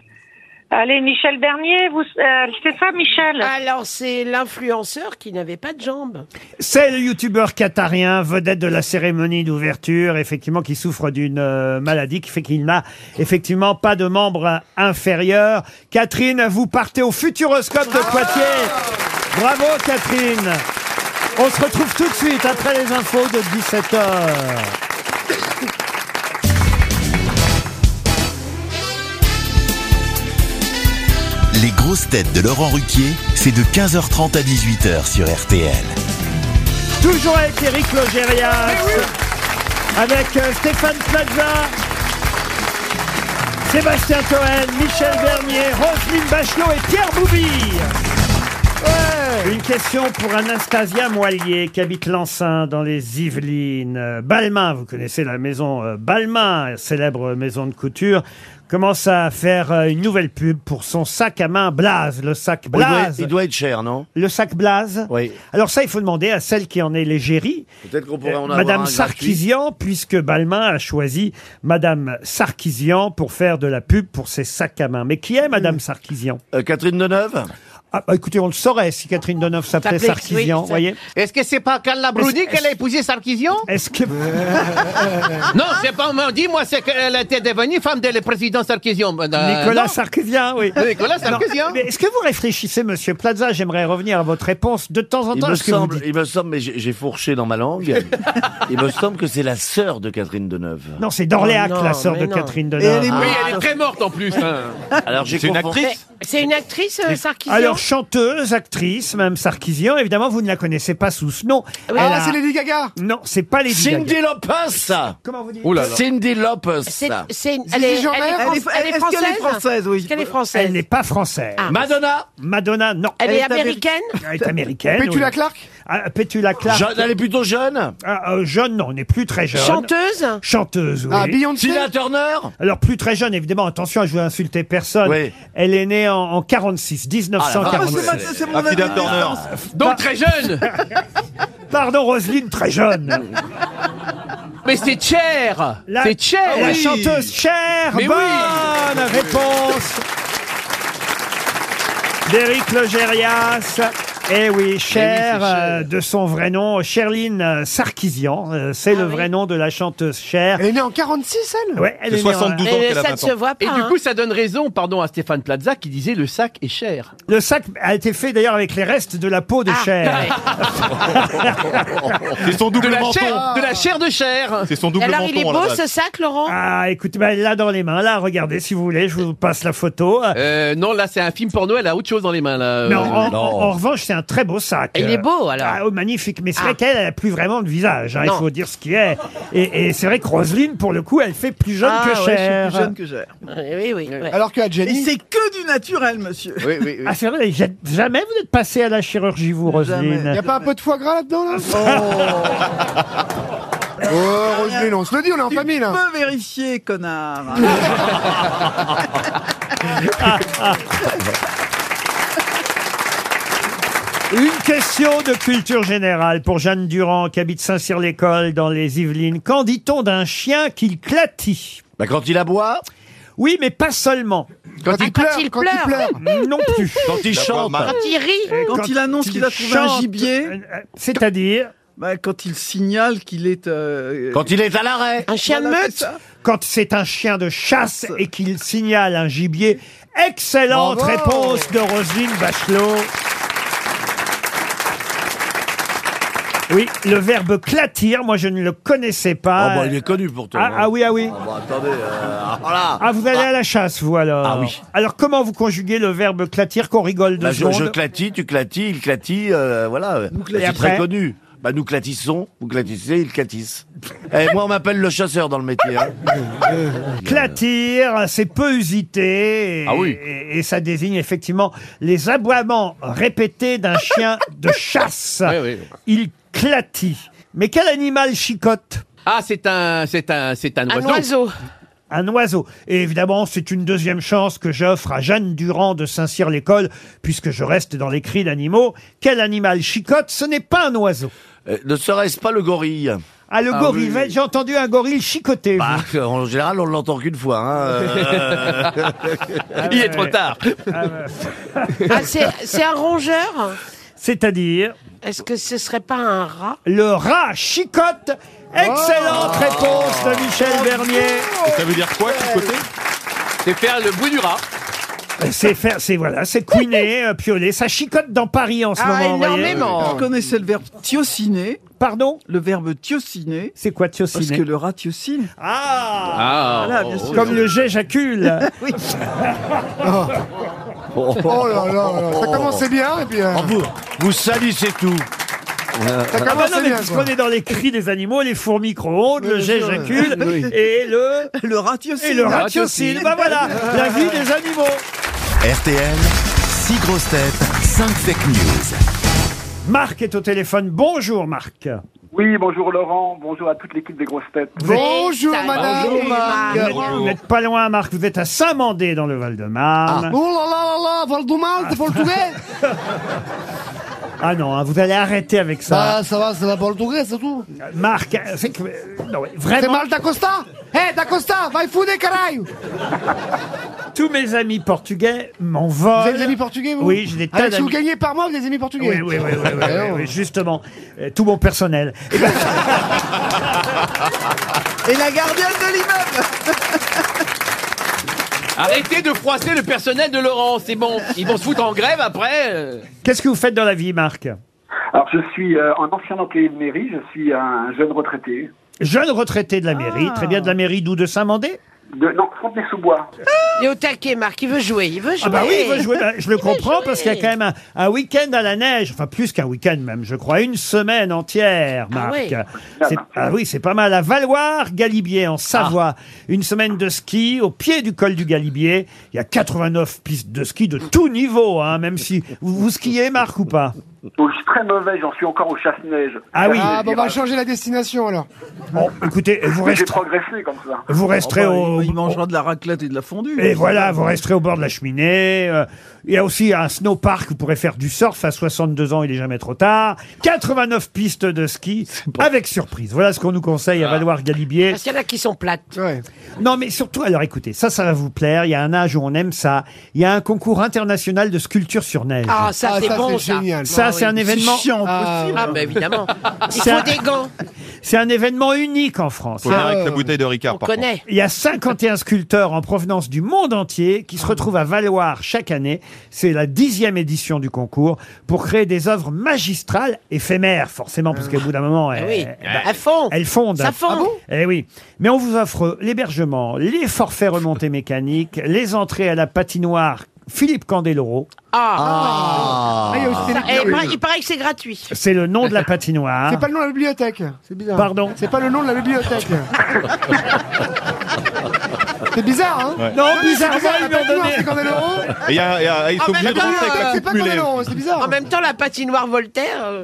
Speaker 11: Allez, Michel Bernier, vous, euh, c'est ça, Michel
Speaker 7: Alors, c'est l'influenceur qui n'avait pas de jambes.
Speaker 2: C'est le youtubeur qatarien, vedette de la cérémonie d'ouverture, effectivement, qui souffre d'une euh, maladie qui fait qu'il n'a effectivement pas de membre euh, inférieur. Catherine, vous partez au Futuroscope de Poitiers. Bravo, Catherine. On se retrouve tout de suite après les infos de 17h.
Speaker 1: Les grosses têtes de Laurent Ruquier, c'est de 15h30 à 18h sur RTL.
Speaker 2: Toujours avec Eric Logérias, avec euh, Stéphane Plaza, Sébastien Toen, Michel Bernier, Roselyne Bachelot et Pierre Boubi. Une question pour Anastasia Moillier qui habite Lansin dans les Yvelines. Euh, Balmain, vous connaissez la maison euh, Balmain, célèbre maison de couture, commence à faire euh, une nouvelle pub pour son sac à main Blaze, le sac
Speaker 8: il, doit,
Speaker 2: Blaze.
Speaker 8: il doit être cher, non
Speaker 2: Le sac Blaze
Speaker 8: Oui.
Speaker 2: Alors ça, il faut demander à celle qui en est l'égérie.
Speaker 8: Peut-être qu'on pourrait en avoir
Speaker 2: Euh, Madame
Speaker 8: un gratuit.
Speaker 2: Sarkisian, puisque Balmain a choisi Madame Sarkisian pour faire de la pub pour ses sacs à main. Mais qui est Madame Sarkisian
Speaker 8: Hmm. Euh, Catherine Deneuve
Speaker 2: ah, bah, Écoutez, on le saurait si Catherine Deneuve s'appelait
Speaker 6: S'appelait-
Speaker 2: Sarkisian,
Speaker 6: oui,
Speaker 2: vous voyez
Speaker 6: Est-ce que c'est pas Carla Bruni qu'elle a épousé Sarkisian
Speaker 2: Est-ce que...
Speaker 6: non, c'est pas on dit, moi, c'est qu'elle était devenue femme de le président Sarkisian. Euh,
Speaker 2: Nicolas
Speaker 6: non.
Speaker 2: Sarkisian, oui.
Speaker 6: Nicolas Sarkisian.
Speaker 2: Non, mais Est-ce que vous réfléchissez, Monsieur Plaza J'aimerais revenir à votre réponse de temps en
Speaker 8: Il
Speaker 2: temps.
Speaker 8: me,
Speaker 2: est-ce que vous
Speaker 8: semble,
Speaker 2: dites-
Speaker 8: il me semble, mais j'ai j'ai fourché dans ma langue, il me semble que c'est la sœur de Catherine Deneuve.
Speaker 2: Non, c'est d'Orléac,
Speaker 6: Oh,
Speaker 2: la sœur de Catherine Deneuve.
Speaker 8: Ah,
Speaker 6: Ah Oui, elle est très morte en plus. hein.
Speaker 8: Alors, j'ai confondu-
Speaker 7: Mais C'est une actrice, euh, Sarkisian
Speaker 2: Alors, chanteuse, actrice, même Sarkisian, évidemment, vous ne la connaissez pas sous ce nom. Elle
Speaker 3: Ah,
Speaker 2: a-
Speaker 3: c'est Lady Gaga
Speaker 2: Non, c'est pas Lady
Speaker 8: Cindy
Speaker 2: Gaga.
Speaker 8: Lopez
Speaker 2: Comment vous dites
Speaker 8: Ouh là là. Cindy Lopez
Speaker 7: C'est- c'est une-
Speaker 8: Zizi
Speaker 7: elle est- elle est
Speaker 8: Jean-Mer
Speaker 7: fran- elle est
Speaker 9: Est-ce qu'elle est
Speaker 7: française
Speaker 9: française, oui.
Speaker 7: Est-ce qu'elle est française
Speaker 2: Elle n'est pas française.
Speaker 7: Ah.
Speaker 8: Madonna
Speaker 2: Madonna, non.
Speaker 7: Elle est américaine
Speaker 2: Elle est américaine.
Speaker 7: Petula
Speaker 2: Clark Petula Clark. Ah, euh,
Speaker 8: Jeune, elle est plutôt jeune
Speaker 2: Jeune, non, on n'est plus très jeune.
Speaker 7: Chanteuse
Speaker 2: Chanteuse, oui.
Speaker 7: Ah, Beyoncé
Speaker 8: Tina Turner
Speaker 2: Alors, plus très jeune, évidemment, attention, je veux insulter personne. Elle est née en, en 46,
Speaker 9: Ah,
Speaker 2: 1946.
Speaker 9: c'est ma- c'est mon ami de l'enfance.
Speaker 6: Donc très jeune.
Speaker 2: Pardon, Roselyne, très jeune.
Speaker 6: Mais c'est Cher.
Speaker 2: La-
Speaker 6: C'est Cher. Ah
Speaker 2: La chanteuse Cher.
Speaker 6: Mais oui.
Speaker 2: bonne réponse. D'Éric Logérias. Eh oui,
Speaker 20: Eh
Speaker 2: Cher,
Speaker 20: oui, c'est Cher.
Speaker 2: euh, de son vrai nom, Sherline euh, Sarkisian, euh, c'est le vrai nom de la chanteuse Cher. Elle est née en 46, elle Ouais, elle est née en-
Speaker 6: Et du coup, ça donne raison, pardon, à Stéphane Plaza qui disait le sac est cher. Ah,
Speaker 2: le sac a été fait d'ailleurs avec les restes de la peau de Cher.
Speaker 6: C'est son double De la menton. Ah. chair- de la chair de Cher.
Speaker 2: C'est son
Speaker 7: Alors, il est beau ce sac, Laurent
Speaker 2: Ah, écoutez, bah, elle l'a dans les mains. Là, regardez, si vous voulez, je vous passe la photo.
Speaker 6: Euh, non, là, c'est un film porno, elle a autre chose dans les mains, là.
Speaker 2: Mais en,
Speaker 6: Euh,
Speaker 2: en- en- en revanche, c'est un très beau sac.
Speaker 6: Il est
Speaker 2: beau alors. magnifique. Mais c'est vrai qu'elle, elle a plus vraiment de visage. hein, il
Speaker 6: Non.
Speaker 2: faut dire ce qui est. Et, et c'est vrai que Roselyne, pour le coup, elle fait plus jeune
Speaker 9: Ah
Speaker 2: que
Speaker 9: ouais,
Speaker 2: Cher.
Speaker 9: je suis plus jeune que Cher.
Speaker 7: Oui, oui,
Speaker 2: Alors que Adjani-
Speaker 9: Et c'est que du naturel, monsieur.
Speaker 6: Oui,
Speaker 2: Ah, c'est vrai, vous êtes- jamais vous n'êtes passé à la chirurgie, vous, Roselyne.
Speaker 3: Y a pas un peu de foie gras là-dedans, là Oh, Roselyne, on se le dit, on est en famille, là.
Speaker 9: Tu peux vérifier, connard.
Speaker 2: Une question de culture générale pour Jeanne Durand, qui habite Saint-Cyr-l'École dans les Yvelines. Qu'en dit-on d'un chien qu'il clatit Quand il aboie Oui, mais pas seulement.
Speaker 3: Quand il Ah, quand pleure, il quand il pleure.
Speaker 2: Non plus.
Speaker 9: Quand il chante. Quand il rit.
Speaker 2: Euh,
Speaker 9: Quand il annonce qu'il a trouvé un gibier.
Speaker 2: euh, euh, C'est-à-dire
Speaker 9: Bah, quand il signale qu'il est. euh, Voilà, c'est ça.
Speaker 2: Quand c'est un chien de chasse et qu'il signale un gibier. Excellente
Speaker 9: Bravo.
Speaker 2: réponse de Roselyne Bachelot. Oui, le verbe clatir, moi je ne le connaissais pas.
Speaker 8: Ah bah, il est connu pourtant.
Speaker 2: Ah, ah oui, ah oui.
Speaker 8: Ah bah, attendez, euh, ah, voilà.
Speaker 2: Ah, vous allez à la chasse, vous alors
Speaker 8: Ah oui.
Speaker 2: Alors, comment vous conjuguez le verbe clatir qu'on rigole de
Speaker 8: Bah, je, je clatis, tu clatis, il clatit, euh, voilà.
Speaker 2: clatissons.
Speaker 8: C'est
Speaker 2: Et après
Speaker 8: très connu. Bah, nous clatissons, vous clatissez, ils clatissent. Et moi, on m'appelle le chasseur dans le métier. hein.
Speaker 2: Clatir, c'est peu usité. Et,
Speaker 8: Ah oui.
Speaker 2: et, et ça désigne effectivement les aboiements répétés d'un chien de chasse. Il clatit. Mais quel animal chicote
Speaker 6: Ah, c'est un, c'est un, c'est un oiseau.
Speaker 2: Un oiseau. Et évidemment, c'est une deuxième chance que j'offre à Jeanne Durand de Saint-Cyr-l'École, puisque je reste dans les cris d'animaux. Quel animal chicote Ce n'est pas un oiseau.
Speaker 8: Euh, ne serait-ce pas le gorille
Speaker 2: Ah, le
Speaker 8: Ah
Speaker 2: gorille,
Speaker 8: oui.
Speaker 2: j'ai entendu un gorille chicoter.
Speaker 8: Bah, en général, on l'entend qu'une fois. hein,
Speaker 2: Ah
Speaker 8: euh.
Speaker 6: Il est trop tard.
Speaker 8: Ah
Speaker 7: Ah, c'est c'est un rongeur
Speaker 2: C'est-à-dire
Speaker 7: Est-ce que ce serait pas un rat Oh.
Speaker 2: Le rat chicote. Excellente réponse de Michel Bernier.
Speaker 6: Oh. ça veut dire quoi, côté C'est faire le bruit du rat.
Speaker 2: C'est faire, c'est voilà, c'est couiner, euh, pioler, ça chicote dans Paris
Speaker 9: Ah,
Speaker 2: en ce moment. vous voyez. Ah,
Speaker 9: Vous connaissez le verbe tiociner
Speaker 2: Pardon
Speaker 9: Le verbe tiociner.
Speaker 2: C'est quoi tiociner
Speaker 9: Parce que le rat tiocine.
Speaker 2: Ah,
Speaker 9: Voilà,
Speaker 7: oh,
Speaker 9: bien sûr.
Speaker 2: Comme le j'éjacule.
Speaker 9: Oui.
Speaker 8: Oh
Speaker 3: Oh là là là, ça commençait bien, et puis... euh,
Speaker 8: Oh, vous, vous salissez tout.
Speaker 3: Ça
Speaker 2: Ah bah
Speaker 3: commençait
Speaker 2: non, mais
Speaker 3: bien,
Speaker 2: puisqu'on
Speaker 3: quoi.
Speaker 2: est dans les cris des animaux, les fours micro-ondes, le
Speaker 3: bien sûr,
Speaker 2: j'éjacule
Speaker 3: oui.
Speaker 2: et le...
Speaker 9: Le ratiocine.
Speaker 2: Et le ratiocine. Bah voilà, la vie des animaux.
Speaker 1: RTL, 6 grosses têtes, 5 fake news.
Speaker 2: Marc est au téléphone. Bonjour Marc.
Speaker 12: Oui, bonjour Laurent, bonjour à toute l'équipe des grosses têtes.
Speaker 2: Vous êtes- Bonjour, Marc. Vous êtes- Vous n'êtes pas loin Marc, vous êtes à Saint-Mandé dans le
Speaker 7: Ah.
Speaker 2: Val-de-Marne.
Speaker 3: Oh là là là là, Valdemar, c'est portugais
Speaker 2: Ah, non, hein, vous allez arrêter avec ça.
Speaker 3: Bah, ça va, c'est la portugais, c'est tout.
Speaker 2: Marc, euh, c'est que... euh, non, ouais, vraiment...
Speaker 3: C'est mal da Costa Eh, da Costa, vai fuder, caralho
Speaker 2: Tous mes amis portugais m'envolent.
Speaker 3: Vous avez des amis portugais, vous
Speaker 2: Oui, j'ai des
Speaker 3: Ah,
Speaker 2: tas
Speaker 3: Si vous
Speaker 2: d'amis.
Speaker 3: gagnez par mois, vous avez des amis
Speaker 2: Oui,
Speaker 3: portugais
Speaker 2: oui, oui, oui, oui, oui, oui, justement. Euh, Tout mon personnel. Eh ben,
Speaker 9: Et la gardienne de l'immeuble
Speaker 6: Arrêtez de froisser le personnel de Laurent, c'est bon. Ils vont se foutre en grève après. euh.
Speaker 2: Qu'est-ce que vous faites dans la vie, Marc
Speaker 12: Alors je suis euh, un ancien employé de mairie, je suis un jeune retraité.
Speaker 2: Jeune retraité de la mairie, très bien de la mairie d'où de Saint-Mandé
Speaker 12: Ah. De, non, Fontenay-sous-Bois.
Speaker 7: Il est au taquet, Marc, il veut jouer, il veut jouer.
Speaker 2: Ah bah oui, il veut jouer. Bah, je
Speaker 7: Il veut
Speaker 2: le comprends
Speaker 7: jouer.
Speaker 2: parce qu'il y a quand même un, un week-end à la neige, enfin plus qu'un week-end même, je crois, une semaine entière, Marc.
Speaker 7: oui.
Speaker 2: C'est- ah oui, c'est pas mal. À Valoir, Galibier, en Savoie, une semaine de ski au pied du col du Galibier. Il y a 89 pistes de ski de tout niveau, hein, même si vous, vous skiez, Marc, ou pas
Speaker 12: Donc je suis très mauvais, j'en suis encore au chasse-neige. bah,
Speaker 2: Ah oui.
Speaker 3: Ah, bon, on va changer la destination, alors.
Speaker 2: Bon, écoutez, vous
Speaker 12: Mais J'ai
Speaker 2: restez.
Speaker 12: progressé comme ça.
Speaker 2: Vous resterez au-
Speaker 9: Oh, bah, Il, il mangera de la raclette et de la fondue.
Speaker 2: Et voilà, vous resterez au bord de la cheminée. Euh, Il y a aussi un snowpark, vous pourrez faire du surf. À 62 ans, il est jamais trop tard. 89 pistes de ski avec surprise. Voilà ce qu'on nous conseille à
Speaker 5: Ah.
Speaker 2: Valoir Galibier.
Speaker 7: Parce qu'il y en a qui sont plates.
Speaker 2: Non, mais surtout, alors écoutez, ça, ça va vous plaire. Il y a un âge où on aime ça. Il y a un concours international de sculpture sur neige.
Speaker 7: Ah, ça, Ah, c'est ça, bon, c'est ça. génial.
Speaker 2: Ça, ça, c'est un événement.
Speaker 7: Ah, bah évidemment. Il
Speaker 2: C'est
Speaker 7: faut
Speaker 2: un-
Speaker 7: des gants.
Speaker 2: C'est un événement unique en France.
Speaker 5: Faut
Speaker 2: Ah.
Speaker 5: venir avec la bouteille de Ricard, par
Speaker 7: connaît.
Speaker 5: contre.
Speaker 2: Il y a 51 sculpteurs en provenance du monde entier qui se retrouvent à Valoir chaque année. C'est la dixième édition du concours pour créer des œuvres magistrales, éphémères forcément, parce qu'au bout d'un moment, elles,
Speaker 7: oui.
Speaker 2: bah,
Speaker 7: Elles fondent.
Speaker 2: Elles fondent.
Speaker 7: Ça fond. Ah bon
Speaker 2: Eh oui. Mais on vous offre l'hébergement, les forfaits remontées mécaniques, les entrées à la patinoire Philippe Candeloro.
Speaker 7: Ah.
Speaker 2: Ah. Ah, il y a aussi
Speaker 7: Ça-
Speaker 2: les
Speaker 7: eh, il,
Speaker 2: pilules.
Speaker 7: paraît, il paraît que c'est gratuit.
Speaker 2: C'est le nom de la patinoire.
Speaker 3: C'est pas le nom de la bibliothèque. C'est bizarre.
Speaker 2: Pardon
Speaker 3: C'est pas le nom de la bibliothèque.
Speaker 7: Ah.
Speaker 3: c'est bizarre, hein
Speaker 5: Ouais. Non,
Speaker 3: mais
Speaker 5: bizarrement,
Speaker 3: c'est bizarre,
Speaker 5: ils
Speaker 3: la
Speaker 5: lui ont
Speaker 3: patinoire,
Speaker 5: donné.
Speaker 3: C'est Candeloro.
Speaker 5: Et il y a- il y
Speaker 14: Ah,
Speaker 5: a- ils sont
Speaker 7: En
Speaker 5: obligés
Speaker 7: même
Speaker 5: de
Speaker 7: temps,
Speaker 5: rentrer avec
Speaker 7: euh,
Speaker 5: la coupe mulet.
Speaker 7: En même temps, la patinoire Voltaire. euh,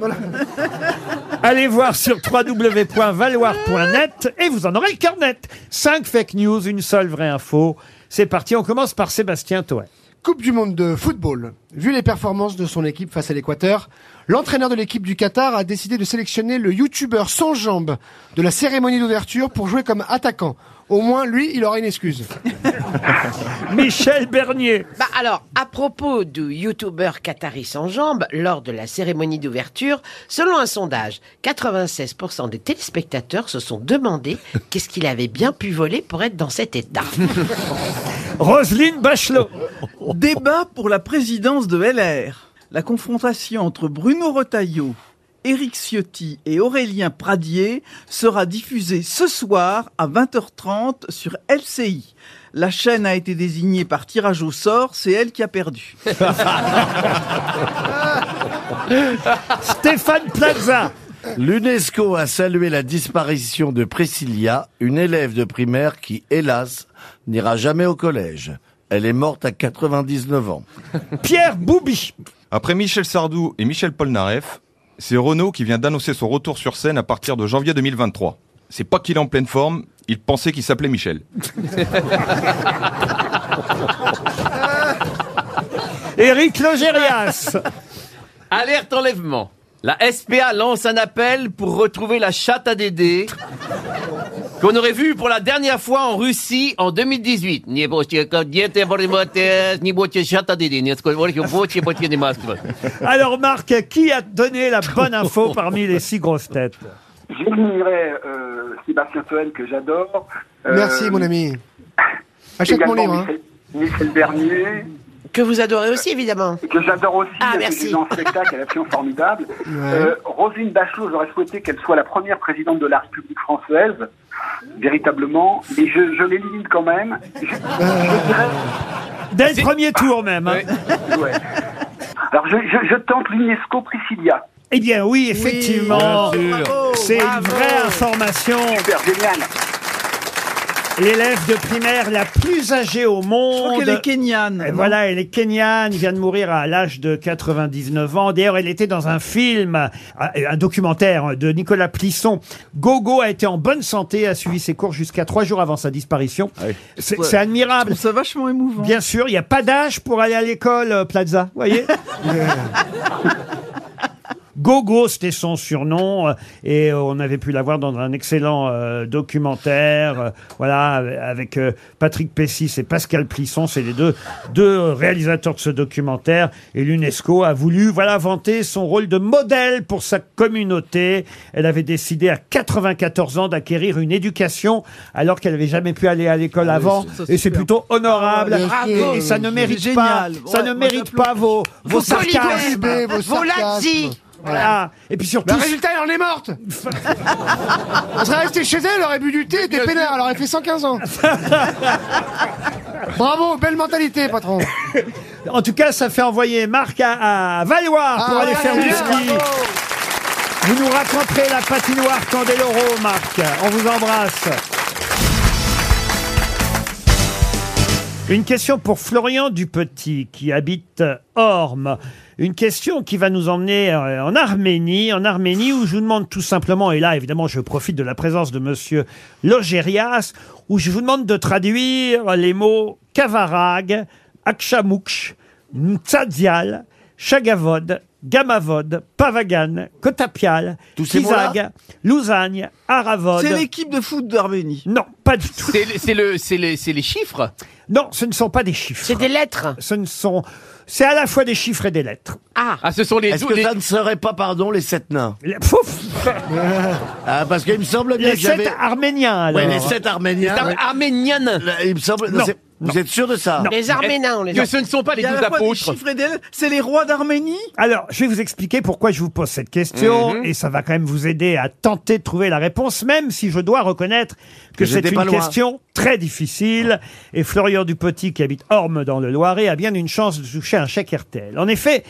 Speaker 2: Allez voir sur www.valoir.net et vous en aurez le cœur net. 5 fake news, une seule vraie info. C'est parti, on commence par Sébastien Toet.
Speaker 3: Coupe du monde de football. Vu les performances de son équipe face à l'Équateur, l'entraîneur de l'équipe du Qatar a décidé de sélectionner le youtubeur sans jambes de la cérémonie d'ouverture pour jouer comme attaquant. Au moins, lui, il aura une excuse.
Speaker 2: Michel Bernier.
Speaker 7: Bah alors, à propos du youtubeur Qatari sans jambes, lors de la cérémonie d'ouverture, selon un sondage, 96% des téléspectateurs se sont demandé qu'est-ce qu'il avait bien pu voler pour être dans cet état.
Speaker 2: Roselyne Bachelot.
Speaker 9: Débat pour la présidence de LR. La confrontation entre Bruno Retailleau, Éric Ciotti et Aurélien Pradier sera diffusée ce soir à 20h30 sur LCI. La chaîne a été désignée par tirage au sort, c'est elle qui a perdu.
Speaker 2: Stéphane Plaza.
Speaker 8: L'UNESCO a salué la disparition de Priscilla, une élève de primaire qui, hélas, n'ira jamais au collège. Elle est morte à 99 ans.
Speaker 2: Pierre Boubi.
Speaker 5: Après Michel Sardou et Michel Polnareff, c'est Renaud qui vient d'annoncer son retour sur scène à partir de janvier 2023. C'est pas qu'il est en pleine forme, il pensait qu'il s'appelait Michel.
Speaker 2: Éric Logérias.
Speaker 6: Alerte enlèvement. La SPA lance un appel pour retrouver la chatte à Dédé qu'on aurait vue pour la dernière fois en Russie en 2018. Ni boche, quand diète, borimote, ni boche, chatte à Dédé, ni skolvoche, boche, boche, ni masque.
Speaker 2: Alors Marc, qui a donné la bonne info parmi les six grosses têtes
Speaker 12: J'admirais euh, Sébastien Toen que j'adore. Euh,
Speaker 3: Merci, mon ami. Achète mon
Speaker 12: également
Speaker 3: livre, hein.
Speaker 12: Michel, Michel Bernier.
Speaker 7: Que vous adorez aussi, évidemment.
Speaker 12: Que j'adore aussi.
Speaker 7: Ah,
Speaker 12: euh,
Speaker 7: merci.
Speaker 12: Que j'ai vu en spectacle, elle a fait un formidable. Euh, Roselyne Bachelot, j'aurais souhaité qu'elle soit la première présidente de la République française, véritablement. Mais je, je l'élimine quand même. Je- je dirais
Speaker 2: Dès le premier tour même. hein.
Speaker 12: Ouais. Alors, je, je- je tente l'UNESCO Priscilla.
Speaker 2: Eh bien oui, effectivement.
Speaker 12: Oui, bien sûr. Bravo,
Speaker 2: C'est une
Speaker 12: bravo.
Speaker 2: vraie information.
Speaker 12: Super, génial.
Speaker 2: L'élève de primaire la plus âgée au monde. Je
Speaker 9: qu'elle est kenyane, non
Speaker 2: voilà, elle est kenyane, vient de mourir à l'âge de 99 ans. D'ailleurs, elle était dans un film, un- un documentaire de Nicolas Plisson. Gogo a été en bonne santé, a suivi ses cours jusqu'à trois jours avant sa disparition. C'est
Speaker 9: Ouais.
Speaker 2: c'est admirable.
Speaker 9: Ça vachement émouvant.
Speaker 2: Bien sûr, il n'y a pas d'âge pour aller à l'école, euh, Plaza, vous voyez Gogo, c'était son surnom, euh, et euh, on avait pu l'avoir dans un excellent euh, documentaire, euh, voilà, avec euh, Patrick Pessis et Pascal Plisson, c'est les deux, deux réalisateurs de ce documentaire, et l'UNESCO a voulu, voilà, vanter son rôle de modèle pour sa communauté. Elle avait décidé à 94 ans d'acquérir une éducation, alors qu'elle n'avait jamais pu aller à l'école avant,
Speaker 9: Ah ça, c'est
Speaker 2: et c'est
Speaker 9: super.
Speaker 2: plutôt honorable,
Speaker 9: Ah ouais,
Speaker 2: et, et ça ne
Speaker 9: c'est
Speaker 2: mérite
Speaker 9: génial.
Speaker 2: pas, ça
Speaker 9: Ouais,
Speaker 2: ne
Speaker 9: moi,
Speaker 2: mérite pas vos, vos
Speaker 3: Vos
Speaker 2: sarcasmes.
Speaker 3: colibés, vos Vos Ah. sarcasmes. lazzi.
Speaker 8: Ah,
Speaker 2: Voilà. Et puis surtout,
Speaker 3: Le résultat, elle en est morte Elle serait restée chez elle, elle aurait bu du thé, elle était peinard, elle aurait fait 115 ans Bravo, belle mentalité, patron
Speaker 2: en tout cas, ça fait envoyer Marc à, à Valoir pour
Speaker 3: Ah
Speaker 2: aller
Speaker 3: ouais,
Speaker 2: faire du
Speaker 3: bien,
Speaker 2: ski. Vous nous raconterez la patinoire Candeloro, Marc. On vous embrasse. Une question pour Florian Dupetit, qui habite euh, Orme. Une question qui va nous emmener euh, en Arménie, en Arménie où je vous demande tout simplement, et là évidemment je profite de la présence de monsieur Logérias, où je vous demande de traduire les mots Kavarag, Akshamouch, Mtsadzial, Chagavod, Gamavod, Pavagan, Kotapial,
Speaker 9: ces
Speaker 2: Kizag,
Speaker 9: mots-là
Speaker 2: Lousagne, Aravod.
Speaker 9: C'est l'équipe de foot d'Arménie.
Speaker 2: Non, pas du tout.
Speaker 6: C'est le- c'est le- c'est les, c'est les chiffres
Speaker 2: Non, ce ne sont pas des chiffres. C'est des lettres. Ce ne sont. C'est à la fois des chiffres et des lettres.
Speaker 7: Ah.
Speaker 6: Ah, ce sont les
Speaker 8: Est-ce
Speaker 6: dou-
Speaker 8: que
Speaker 6: les-
Speaker 8: ça ne serait pas, pardon, les sept nains Ah, parce qu'il me semble bien
Speaker 2: Les
Speaker 8: que j'avais...
Speaker 2: sept arméniens, alors.
Speaker 8: Ouais, les sept arméniens.
Speaker 2: Les Ar-
Speaker 6: arméniennes.
Speaker 8: Il me semble...
Speaker 2: Non.
Speaker 8: c'est- Vous êtes sûr de
Speaker 2: Ah.
Speaker 8: ça
Speaker 9: Il y a à la fois des chiffres et des lettres. C'est les rois d'Arménie
Speaker 2: Alors, je vais vous expliquer pourquoi je vous pose cette question,
Speaker 9: Mhm.
Speaker 2: et ça va quand même vous aider à tenter de trouver la réponse, même si je dois reconnaître que
Speaker 8: Que
Speaker 2: c'est
Speaker 8: j'étais pas
Speaker 2: une
Speaker 8: loin.
Speaker 2: question très difficile, et Florian Dupetit, qui habite Orme dans le Loiret, a bien une chance de toucher un chèque RTL. En effet,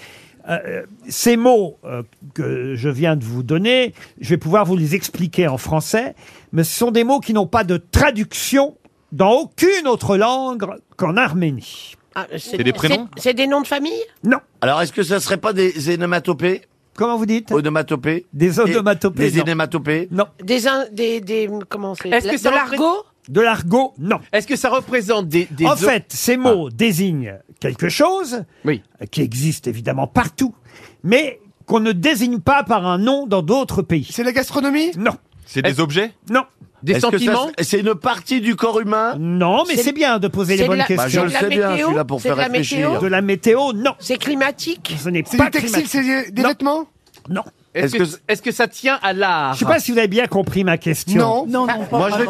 Speaker 2: euh, ces mots euh, que je viens de vous donner, je vais pouvoir vous les expliquer en français, mais ce sont des mots qui n'ont pas de traduction dans aucune autre langue qu'en Arménie.
Speaker 7: Ah,
Speaker 2: C'est des prénoms
Speaker 7: c'est- C'est des noms de famille
Speaker 2: Non.
Speaker 8: Alors, est-ce que ça serait pas des onomatopées
Speaker 2: Comment vous dites
Speaker 8: Onomatopées
Speaker 2: Des onomatopées,
Speaker 8: Des
Speaker 2: non.
Speaker 8: onomatopées
Speaker 2: Non.
Speaker 7: Des, in- des, des comment c'est
Speaker 6: Est-ce que
Speaker 7: de
Speaker 6: ça repré-
Speaker 7: l'argot
Speaker 2: De l'argot, non.
Speaker 6: Est-ce que ça représente des. des
Speaker 2: en
Speaker 6: o-
Speaker 2: fait, ces
Speaker 7: Ah.
Speaker 2: mots désignent quelque chose qui existe évidemment partout, mais qu'on ne désigne pas par un nom dans d'autres pays.
Speaker 3: C'est la gastronomie
Speaker 2: Non.
Speaker 5: C'est des objets
Speaker 2: Non.
Speaker 6: Des Est-ce que ça- sentiments
Speaker 8: C'est une partie du corps humain
Speaker 2: Non, mais
Speaker 7: C'est-
Speaker 2: c'est bien de poser les
Speaker 7: c'est de
Speaker 2: bonnes
Speaker 7: la-
Speaker 2: questions.
Speaker 7: Bah, je c'est le de la sais bien, je suis météo là pour C'est faire de la réfléchir. météo
Speaker 2: De la météo, non.
Speaker 7: C'est climatique
Speaker 2: Ce n'est
Speaker 7: C'est
Speaker 2: pas
Speaker 7: du textile,
Speaker 2: climatique.
Speaker 3: c'est des
Speaker 2: Non.
Speaker 3: vêtements
Speaker 2: Non.
Speaker 6: Est-ce que, est-ce que ça tient à l'art
Speaker 2: Je ne sais pas si vous avez bien compris ma question.
Speaker 8: moi, je l'ai-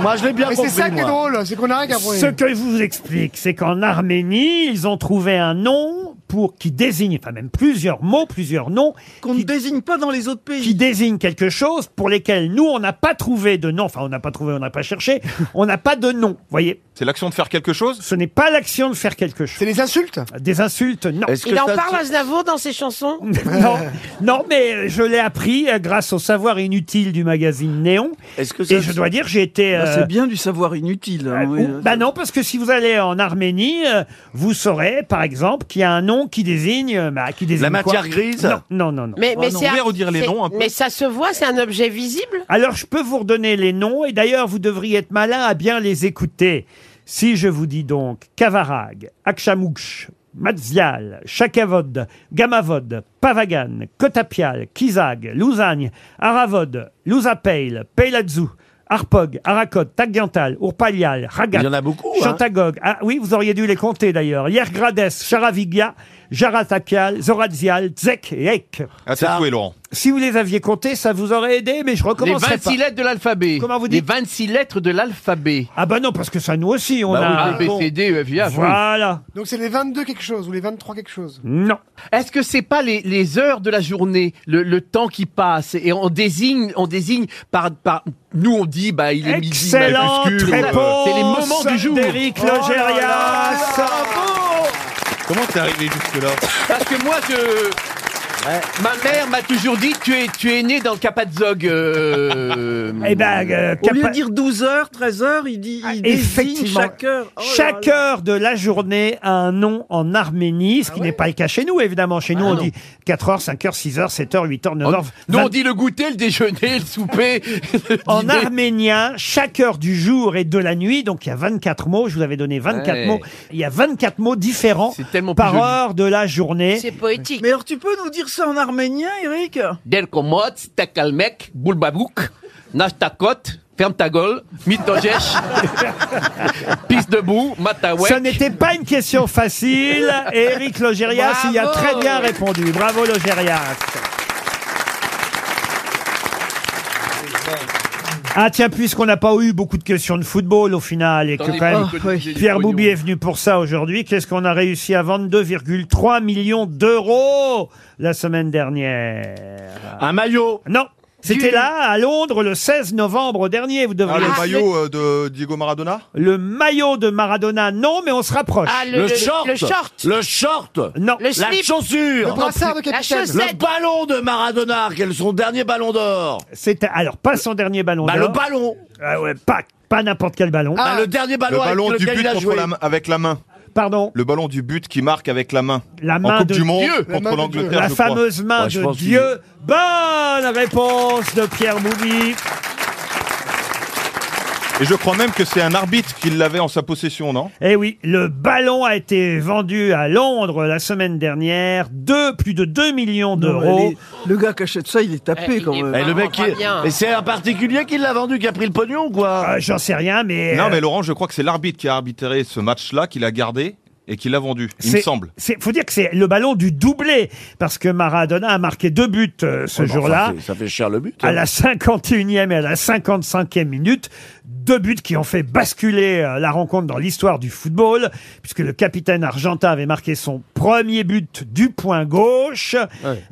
Speaker 8: moi, je l'ai bien
Speaker 3: Mais
Speaker 8: compris.
Speaker 3: c'est ça qui est
Speaker 8: moi.
Speaker 3: drôle, c'est qu'on a rien compris.
Speaker 2: Ce que je vous explique, c'est qu'en Arménie, ils ont trouvé un nom pour qui désigne, enfin même plusieurs mots, plusieurs noms.
Speaker 9: Qu'on ne désigne pas dans les autres pays.
Speaker 2: Qui désigne quelque chose pour lesquels nous, on n'a pas trouvé de nom. Enfin, on n'a pas trouvé, on n'a pas cherché. On n'a pas de nom, voyez.
Speaker 5: C'est l'action de faire quelque chose
Speaker 2: Ce n'est pas l'action de faire quelque chose. C'est
Speaker 3: des insultes
Speaker 2: Des insultes, non.
Speaker 7: Il en parle Aznavour dans ses chansons
Speaker 2: non, non, mais je l'ai appris euh, grâce au savoir inutile du magazine Néon. Et je dois dire, j'ai été...
Speaker 9: Ah,
Speaker 2: euh,
Speaker 9: C'est bien du savoir inutile. hein, oui.
Speaker 2: Ou- bah non, parce que si vous allez en Arménie, euh, vous saurez, par exemple, qu'il y a un nom qui désigne, euh, bah, qui désigne
Speaker 8: La matière
Speaker 2: quoi
Speaker 8: grise
Speaker 2: Non, non, non. non.
Speaker 7: Mais,
Speaker 9: Oh,
Speaker 7: mais c'est un- c'est-
Speaker 9: hein,
Speaker 2: peu.
Speaker 7: Mais ça se voit, c'est un objet visible
Speaker 2: Alors, je peux vous redonner les noms, et d'ailleurs, vous devriez être malin à bien les écouter. Si je vous dis donc Kavarag, Akshamouch, Matzial, Chakavod, Gamavod, Pavagan, Kotapial, Kizag, Lousagne, Aravod, Lousapeil, Peiladzu, Arpog, Arakod, Tagiantal, Urpalial, Ragat,
Speaker 8: Il y en a beaucoup, hein.
Speaker 2: Chantagog, ah oui, vous auriez dû les compter d'ailleurs, Yergrades, Charavigia, Jaratakial, Zoradzial, Tzek et Ek.
Speaker 5: Ah, t'es doué, Laurent.
Speaker 2: Si vous les aviez comptés, ça vous aurait aidé, mais je
Speaker 6: Les
Speaker 2: recommencerai
Speaker 6: 26
Speaker 2: pas.
Speaker 6: lettres de l'alphabet.
Speaker 2: Comment vous
Speaker 6: Les
Speaker 2: dites
Speaker 6: 26 lettres de l'alphabet.
Speaker 2: Ah bah non, parce que ça nous aussi, on
Speaker 6: Bah
Speaker 2: a...
Speaker 6: oui, A, B, C, D, E, F, G, H, oui.
Speaker 2: Voilà.
Speaker 3: Donc c'est les 22 quelque chose ou les 23 quelque chose.
Speaker 2: Non.
Speaker 6: Est-ce que c'est pas les, les heures de la journée, le, le temps qui passe et on désigne, on désigne par, par nous on dit bah il est midi,
Speaker 2: Excellente
Speaker 6: majuscule, euh,
Speaker 2: réponse
Speaker 6: c'est les moments du jour. Oh
Speaker 2: d'Éric Logérias.
Speaker 5: Comment t'es arrivé jusque-là
Speaker 6: Parce que moi je Ma mère m'a toujours dit tu es tu es né dans le Capazog. Euh...
Speaker 2: Eh ben, euh,
Speaker 9: Au lieu
Speaker 2: Capa-
Speaker 9: de dire 12 heures, 13 heures, il dit il désigne
Speaker 2: Ah, Effectivement.
Speaker 9: chaque heure. Oh là
Speaker 2: Chaque
Speaker 9: là. Ah
Speaker 2: heure de la journée a un nom en Arménie, ce qui n'est pas le cas chez nous, évidemment.
Speaker 6: Ah
Speaker 2: Chez nous, on dit 4h, 5h, 6h, 7h, 8h,
Speaker 6: Oh,
Speaker 2: 9h.
Speaker 6: Nous on dit le goûter, le déjeuner, le souper. le
Speaker 2: En
Speaker 6: dîner.
Speaker 2: arménien, chaque heure du jour et de la nuit, donc il y a 24 mots, je vous avais donné 24
Speaker 6: Ouais.
Speaker 2: mots, il y a 24 mots différents
Speaker 6: tellement
Speaker 2: par
Speaker 6: plus joli.
Speaker 2: heure de la journée.
Speaker 7: poétique.
Speaker 9: Mais alors, tu peux nous dire ça en arménien, Eric
Speaker 6: Delkomots, Takalmek, Boulbabouk, Nage ta cote, ferme ta gueule, Mitojesh, Pisse debout, Matawek.
Speaker 2: Ce n'était pas une question facile. Et Eric Logérias y a
Speaker 6: Bravo.
Speaker 2: très bien répondu. Bravo Logérias. Ah tiens, puisqu'on n'a pas eu beaucoup de questions de football au final et que
Speaker 6: J'en ai
Speaker 2: quand même
Speaker 6: pas écouté du
Speaker 2: Pierre
Speaker 6: pognon.
Speaker 2: Boubi est venu pour ça aujourd'hui, qu'est-ce qu'on a réussi à vendre 2,3 millions d'euros la semaine dernière
Speaker 8: Un maillot
Speaker 2: Non, c'était là à Londres le 16 novembre dernier, vous
Speaker 5: Ah,
Speaker 2: devriez
Speaker 5: le maillot euh, de Diego Maradona
Speaker 2: le maillot de Maradona, non, mais on se rapproche.
Speaker 7: Ah, le- Le le- short. le short.
Speaker 8: Le short
Speaker 2: Non.
Speaker 7: Le
Speaker 8: La
Speaker 7: slip.
Speaker 8: chaussure
Speaker 7: Le brassard de capitaine. La chaussette.
Speaker 8: Le ballon de Maradona, quel est son dernier ballon d'or
Speaker 2: C'était alors pas son dernier ballon.
Speaker 8: Bah,
Speaker 2: d'or.
Speaker 8: le ballon
Speaker 2: Ah ouais, pas pas n'importe quel ballon.
Speaker 8: Ah, le dernier ballon,
Speaker 5: le ballon
Speaker 8: avec
Speaker 5: du
Speaker 8: lequel
Speaker 5: but
Speaker 8: il a
Speaker 5: contre
Speaker 8: joué.
Speaker 5: la main- avec la main.
Speaker 2: Pardon.
Speaker 5: Le ballon du but qui marque avec la main.
Speaker 2: La
Speaker 5: En
Speaker 2: main
Speaker 5: Coupe
Speaker 2: de
Speaker 5: du Monde
Speaker 2: Dieu.
Speaker 5: contre l'Angleterre.
Speaker 2: La
Speaker 5: je crois.
Speaker 2: fameuse main
Speaker 8: Ouais, je
Speaker 2: de
Speaker 8: pense qu'il-
Speaker 2: Dieu. Bonne réponse de Pierre Boubi.
Speaker 5: Et je crois même que c'est un arbitre qui l'avait en sa possession, non
Speaker 2: Eh oui, le ballon a été vendu à Londres la semaine dernière, deux, plus de 2 millions d'euros.
Speaker 9: Le gars qui achète ça, Eh, il est tapé quand même.
Speaker 8: Et Eh, le mec, qui- et c'est un particulier qui l'a vendu, qui a pris le pognon ou quoi
Speaker 2: Ah, J'en sais rien, mais.
Speaker 5: Non, mais Laurent, je crois que c'est l'arbitre qui a arbitré ce match-là, qui l'a gardé et qui l'a vendu, il me
Speaker 2: C'est-
Speaker 5: semble.
Speaker 2: C'est, faut dire que c'est le ballon du doublé, parce que Maradona a marqué deux buts euh, ce
Speaker 8: Ouais, mais enfin,
Speaker 2: jour-là.
Speaker 8: Oh, c'est- Ça fait cher le but.
Speaker 7: hein.
Speaker 8: hein.
Speaker 2: à la 51e et à la 55e minute. Deux buts qui ont fait basculer euh, la rencontre dans l'histoire du football, puisque le capitaine argentin avait marqué son premier but du point gauche,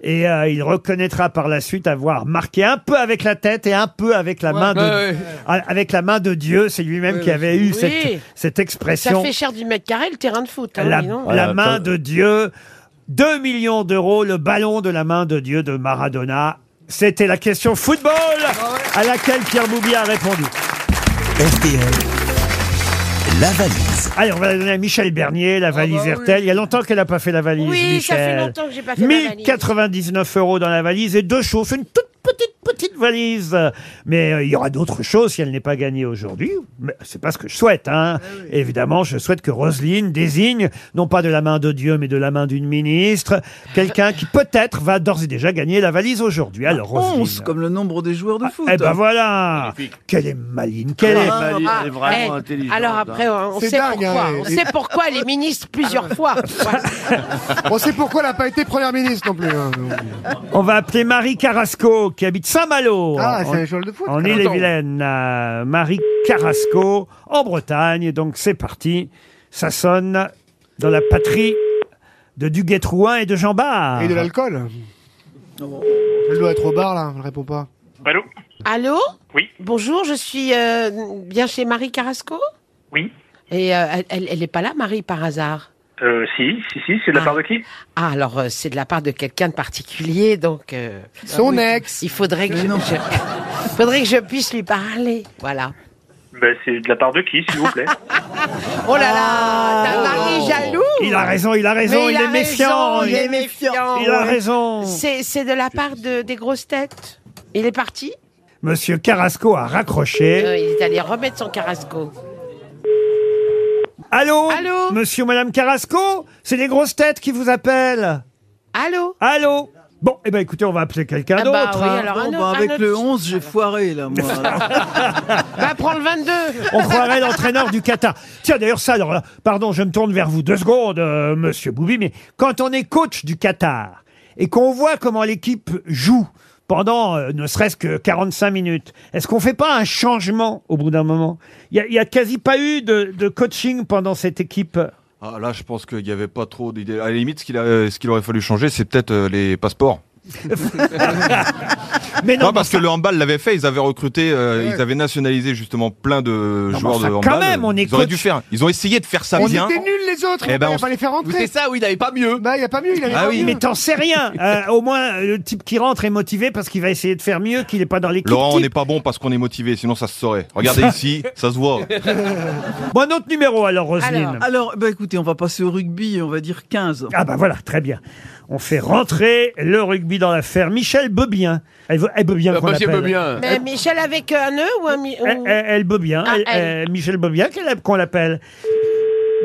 Speaker 2: et euh, il reconnaîtra par la suite avoir marqué un peu avec la tête et un peu avec la main de,
Speaker 7: Ouais, ouais.
Speaker 2: Ah, avec la main de Dieu. C'est lui-même
Speaker 7: Ouais,
Speaker 2: qui avait eu
Speaker 7: oui.
Speaker 2: cette, cette
Speaker 7: Ça
Speaker 2: expression
Speaker 7: fait cher du mètre carré le terrain de foot. hein,
Speaker 2: la,
Speaker 7: dis donc.
Speaker 2: la main
Speaker 8: Ah,
Speaker 2: de Dieu. 2 millions d'euros, le ballon de la main de Dieu de Maradona. C'était la question football
Speaker 7: Ah bah
Speaker 2: à laquelle Pierre Boubier a répondu.
Speaker 1: La valise.
Speaker 2: Allez, on va la donner à Michel Bernier, la valise RTL. Il y a longtemps qu'elle n'a pas fait la valise,
Speaker 7: Ah bah Oui, ça fait
Speaker 2: Michel.
Speaker 7: longtemps que j'ai pas fait ma valise.
Speaker 2: 1099 euros dans la valise et deux choses. Une toute petite, petite valise. Mais euh, il y aura d'autres choses si elle n'est pas gagnée aujourd'hui. Mais c'est pas ce que je souhaite,
Speaker 7: Ah
Speaker 2: hein. Évidemment, je souhaite que Roselyne désigne, non pas de la main de Dieu, mais de la main d'une ministre, quelqu'un qui peut-être va d'ores et déjà gagner la valise
Speaker 7: Ah,
Speaker 2: aujourd'hui. Alors, Roselyne.
Speaker 9: 11, comme le nombre des joueurs de foot.
Speaker 2: Eh ben voilà Quelle est maligne, quelle est...
Speaker 9: Ah,
Speaker 8: Elle est vraiment
Speaker 7: eh,
Speaker 8: intelligente,
Speaker 7: Alors
Speaker 8: hein.
Speaker 7: après, on on
Speaker 3: C'est
Speaker 7: sait
Speaker 3: dingue,
Speaker 7: pourquoi.
Speaker 3: hein. Ah
Speaker 7: On sait pourquoi elle est ministre plusieurs fois. Voilà.
Speaker 3: On sait pourquoi elle n'a pas été première ministre non plus. hein.
Speaker 2: On va appeler Marie Carrasco, qui habite Saint-Malo.
Speaker 3: Ah,
Speaker 2: en-
Speaker 3: c'est un joueur de foot,
Speaker 2: En
Speaker 3: très
Speaker 2: Ille-et-Vilaine. Euh, Marie Carrasco, en Bretagne. Donc c'est parti. Ça sonne dans la patrie de Duguay-Trouin et de Jean Bart.
Speaker 3: Et de l'alcool. Elle doit être au bar là, elle répond pas.
Speaker 7: Allô Allô Oui. Bonjour, je suis euh, bien chez Marie Carrasco Oui. Et euh, elle- elle, elle est pas là, Marie, par hasard
Speaker 20: Euh, si, si, si, c'est de la part de qui
Speaker 7: Ah, alors euh, c'est de la part de quelqu'un de particulier, donc. euh,
Speaker 20: Son
Speaker 7: oui.
Speaker 20: ex.
Speaker 7: Il faudrait que, je, je- faudrait que je puisse lui parler. Voilà.
Speaker 20: Ben, c'est de la part de qui, s'il vous plaît
Speaker 7: Oh là là, t'as Marie jaloux.
Speaker 2: Ah. Oh. Il a raison, il a raison,
Speaker 7: Mais
Speaker 2: il
Speaker 7: a
Speaker 2: est méfiant,
Speaker 7: raison,
Speaker 2: il-
Speaker 7: il est méfiant.
Speaker 2: il a raison.
Speaker 7: C'est c'est de la part de, des grosses têtes. Il est parti
Speaker 2: Monsieur Carrasco a raccroché.
Speaker 7: Euh, Il est allé remettre son carrasco.
Speaker 2: Allô Monsieur ou Madame Carrasco C'est les grosses têtes qui vous appellent.
Speaker 7: Allô
Speaker 2: Allô Bon, eh ben écoutez, on va appeler quelqu'un
Speaker 7: Ah
Speaker 2: d'autre.
Speaker 7: bah oui,
Speaker 2: hein.
Speaker 7: alors un
Speaker 9: Bon,
Speaker 7: autre,
Speaker 9: bah,
Speaker 7: un
Speaker 9: avec
Speaker 7: autre.
Speaker 9: le 11, j'ai foiré là, moi.
Speaker 7: Va prendre le 22.
Speaker 2: On croirait l'entraîneur du Qatar. Tiens, d'ailleurs, ça, alors là, pardon, je me tourne vers vous deux secondes, euh, monsieur Boubi, mais quand on est coach du Qatar et qu'on voit comment l'équipe joue pendant euh, ne serait-ce que 45 minutes, est-ce qu'on fait pas un changement au bout d'un moment Il y a- il y a, quasi pas eu de, de coaching pendant cette équipe.
Speaker 5: Ah, là, je pense qu'il n'y avait pas trop d'idées. À la limite, ce qu'il a- euh, ce qu'il aurait fallu changer, c'est peut-être euh, les passeports.
Speaker 2: Mais
Speaker 5: non, parce que le handball l'avait fait. Ils avaient recruté, euh, ils avaient nationalisé justement plein de joueurs
Speaker 2: enfin,
Speaker 5: de
Speaker 2: quand
Speaker 5: handball.
Speaker 2: même, on est
Speaker 5: ils auraient
Speaker 2: coach.
Speaker 5: dû faire. Ils ont essayé de faire ça
Speaker 3: on
Speaker 5: bien.
Speaker 3: était nuls les autres,
Speaker 5: Eh
Speaker 3: on
Speaker 5: ben,
Speaker 3: va
Speaker 5: on
Speaker 3: pas
Speaker 5: s-
Speaker 3: les faire rentrer.
Speaker 5: C'est ça, oui, il n'avait pas mieux. Ah
Speaker 3: Bah, il n'y a pas mieux, il avait pas mieux.
Speaker 2: Mais t'en sais rien. Euh, au moins, le type qui rentre est motivé parce qu'il va essayer de faire mieux, qu'il n'est pas dans l'équipe.
Speaker 5: Laurent, on
Speaker 2: type.
Speaker 5: n'est pas bon parce qu'on est motivé, sinon ça se saurait. Regardez ici, ça se voit.
Speaker 2: Bon, un autre numéro alors, Roselyne.
Speaker 9: Alors, alors, bah, écoutez, on va passer au rugby, on va dire 15.
Speaker 2: Ah bah voilà, très bien. On fait rentrer le rugby dans l'affaire. Michel Beubien. Elle, veut- elle Beubien qu'on l'appelle.
Speaker 7: Mais
Speaker 2: Elle,
Speaker 7: Michel avec un E ou un. mi- ou-
Speaker 2: elle, elle- elle Beubien.
Speaker 7: Ah,
Speaker 2: Elle-
Speaker 7: elle.
Speaker 2: euh, Michel Beubien qu'elle- qu'on l'appelle.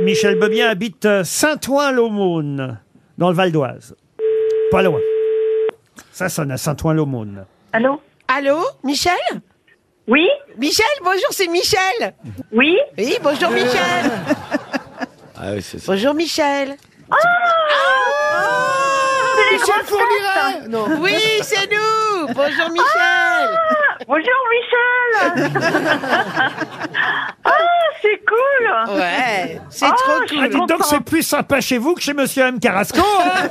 Speaker 2: Michel Beubien habite euh, Saint-Ouen-l'Aumône, dans le Val d'Oise. Pas loin. Ça sonne à Saint-Ouen-l'Aumône.
Speaker 7: Allô Allô Michel Oui Michel, bonjour, c'est Michel Oui Oui, bonjour Michel
Speaker 11: Euh.
Speaker 8: Ah oui, c'est ça.
Speaker 7: Bonjour Michel
Speaker 11: Ah
Speaker 3: Michel Fourniret Non.
Speaker 7: Oui, c'est nous Bonjour Michel
Speaker 11: Bonjour Michel Ah, c'est cool
Speaker 7: Ouais, c'est
Speaker 11: Ah,
Speaker 7: trop
Speaker 11: je
Speaker 7: cool.
Speaker 11: suis
Speaker 2: Ah, dites donc,
Speaker 11: contente.
Speaker 2: c'est plus sympa chez vous que chez Monsieur M. Carrasco. hein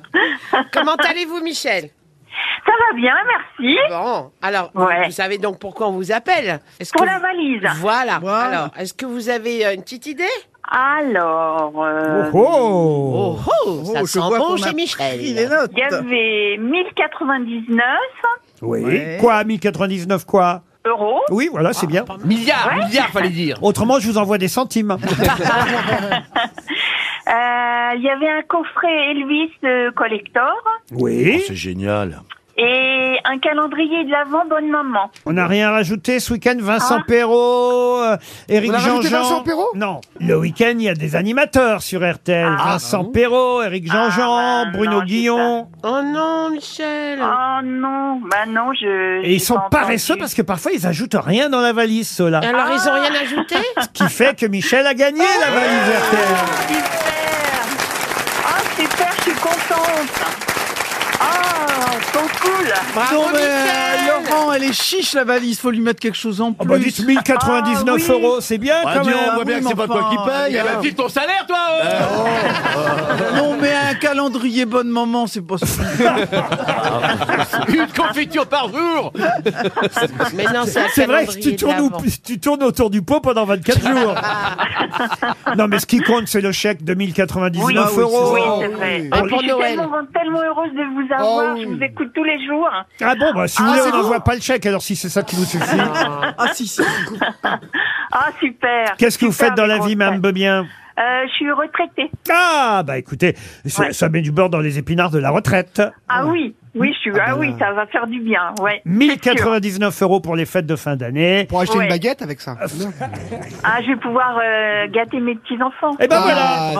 Speaker 7: Comment allez-vous Michel
Speaker 11: Ça va bien, merci.
Speaker 7: Bon, alors,
Speaker 11: Ouais.
Speaker 7: vous savez donc pourquoi on vous appelle Est-ce
Speaker 11: Pour
Speaker 7: que
Speaker 11: la
Speaker 7: vous-
Speaker 11: valise.
Speaker 7: Voilà. Alors, est-ce que vous avez euh, une petite idée
Speaker 11: Alors, euh,
Speaker 2: Oh,
Speaker 7: Oh, oh, ça sent bon chez Michel.
Speaker 11: il y avait 1099
Speaker 2: Oui. Quoi, 1099 quoi
Speaker 11: euros.
Speaker 2: Oui, voilà, c'est
Speaker 11: Ah.
Speaker 2: bien.
Speaker 6: Milliards,
Speaker 11: Ouais.
Speaker 6: milliards, fallait dire.
Speaker 2: Autrement, je vous envoie des centimes.
Speaker 11: Euh, il y avait un coffret Elvis euh, collector.
Speaker 2: Oui.
Speaker 8: c'est Oh, génial.
Speaker 11: et un calendrier de l'avant bonne maman.
Speaker 2: On n'a rien rajouté ce week-end. Vincent Perrault, euh, Éric
Speaker 11: Ah. On a rajouté
Speaker 2: Jean-Jean.
Speaker 11: Vincent Perrault
Speaker 2: Non. Le week-end, il y a des animateurs sur RTL.
Speaker 11: Ah.
Speaker 2: Vincent Perrault, Éric Jean-Jean,
Speaker 11: bah
Speaker 2: Bruno Guillon.
Speaker 11: Oh non, Michel. Oh non, bah non, je.
Speaker 2: Et ils sont paresseux parce que parfois ils ajoutent rien dans la valise, ceux-là.
Speaker 7: Alors, ils ont rien ajouté
Speaker 2: Ce qui fait que Michel a gagné la valise RTL.
Speaker 11: Ah super, je suis contente. Ah, trop cool.
Speaker 9: Non, mais, euh, Laurent, elle est chiche la valise, faut lui mettre quelque chose en plus.
Speaker 2: bah, dites 1099
Speaker 9: Ah, oui.
Speaker 2: euros, c'est bien
Speaker 9: Bah,
Speaker 2: quand
Speaker 9: dis,
Speaker 2: même.
Speaker 9: on voit bien que c'est pas toi qui paye,
Speaker 6: Eh ben,
Speaker 9: hein.
Speaker 6: file ton salaire, toi euh.
Speaker 9: Non, mais un calendrier bonne maman, c'est pas Ben, oh.
Speaker 6: Une confiture par jour
Speaker 7: Mais non, c'est un
Speaker 2: C'est vrai que
Speaker 7: calendrier
Speaker 2: tu
Speaker 7: de
Speaker 2: tournes, au-
Speaker 7: l'Avent.
Speaker 2: tu tournes autour du pot pendant 24 jours. non, mais ce qui compte, c'est le chèque de 1099
Speaker 11: Oui, oui,
Speaker 2: euros.
Speaker 11: oui, c'est
Speaker 2: Ah,
Speaker 11: vrai. Et puis, je suis tellement, tellement heureuse de
Speaker 2: Oh
Speaker 11: vous avoir, je vous écoute tous les jours.
Speaker 2: Ah bon, bah, si vous
Speaker 11: Ah,
Speaker 2: voulez,
Speaker 11: c'est
Speaker 2: on
Speaker 11: bon
Speaker 2: n'envoie pas le chèque, alors si c'est ça qui vous suffit.
Speaker 9: Ah si, si.
Speaker 11: Ah super.
Speaker 2: Qu'est-ce que vous
Speaker 11: Super,
Speaker 2: faites dans
Speaker 11: mes
Speaker 2: la
Speaker 11: grosses
Speaker 2: vie, Mme Bebien
Speaker 11: têtes. Euh, Je suis retraitée.
Speaker 2: Ah, bah écoutez, ça- ça met du beurre dans les épinards de la retraite.
Speaker 11: Ah oui, oui, je suis. Ah,
Speaker 2: ben.
Speaker 11: oui, ça va faire du bien. Ouais.
Speaker 2: 1099 euros pour les fêtes de fin d'année. Pour
Speaker 11: acheter une Ouais. baguette
Speaker 2: avec ça.
Speaker 11: Ah, je vais pouvoir euh, gâter mes petits enfants.
Speaker 2: Et ben voilà.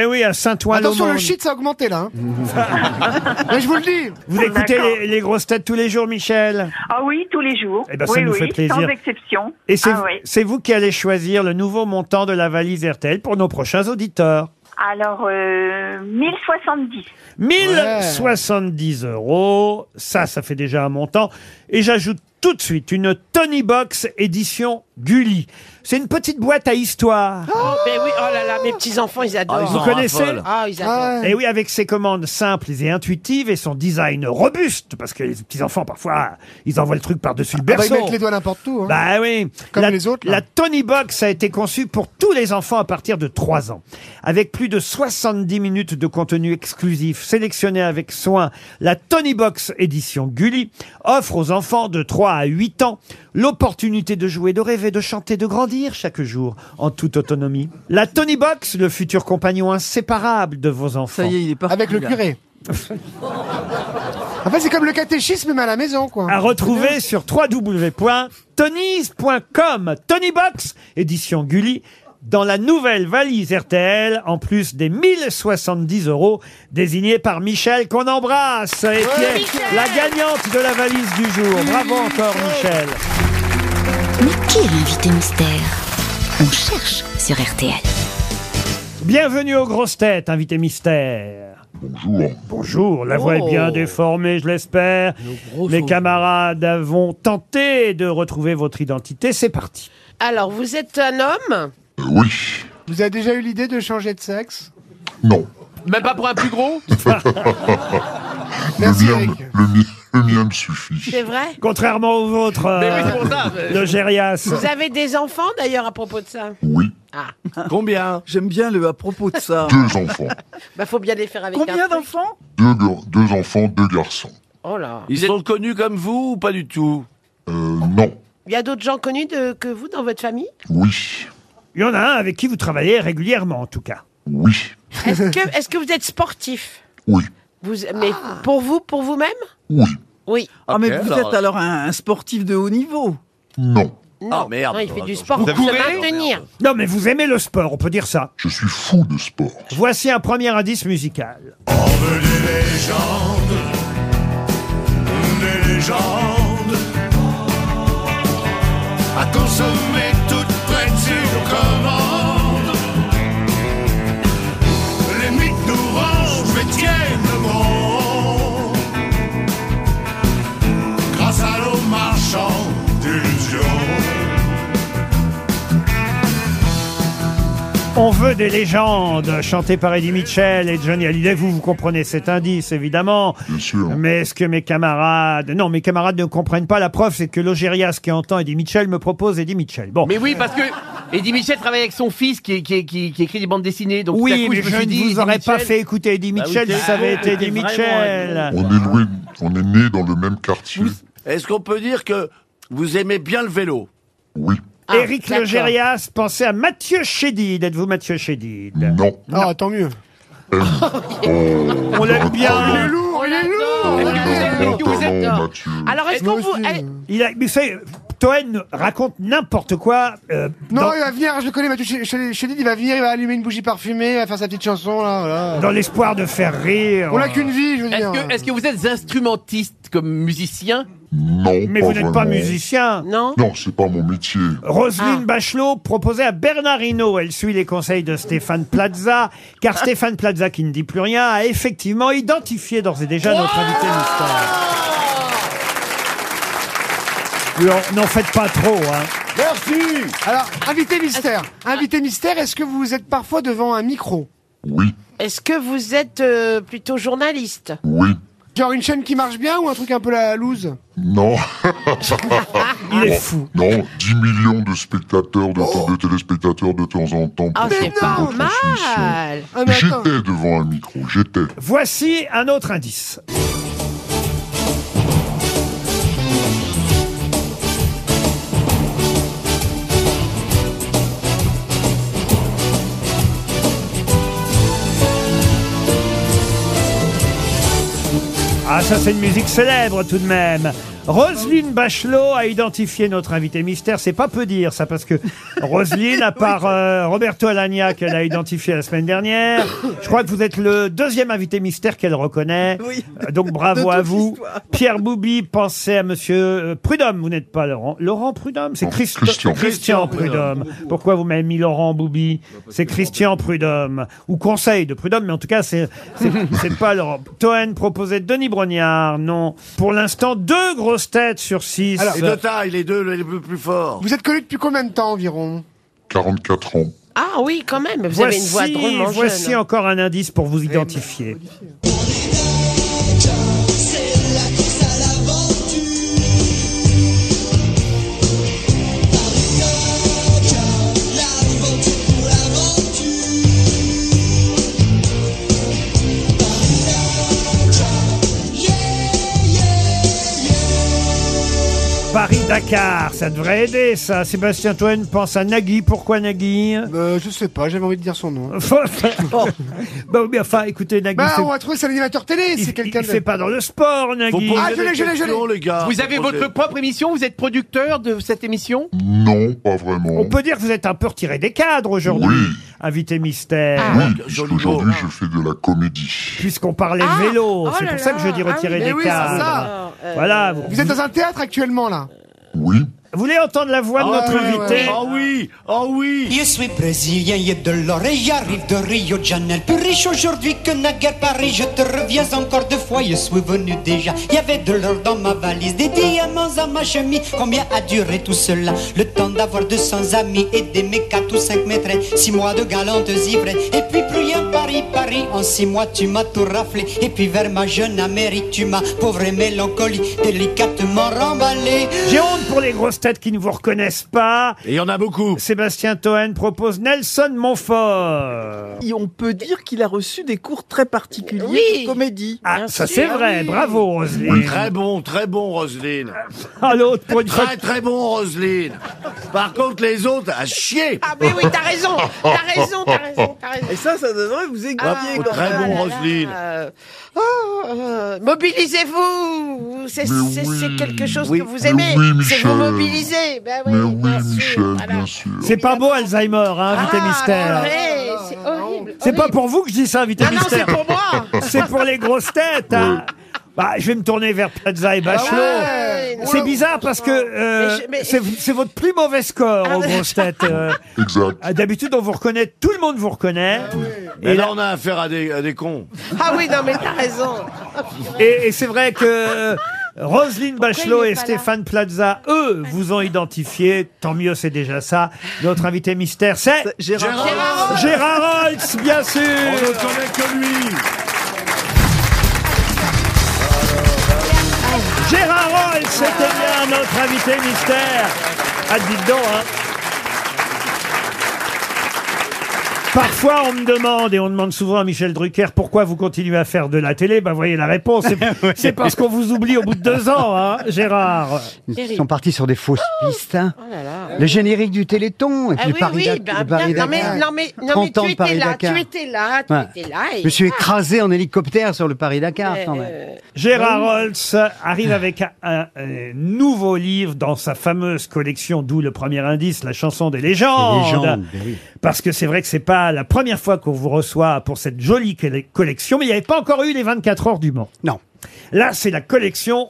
Speaker 2: Eh oui, à Saint-Ouen.
Speaker 3: Attention, le shit, ça a augmenté là. hein.
Speaker 2: je vous le dis. Vous écoutez
Speaker 11: D'accord.
Speaker 2: les, les grosses têtes tous les jours, Michel.
Speaker 11: Ah oui, tous les jours.
Speaker 2: Eh ben, ça
Speaker 11: oui,
Speaker 2: nous
Speaker 11: oui,
Speaker 2: fait plaisir.
Speaker 11: Sans exception.
Speaker 2: Et c'est
Speaker 11: ah, ouais.
Speaker 2: c'est vous qui allez choisir le nouveau montant de la valise RTL pour nos prochains auditeurs.
Speaker 11: Alors, euh, 1070.
Speaker 2: 1070 euros, ça, ça fait déjà un montant. Et j'ajoute tout de suite une Tony Box édition Gulli. C'est une petite boîte à histoire.
Speaker 7: Oh, mais oui, oh là là, mes petits-enfants, ils adorent.
Speaker 2: Ah, ils en Vous connaissez raffolent.
Speaker 7: Ah, ils adorent.
Speaker 6: Eh
Speaker 2: Et oui, avec ses commandes simples et intuitives et son design robuste, parce que les petits-enfants, parfois, ils envoient le truc par-dessus le
Speaker 3: Ah bah,
Speaker 2: berceau.
Speaker 3: ils mettent les doigts n'importe où. hein.
Speaker 2: Bah oui.
Speaker 3: Comme
Speaker 2: la,
Speaker 3: les autres, là.
Speaker 2: La Tony Box a été conçue pour tous les enfants à partir de 3 ans. Avec plus de 70 minutes de contenu exclusif sélectionné avec soin, la Tony Box édition Gulli offre aux enfants de 3 à 8 ans l'opportunité de jouer, de rêver, de chanter, de grandir chaque jour en toute autonomie. La Tony Box, le futur compagnon inséparable de vos enfants.
Speaker 9: Ça y est, il est parti,
Speaker 3: Avec le
Speaker 2: là.
Speaker 3: curé. en fait, c'est comme le catéchisme, mais à la maison, quoi.
Speaker 2: à retrouver sur www.tonys.com. Tony Box, édition Gulli, dans la nouvelle valise RTL, en plus des 1070 euros désignés par Michel qu'on embrasse et qui est la gagnante de la valise du jour. Bravo encore Michel.
Speaker 17: Mais qui est l'invité mystère On cherche sur RTL.
Speaker 2: Bienvenue aux grosses têtes, invité mystère. Bonjour. Bonjour, la voix
Speaker 17: Oh.
Speaker 2: est bien déformée, je l'espère. Mes camarades avons tenté de retrouver votre identité, c'est parti.
Speaker 7: Alors, vous êtes un homme
Speaker 3: Vous avez déjà eu l'idée de changer de sexe
Speaker 6: Même pas pour un plus gros
Speaker 3: Merci,
Speaker 21: le, mien, me- le, mi- le mien me suffit.
Speaker 7: C'est vrai
Speaker 2: Contrairement au vôtre, euh,
Speaker 7: Mais oui, c'est pour ça, mais-
Speaker 2: de Gérias.
Speaker 7: Vous avez des enfants, d'ailleurs, à propos de ça
Speaker 9: Combien J'aime bien le à propos de ça.
Speaker 21: Deux enfants.
Speaker 7: Bah, faut bien les faire avec
Speaker 9: Combien
Speaker 7: un truc.
Speaker 9: d'enfants
Speaker 21: Deux, gar- deux enfants, deux
Speaker 6: Bah
Speaker 21: garçons.
Speaker 7: Oh là.
Speaker 8: Ils sont connus comme vous ou pas du tout
Speaker 21: Euh, non.
Speaker 7: Il y a d'autres gens connus de- que vous dans votre famille
Speaker 21: Oui.
Speaker 2: Il y en a un avec qui vous travaillez régulièrement, en tout cas.
Speaker 21: Oui.
Speaker 7: Est-ce que, est que vous êtes sportif
Speaker 21: Oui.
Speaker 7: Vous, mais pour vous, pour vous-même
Speaker 21: Oui.
Speaker 7: Oui.
Speaker 9: Ah, mais vous
Speaker 7: alors-
Speaker 9: êtes alors un, un sportif de haut niveau.
Speaker 21: Non.
Speaker 7: Non.
Speaker 9: Ah, merde.
Speaker 7: Non, il fait du
Speaker 9: Attends,
Speaker 7: sport
Speaker 9: je
Speaker 7: pour
Speaker 9: vous
Speaker 7: se
Speaker 9: courez
Speaker 7: maintenir.
Speaker 2: Non, mais vous aimez le sport, on peut dire ça.
Speaker 21: Je suis fou de sport.
Speaker 2: Voici un premier indice musical.
Speaker 14: des légendes à consommer toutes prêtes sur commande. Les mythes nous rangent, mais tiennent bon. Grâce à nos marchands d'illusions.
Speaker 2: On veut des légendes, chantées par Eddie Mitchell et Johnny Hallyday. Vous, vous comprenez cet indice, évidemment. Mais est-ce que mes camarades... Non, mes camarades ne comprennent pas. La preuve, c'est que l'Ogérias qui entend Eddie Mitchell me propose Eddie Mitchell. Bon.
Speaker 6: Mais oui, parce que Eddie Michel travaille avec son fils qui, qui, qui, qui écrit des bandes dessinées. Donc tout à
Speaker 2: oui,
Speaker 6: coup,
Speaker 2: mais
Speaker 6: je,
Speaker 2: je,
Speaker 6: me suis dit,
Speaker 2: ne
Speaker 6: Eddie
Speaker 2: vous aurais pas
Speaker 6: Mitchell-
Speaker 2: fait écouter Eddie
Speaker 6: Bah oui,
Speaker 2: Mitchell
Speaker 6: t'es
Speaker 2: si ça avait
Speaker 6: con,
Speaker 2: été Eddie
Speaker 6: t'es vraiment
Speaker 2: Mitchell.
Speaker 21: On est loué, on est né dans le même quartier.
Speaker 8: Est-ce qu'on peut dire que vous aimez bien le vélo
Speaker 7: Ah,
Speaker 2: Éric
Speaker 8: d'accord.
Speaker 2: Logérias, pensez à Mathieu Chédid. Êtes-vous Mathieu Chédid
Speaker 21: Non.
Speaker 2: Ah, tant mieux.
Speaker 21: Oh,
Speaker 2: On l'aime bien.
Speaker 21: incroyable.
Speaker 2: On
Speaker 3: il est lourd
Speaker 7: Alors, est-ce qu'on vous. eh,
Speaker 2: Il a, mais c'est- Toen raconte n'importe quoi. euh,
Speaker 3: Non,
Speaker 2: dans-
Speaker 3: il va venir, je le connais, Mathieu Ch- Ch- Chédid, il va venir, il va allumer une bougie parfumée, il va faire sa petite chanson, là, voilà.
Speaker 2: Dans l'espoir de faire rire.
Speaker 3: On a qu'une vie, je veux
Speaker 6: Est-ce
Speaker 3: dire.
Speaker 6: que, est-ce que vous êtes instrumentiste comme musicien
Speaker 21: Non,
Speaker 2: Mais vous n'êtes pas
Speaker 21: vraiment.
Speaker 2: musicien.
Speaker 7: Non.
Speaker 21: Non, c'est pas mon métier.
Speaker 2: Roselyne Bachelot proposait à Bernard Hinault, elle suit les conseils de Stéphane Plaza, car Stéphane Plaza, qui ne dit plus rien, a effectivement identifié d'ores et déjà notre invité mystère. Oui, on- N'en faites pas trop, hein.
Speaker 3: Merci Alors, invité mystère. Invité mystère, est-ce que vous êtes parfois devant un micro
Speaker 7: Est-ce que vous êtes euh, plutôt journaliste
Speaker 3: Genre une chaîne qui marche bien ou un truc un peu la loose
Speaker 21: Non.
Speaker 2: Il est
Speaker 21: Bon,
Speaker 2: fou.
Speaker 21: Non, 10 millions de spectateurs, de, de téléspectateurs de temps en temps
Speaker 2: Ah,
Speaker 21: pour certaines retransmissions.
Speaker 3: Ah, mais attends.
Speaker 21: J'étais devant un micro, j'étais.
Speaker 2: Voici un autre indice. Ah, ça, c'est une musique célèbre tout de même. Roselyne Bachelot a identifié notre invité mystère. C'est pas peu dire, ça, parce que Roselyne, à part euh, Roberto Alagna qu'elle a identifié la semaine dernière, je crois que vous êtes le deuxième invité mystère qu'elle reconnaît. Euh, Donc bravo
Speaker 9: De
Speaker 2: à
Speaker 9: toute
Speaker 2: vous. Pierre Boubi, pensez à monsieur euh, Prudhomme. Vous n'êtes pas Laurent. Laurent Prudhomme, c'est Christo-
Speaker 21: Christian.
Speaker 2: Christian Prudhomme. Pourquoi vous m'avez mis Laurent Boubi C'est Christian Prudhomme. Ou conseil de Prudhomme, mais en tout cas, c'est c'est- c'est pas Laurent. Toen proposait Denis Brognard. Non. Pour l'instant, deux grosses têtes sur six.
Speaker 8: Et de taille, les deux les plus forts.
Speaker 3: Vous êtes connu depuis combien de temps environ
Speaker 21: 44 ans.
Speaker 7: Ah oui, quand même, vous avez une voix
Speaker 2: Voici,
Speaker 7: drôlement jeune.
Speaker 2: voici encore un indice pour vous identifier. Paris-Dakar, ça devrait aider ça. Sébastien Toen pense à Nagui. Pourquoi Nagui
Speaker 3: Bah, Je sais pas, j'avais envie de dire son nom.
Speaker 2: Bah oui, enfin, écoutez, Nagui.
Speaker 3: Bah,
Speaker 2: c'est-
Speaker 3: on va trouver, c'est l'animateur télé, c'est quelqu'un
Speaker 2: il fait pas dans le sport, Nagui.
Speaker 3: Ah, je l'ai, je l'ai, je l'ai.
Speaker 6: Vous avez votre propre émission Vous êtes producteur de cette émission
Speaker 21: Non, pas vraiment.
Speaker 2: On peut dire que vous êtes un peu retiré des cadres aujourd'hui, invité mystère.
Speaker 21: Oui, puisqu'aujourd'hui je fais de la comédie.
Speaker 2: Puisqu'on parlait
Speaker 3: Ah.
Speaker 2: vélo,
Speaker 3: Oh
Speaker 2: c'est
Speaker 3: là
Speaker 2: pour ça que je dis
Speaker 3: là. Ah
Speaker 2: retirer
Speaker 3: oui.
Speaker 2: des
Speaker 3: Eh oui, c'est
Speaker 2: cadres.
Speaker 3: ça.
Speaker 2: Voilà. Vous,
Speaker 3: Vous êtes dans un théâtre actuellement, là
Speaker 2: vous voulez entendre la
Speaker 8: Ah
Speaker 2: voix de notre invité
Speaker 8: oui, oh oui.
Speaker 10: Je suis brésilien, il de l'oreille, j'arrive de Rio de Janeiro. Plus riche aujourd'hui que naguère Paris, je te reviens encore deux fois, je suis venu déjà. Il y avait de l'or dans ma valise, des diamants à ma chemise. Combien a duré tout cela Le temps d'avoir 200 amis et d'aimer 4 ou 5 maîtresses. 6 mois de galantes ivresses. Et puis plus rien, Paris, Paris. En 6 mois, tu m'as tout raflé. Et puis vers ma jeune Amérique, tu m'as, pauvre et mélancolie, délicatement remballé.
Speaker 2: J'ai honte pour les grosses têtes qui ne vous reconnaissent pas.
Speaker 8: Et il y en a beaucoup.
Speaker 2: Sébastien Toen propose Nelson Montfort.
Speaker 9: Et on peut dire qu'il a reçu des cours très particuliers de comédie.
Speaker 2: Ah, ça c'est vrai. Bravo, Roselyne.
Speaker 8: Très bon, très bon, Roselyne.
Speaker 2: Ah, l'autre, pour une fois.
Speaker 8: Très, très bon, Roselyne. Par contre, les autres, à chier.
Speaker 7: Ah, mais oui, t'as raison, t'as raison, t'as raison, t'as raison.
Speaker 9: Et ça, ça devrait vous
Speaker 7: Ah,
Speaker 9: aiguiller.
Speaker 8: oh,
Speaker 9: quand
Speaker 8: très
Speaker 9: même.
Speaker 8: bon, Roselyne.
Speaker 7: Euh, oh, euh, mobilisez-vous C'est
Speaker 21: Mais
Speaker 7: c'est-
Speaker 21: oui.
Speaker 7: c'est quelque chose
Speaker 21: Oui.
Speaker 7: que vous
Speaker 21: Mais
Speaker 7: aimez,
Speaker 21: oui,
Speaker 7: c'est vous
Speaker 21: Michel.
Speaker 7: mobiliser. Ben oui,
Speaker 21: Mais oui,
Speaker 7: bien sûr,
Speaker 21: Michel,
Speaker 7: voilà.
Speaker 21: bien sûr.
Speaker 2: C'est pas beau, Alzheimer, hein, invité
Speaker 7: Ah,
Speaker 2: mystère.
Speaker 7: purée, c'est horrible.
Speaker 2: Ah, C'est Oh. pas pour vous que je dis ça, invité
Speaker 7: Ah non,
Speaker 2: mystère.
Speaker 7: c'est pour moi.
Speaker 2: C'est pour les grosses têtes. hein. Bah, je vais me tourner vers Plaza et Bachelot.
Speaker 7: Ah ouais.
Speaker 2: c'est bizarre parce que euh,
Speaker 7: Mais Ah je- mais-
Speaker 2: c'est c'est votre plus mauvais score aux grosses têtes. euh. Ah, D'habitude, on vous reconnaît, tout le monde vous reconnaît.
Speaker 8: Et là, on a affaire à des, à des cons.
Speaker 7: Ah oui, non, mais t'as raison.
Speaker 2: Et, et c'est vrai que euh, Roselyne Bachelot
Speaker 7: il est
Speaker 2: et
Speaker 7: pas là
Speaker 2: Stéphane Plaza, eux, vous ont identifié. Tant mieux, c'est déjà ça. Notre invité mystère, c'est
Speaker 9: Gérard
Speaker 2: Gérard Gérard Holtz, bien sûr.
Speaker 8: On ne connaît que lui.
Speaker 2: Gérard Holtz, c'était bien notre invité mystère. Ah, dites donc, hein. Parfois, on me demande, et on demande souvent à Michel Drucker, pourquoi vous continuez à faire de la télé Ben, voyez la réponse. c'est- C'est parce qu'on vous oublie au bout de deux ans, hein, Gérard.
Speaker 22: Ils sont partis sur des fausses pistes. hein.
Speaker 7: Oh là là.
Speaker 22: Le générique du Téléthon et
Speaker 7: Ah
Speaker 22: puis
Speaker 7: oui,
Speaker 22: Paris
Speaker 7: oui,
Speaker 22: Dac-
Speaker 7: bah,
Speaker 22: le Paris
Speaker 7: bien, non, mais-
Speaker 22: Dakar.
Speaker 7: non, mais- non, mais
Speaker 22: 30 ans
Speaker 7: tu
Speaker 22: de
Speaker 7: étais là,
Speaker 22: Paris-Dakar.
Speaker 7: tu étais là, tu étais là, et
Speaker 22: Je me suis
Speaker 7: voilà. euh,
Speaker 22: écrasé en hélicoptère sur le Paris-Dakar quand même.
Speaker 2: Gérard Holtz arrive avec un, un- un nouveau livre dans sa fameuse collection, d'où le premier indice, la chanson des légendes.
Speaker 22: Des légendes, ben oui.
Speaker 2: Parce que c'est vrai que c'est pas la première fois qu'on vous reçoit pour cette jolie colle- collection, mais il n'y avait pas encore eu les 24 heures du Mans. Non. Là, c'est la collection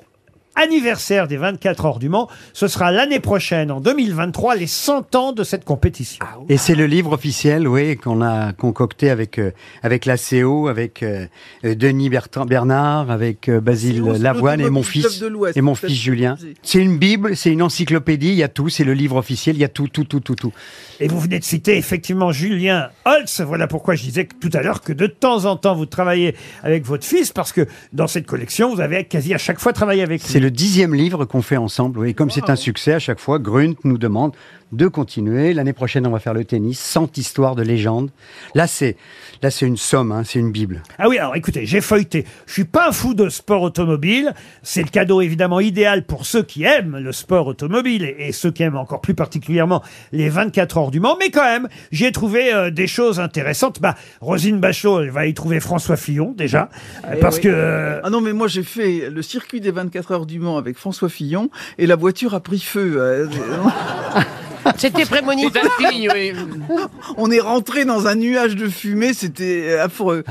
Speaker 2: anniversaire des 24 heures du Mans. Ce sera l'année prochaine, en 2023, les 100 ans de cette compétition.
Speaker 22: Ah Et c'est le livre officiel, oui, qu'on a concocté avec euh, avec la CO, avec euh, euh, Denis Bertrand Bernard, avec euh, Basile
Speaker 9: CO, c'est
Speaker 22: Lavoine et mon
Speaker 9: l'Automobile
Speaker 22: fils
Speaker 9: Club de l'Ouest,
Speaker 22: et mon
Speaker 9: peut-être
Speaker 22: fils
Speaker 9: que
Speaker 22: Julien.
Speaker 9: vous
Speaker 22: C'est une bible, c'est une encyclopédie, il y a tout, c'est le livre officiel, il y a tout, tout, tout, tout, tout.
Speaker 2: Et vous venez de citer effectivement Julien Holtz. Voilà pourquoi je disais que- tout à l'heure que de temps en temps vous travaillez avec votre fils parce que dans cette collection vous avez quasi à chaque fois travaillé avec lui.
Speaker 22: C'est le dixième livre qu'on fait ensemble, oui. Et Comme c'est un succès à chaque fois, Grunt nous demande de continuer. L'année prochaine, on va faire le tennis, 100 histoires de légendes. Là, c'est là, c'est une somme, hein, c'est une bible.
Speaker 2: Ah oui, alors écoutez, j'ai feuilleté. Je suis pas un fou de sport automobile. C'est le cadeau évidemment idéal pour ceux qui aiment le sport automobile et, et ceux qui aiment encore plus particulièrement les 24 heures du Mans. Mais quand même, j'y ai trouvé euh, des choses intéressantes. Bah, Rosine Bachelot, elle va y trouver François Fillon déjà, euh, parce que euh,
Speaker 9: Ah non, mais moi j'ai fait le circuit des 24 heures du Mans avec François Fillon et la voiture a pris feu. euh,
Speaker 7: C'était prémonitoire.
Speaker 9: On est rentré dans un nuage de fumée, c'était euh, affreux.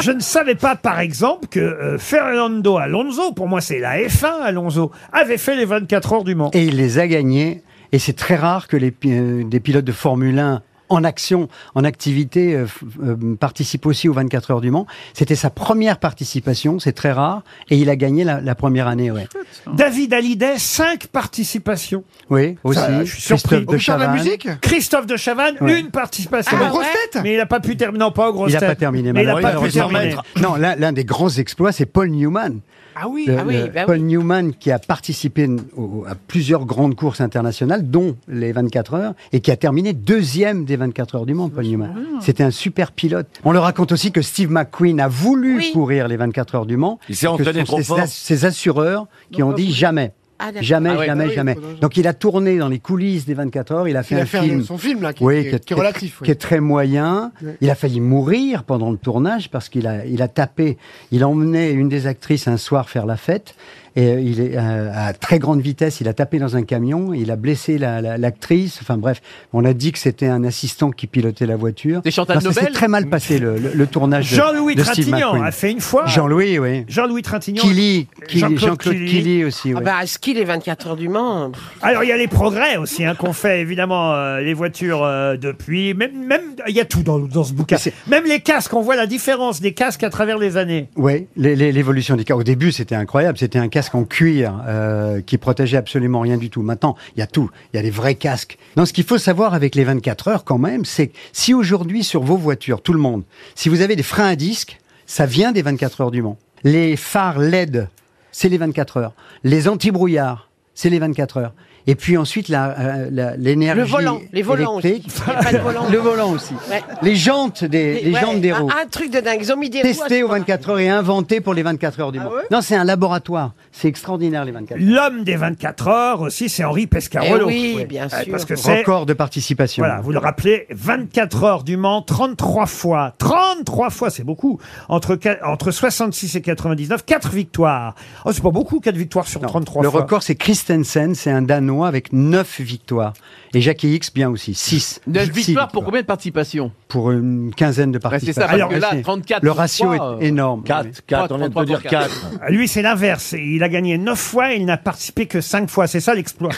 Speaker 2: Je ne savais pas, par exemple, que euh, Fernando Alonso, pour moi c'est la F1 Alonso, avait fait les 24 heures du Mans.
Speaker 22: Et il les a gagnés. Et c'est très rare que les, pi- euh, des pilotes de Formule 1 en action, en activité, euh, f- euh, participent aussi aux 24 heures du Mans. C'était sa première participation, c'est très rare. Et il a gagné la, la première année, ouais.
Speaker 2: David Hallyday, 5 participations.
Speaker 22: Oui, aussi.
Speaker 2: Ça, je suis surpris.
Speaker 22: Christophe de Chavannes.
Speaker 2: Christophe de Chavannes,
Speaker 22: Ouais.
Speaker 2: une participation.
Speaker 22: Ah, aux grosses
Speaker 2: Mais il n'a pas pu terminer. Non, pas aux grosses
Speaker 22: Il n'a pas
Speaker 2: têtes.
Speaker 22: terminé.
Speaker 2: Mais il n'a
Speaker 22: malheureusement.
Speaker 2: pas pu terminer.
Speaker 22: Non, l'un l'un des grands exploits, c'est Paul Newman.
Speaker 2: Ah oui,
Speaker 22: Le-
Speaker 2: ah oui,
Speaker 22: le
Speaker 2: bah oui.
Speaker 22: Paul Newman qui a participé n- au- à plusieurs grandes courses internationales, dont les 24 heures, et qui a terminé deuxième des 24 heures du monde, Paul Newman. C'était un super pilote. On le raconte aussi que Steve McQueen a voulu courir les 24 heures du Mans.
Speaker 8: Il s'est
Speaker 22: que
Speaker 8: entraîné
Speaker 22: sont
Speaker 8: trop
Speaker 22: ses
Speaker 8: fort.
Speaker 22: ass- Ses assureurs qui ont dit jamais.
Speaker 7: Ah, d'accord.
Speaker 22: Jamais,
Speaker 7: Ah ouais,
Speaker 22: jamais,
Speaker 7: bah oui,
Speaker 22: jamais. Donc il a tourné dans les coulisses des 24 heures, il a fait
Speaker 3: Il a
Speaker 22: un
Speaker 3: fait un-
Speaker 22: film.
Speaker 3: son film, là, qui-
Speaker 22: Oui,
Speaker 3: qui-
Speaker 22: est-
Speaker 3: qui est relatif, oui.
Speaker 22: Qui est très moyen.
Speaker 3: Ouais.
Speaker 22: Il a failli mourir pendant le tournage parce qu'il a, il a tapé. Il a emmené une des actrices un soir faire la fête. Et euh, il est euh, à très grande vitesse. Il a tapé dans un camion. Il a blessé la- la- l'actrice. enfin bref, on a dit que c'était un assistant qui pilotait la voiture.
Speaker 6: C'est Chantal
Speaker 22: Enfin, ça s'est
Speaker 6: Nobel
Speaker 22: très mal passé le, le- le tournage. de-
Speaker 2: Jean-Louis
Speaker 22: de Steve
Speaker 2: Trintignant
Speaker 22: McQueen.
Speaker 2: a fait une fois.
Speaker 22: Jean-Louis, oui.
Speaker 2: Jean-Louis Trintignant.
Speaker 22: Killy, Killy,
Speaker 2: Jean-Claude
Speaker 22: Jean-Claude
Speaker 2: Killy.
Speaker 22: Killy aussi.
Speaker 7: Ah
Speaker 22: oui.
Speaker 7: bah, ski les 24 heures du Mans. pff.
Speaker 2: Alors il y a les progrès aussi hein, qu'on fait évidemment euh, les voitures euh, depuis même même il y a tout dans, dans ce bouquin même les casques on voit la différence des casques à travers les années
Speaker 22: Oui, les- les- l'évolution des casques. Au début, c'était incroyable. C'était un casque en cuir euh, qui protégeait absolument rien du tout. Maintenant, il y a tout. Il y a des vrais casques. Non, ce qu'il faut savoir avec les 24 heures quand même, c'est que si aujourd'hui sur vos voitures, tout le monde, si vous avez des freins à disque, ça vient des 24 heures du Mans. Les phares LED, c'est les 24 heures. Les anti-brouillards, c'est les 24 heures. Et puis ensuite, la- euh, la- l'énergie
Speaker 7: Le volant, les volants aussi.
Speaker 22: électrique.
Speaker 7: Il y a pas de volant.
Speaker 22: Le volant aussi.
Speaker 7: Ouais.
Speaker 22: Les jantes des, les
Speaker 7: Ouais, Ah,
Speaker 22: jantes des
Speaker 7: un-
Speaker 22: roues
Speaker 7: Un, truc de dingue. Ils ont mis des roues à
Speaker 22: testé aux 24 heures et inventé pour les 24 heures du
Speaker 6: Ah
Speaker 22: mois. non, c'est un laboratoire. C'est extraordinaire, les 24 heures.
Speaker 2: L'homme des 24 heures aussi, c'est Henri Pescarolo.
Speaker 22: Eh oui,
Speaker 2: Ouais.
Speaker 22: bien
Speaker 2: Ouais,
Speaker 22: sûr.
Speaker 2: Parce que c'est,
Speaker 22: Record de participation.
Speaker 2: voilà, vous le rappelez, 24 heures du Mans, 33 fois, 33 fois, c'est beaucoup, entre, qua- entre 66 et 99, 4 victoires. Oh, c'est pas beaucoup, 4 victoires sur 33
Speaker 22: Le
Speaker 2: fois.
Speaker 22: record, c'est Christensen, c'est un Danois avec 9 victoires. Et Jackie X, bien aussi, 6.
Speaker 6: 9 victoires pour combien de participations
Speaker 22: Pour une quinzaine de
Speaker 6: Ouais, Bah, c'est
Speaker 22: participations.
Speaker 6: ça, parce que là, 34
Speaker 22: le
Speaker 6: pour
Speaker 22: ratio
Speaker 6: trois,
Speaker 22: est
Speaker 6: euh,
Speaker 22: énorme. Ah,
Speaker 6: quatre,
Speaker 22: Oui.
Speaker 6: quatre, on vient de te dire quatre.
Speaker 2: Lui, c'est l'inverse. Il a gagné 9 fois et il n'a participé que 5 fois. C'est ça l'exploit.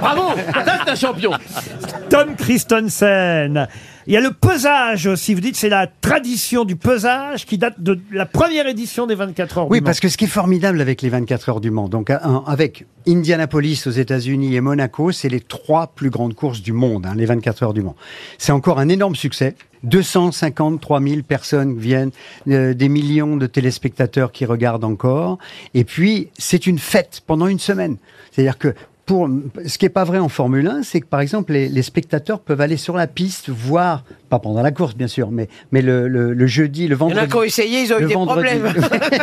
Speaker 6: Bravo Ça, c'est un champion
Speaker 2: Tom Christensen. Il y a le pesage aussi. Vous dites c'est la tradition du pesage qui date de la première édition des 24 heures.
Speaker 22: Oui,
Speaker 2: du
Speaker 22: parce que ce qui est formidable avec les 24 heures du Mans, donc à- en- avec Indianapolis aux États-Unis et Monaco, c'est les trois plus grandes courses du monde, hein, les 24 heures du Mans. C'est encore un énorme succès. 253 000 personnes viennent, euh, des millions de téléspectateurs qui regardent encore. Et puis, c'est une fête pendant une semaine. C'est-à-dire que pour, ce qui n'est pas vrai en Formule 1, c'est que par exemple, les, les spectateurs peuvent aller sur la piste, voir, pas pendant la course bien sûr, mais, mais le, le- le jeudi, le
Speaker 7: Il y en
Speaker 22: vendredi.
Speaker 7: a qui ont essayé, ils ont eu
Speaker 22: le
Speaker 7: des
Speaker 22: vendredi-
Speaker 7: problèmes.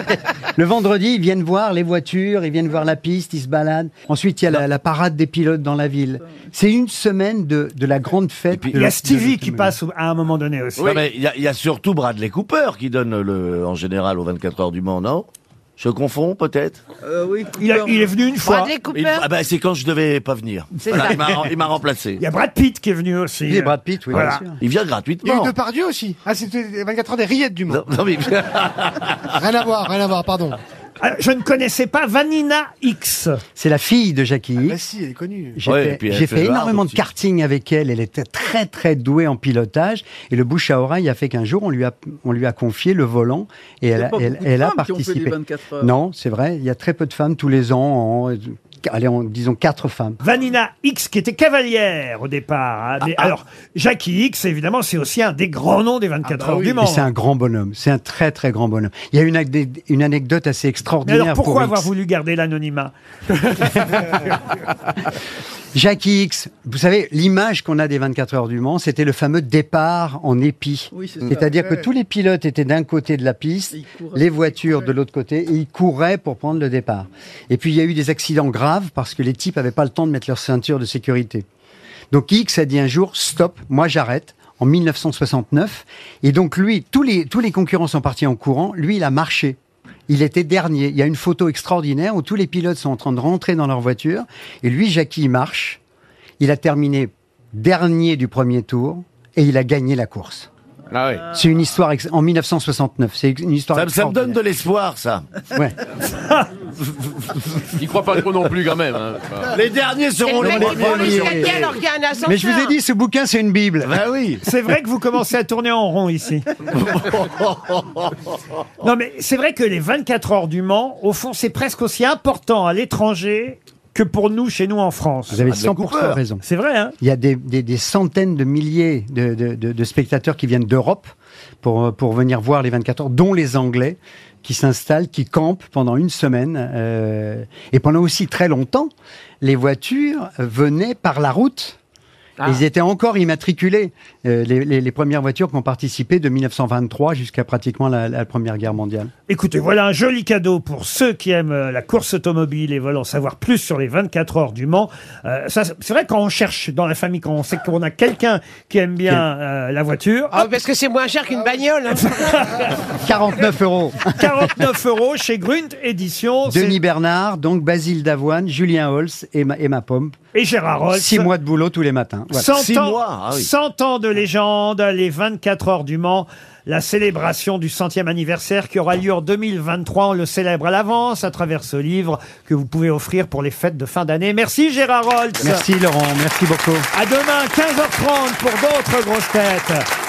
Speaker 22: Le vendredi, ils viennent voir les voitures, ils viennent voir la piste, ils se baladent. Ensuite, il y a la, la parade des pilotes dans la ville. C'est une semaine de, de la grande fête.
Speaker 2: Il y a Stevie qui passe au- à un moment donné aussi.
Speaker 8: Non, mais il y, a- il y a surtout Bradley Cooper qui donne le, en général aux 24 heures du Mans, non Je confonds peut-être
Speaker 9: Euh, oui,
Speaker 2: il, a- il est venu une fois.
Speaker 8: Il- ah bah, c'est quand je devais pas venir.
Speaker 2: C'est
Speaker 8: Voilà,
Speaker 2: ça.
Speaker 8: il m'a- il m'a remplacé.
Speaker 2: Il y a Brad Pitt qui est venu aussi.
Speaker 8: Il y a Brad Pitt, oui,
Speaker 2: Voilà.
Speaker 8: bien sûr. Il vient
Speaker 3: Il y a eu
Speaker 8: gratuitement.
Speaker 3: Depardieu aussi. Ah, c'était les 24 heures des rillettes du monde.
Speaker 8: Non, mais-
Speaker 3: rien à voir, rien à voir, pardon.
Speaker 2: Ah, Je ne connaissais pas Vanina X.
Speaker 22: C'est la fille de Jackie
Speaker 9: Ah, bah
Speaker 22: X.
Speaker 3: Si, elle est connue.
Speaker 22: J'ai fait- j'ai fait, énormément de karting avec elle. Elle était très très douée en pilotage et le bouche à oreille a fait qu'un jour on lui a on lui a confié le volant et elle, a-
Speaker 9: pas
Speaker 22: elle,
Speaker 9: beaucoup de
Speaker 22: elle a
Speaker 9: femmes qui ont fait les
Speaker 22: participé.
Speaker 9: 24 heures.
Speaker 22: Non, c'est vrai. Il y a très peu de femmes tous les ans. En, allez, en- disons quatre femmes.
Speaker 2: Vanina X, qui était cavalière au départ. hein.
Speaker 22: Ah,
Speaker 2: Mais alors, Jackie X, évidemment, c'est aussi un des grands noms des 24
Speaker 9: Ah bah
Speaker 2: heures du
Speaker 22: Ah bah Mais
Speaker 2: monde.
Speaker 22: c'est un grand bonhomme. C'est un très très grand bonhomme. Il y a une, acdé- une anecdote assez
Speaker 2: Mais
Speaker 22: extraordinaire
Speaker 2: alors, pourquoi
Speaker 22: pour
Speaker 2: avoir
Speaker 22: X.
Speaker 2: voulu garder l'anonymat
Speaker 22: Jackie X, vous savez, l'image qu'on a des 24 heures du Mans, c'était le fameux départ en épi.
Speaker 9: Oui, c'est ça.
Speaker 22: C'est-à-dire que
Speaker 9: Ouais.
Speaker 22: tous les pilotes étaient d'un côté de la piste, les voitures de l'autre côté, et ils couraient pour prendre le départ. Et puis il y a eu des accidents graves parce que les types n'avaient pas le temps de mettre leur ceinture de sécurité. Donc X a dit un jour, stop, moi j'arrête. En 1969. Et donc, lui, tous les, tous les concurrents sont partis en courant. Lui, il a marché. Il était dernier. Il y a une photo extraordinaire où tous les pilotes sont en train de rentrer dans leur voiture. Et lui, Jackie, il marche. Il a terminé dernier du premier tour et il a gagné la course.
Speaker 8: Ah ouais.
Speaker 22: C'est une histoire ex- en 1969. C'est une histoire.
Speaker 8: Ça, me- ça me donne de
Speaker 22: extraordinaire.
Speaker 8: l'espoir, ça.
Speaker 22: Ouais.
Speaker 6: Il croit pas trop non plus quand même. hein.
Speaker 8: Les derniers seront
Speaker 7: C'est
Speaker 8: les
Speaker 7: le mec qui prend les escaliers alors qu'il y a un ascenseur.
Speaker 22: Mais je vous ai dit, ce bouquin, c'est une Bible.
Speaker 8: Bah oui.
Speaker 2: C'est vrai que vous commencez à tourner en rond ici. Non, mais c'est vrai que les 24 heures du Mans, au fond, c'est presque aussi important à l'étranger que pour nous, chez nous en France.
Speaker 8: Ah,
Speaker 22: Vous avez 100% raison.
Speaker 2: C'est vrai, hein
Speaker 22: Il y a des, des- des centaines de milliers de, de- de- de spectateurs qui viennent d'Europe pour, pour venir voir les 24 heures, dont les Anglais qui s'installent, qui campent pendant une semaine. euh, et pendant aussi très longtemps, les voitures venaient par la route.
Speaker 8: Ah.
Speaker 22: Ils étaient encore immatriculés, euh, les, les- les premières voitures qui ont participé de 1923 jusqu'à pratiquement la- la Première Guerre mondiale.
Speaker 2: Écoutez, voilà un joli cadeau pour ceux qui aiment euh, la course automobile et veulent en savoir plus sur les 24 heures du Mans. Euh, ça, c'est c'est vrai quand on cherche dans la famille, quand on sait qu'on a quelqu'un qui aime bien euh, la voiture.
Speaker 7: Ah, parce que c'est moins cher qu'une bagnole. hein.
Speaker 22: 49 euros.
Speaker 2: 49 euros chez Grunt Édition. c'est-
Speaker 22: Denis Bernard, donc Basile Davoine, Julien Holz et ma, et ma pompe.
Speaker 2: Et Gérard Holz.
Speaker 22: Six mois de boulot tous les matins. Voilà.
Speaker 2: 100 ans,
Speaker 22: ah
Speaker 2: 100 ans de légende, les 24 heures du Mans, la célébration du centième anniversaire qui aura lieu en 2023. On le célèbre à l'avance à travers ce livre que vous pouvez offrir pour les fêtes de fin d'année. Merci Gérard Holtz.
Speaker 22: Merci Laurent, merci beaucoup.
Speaker 2: À demain, 15h30 pour d'autres grosses têtes.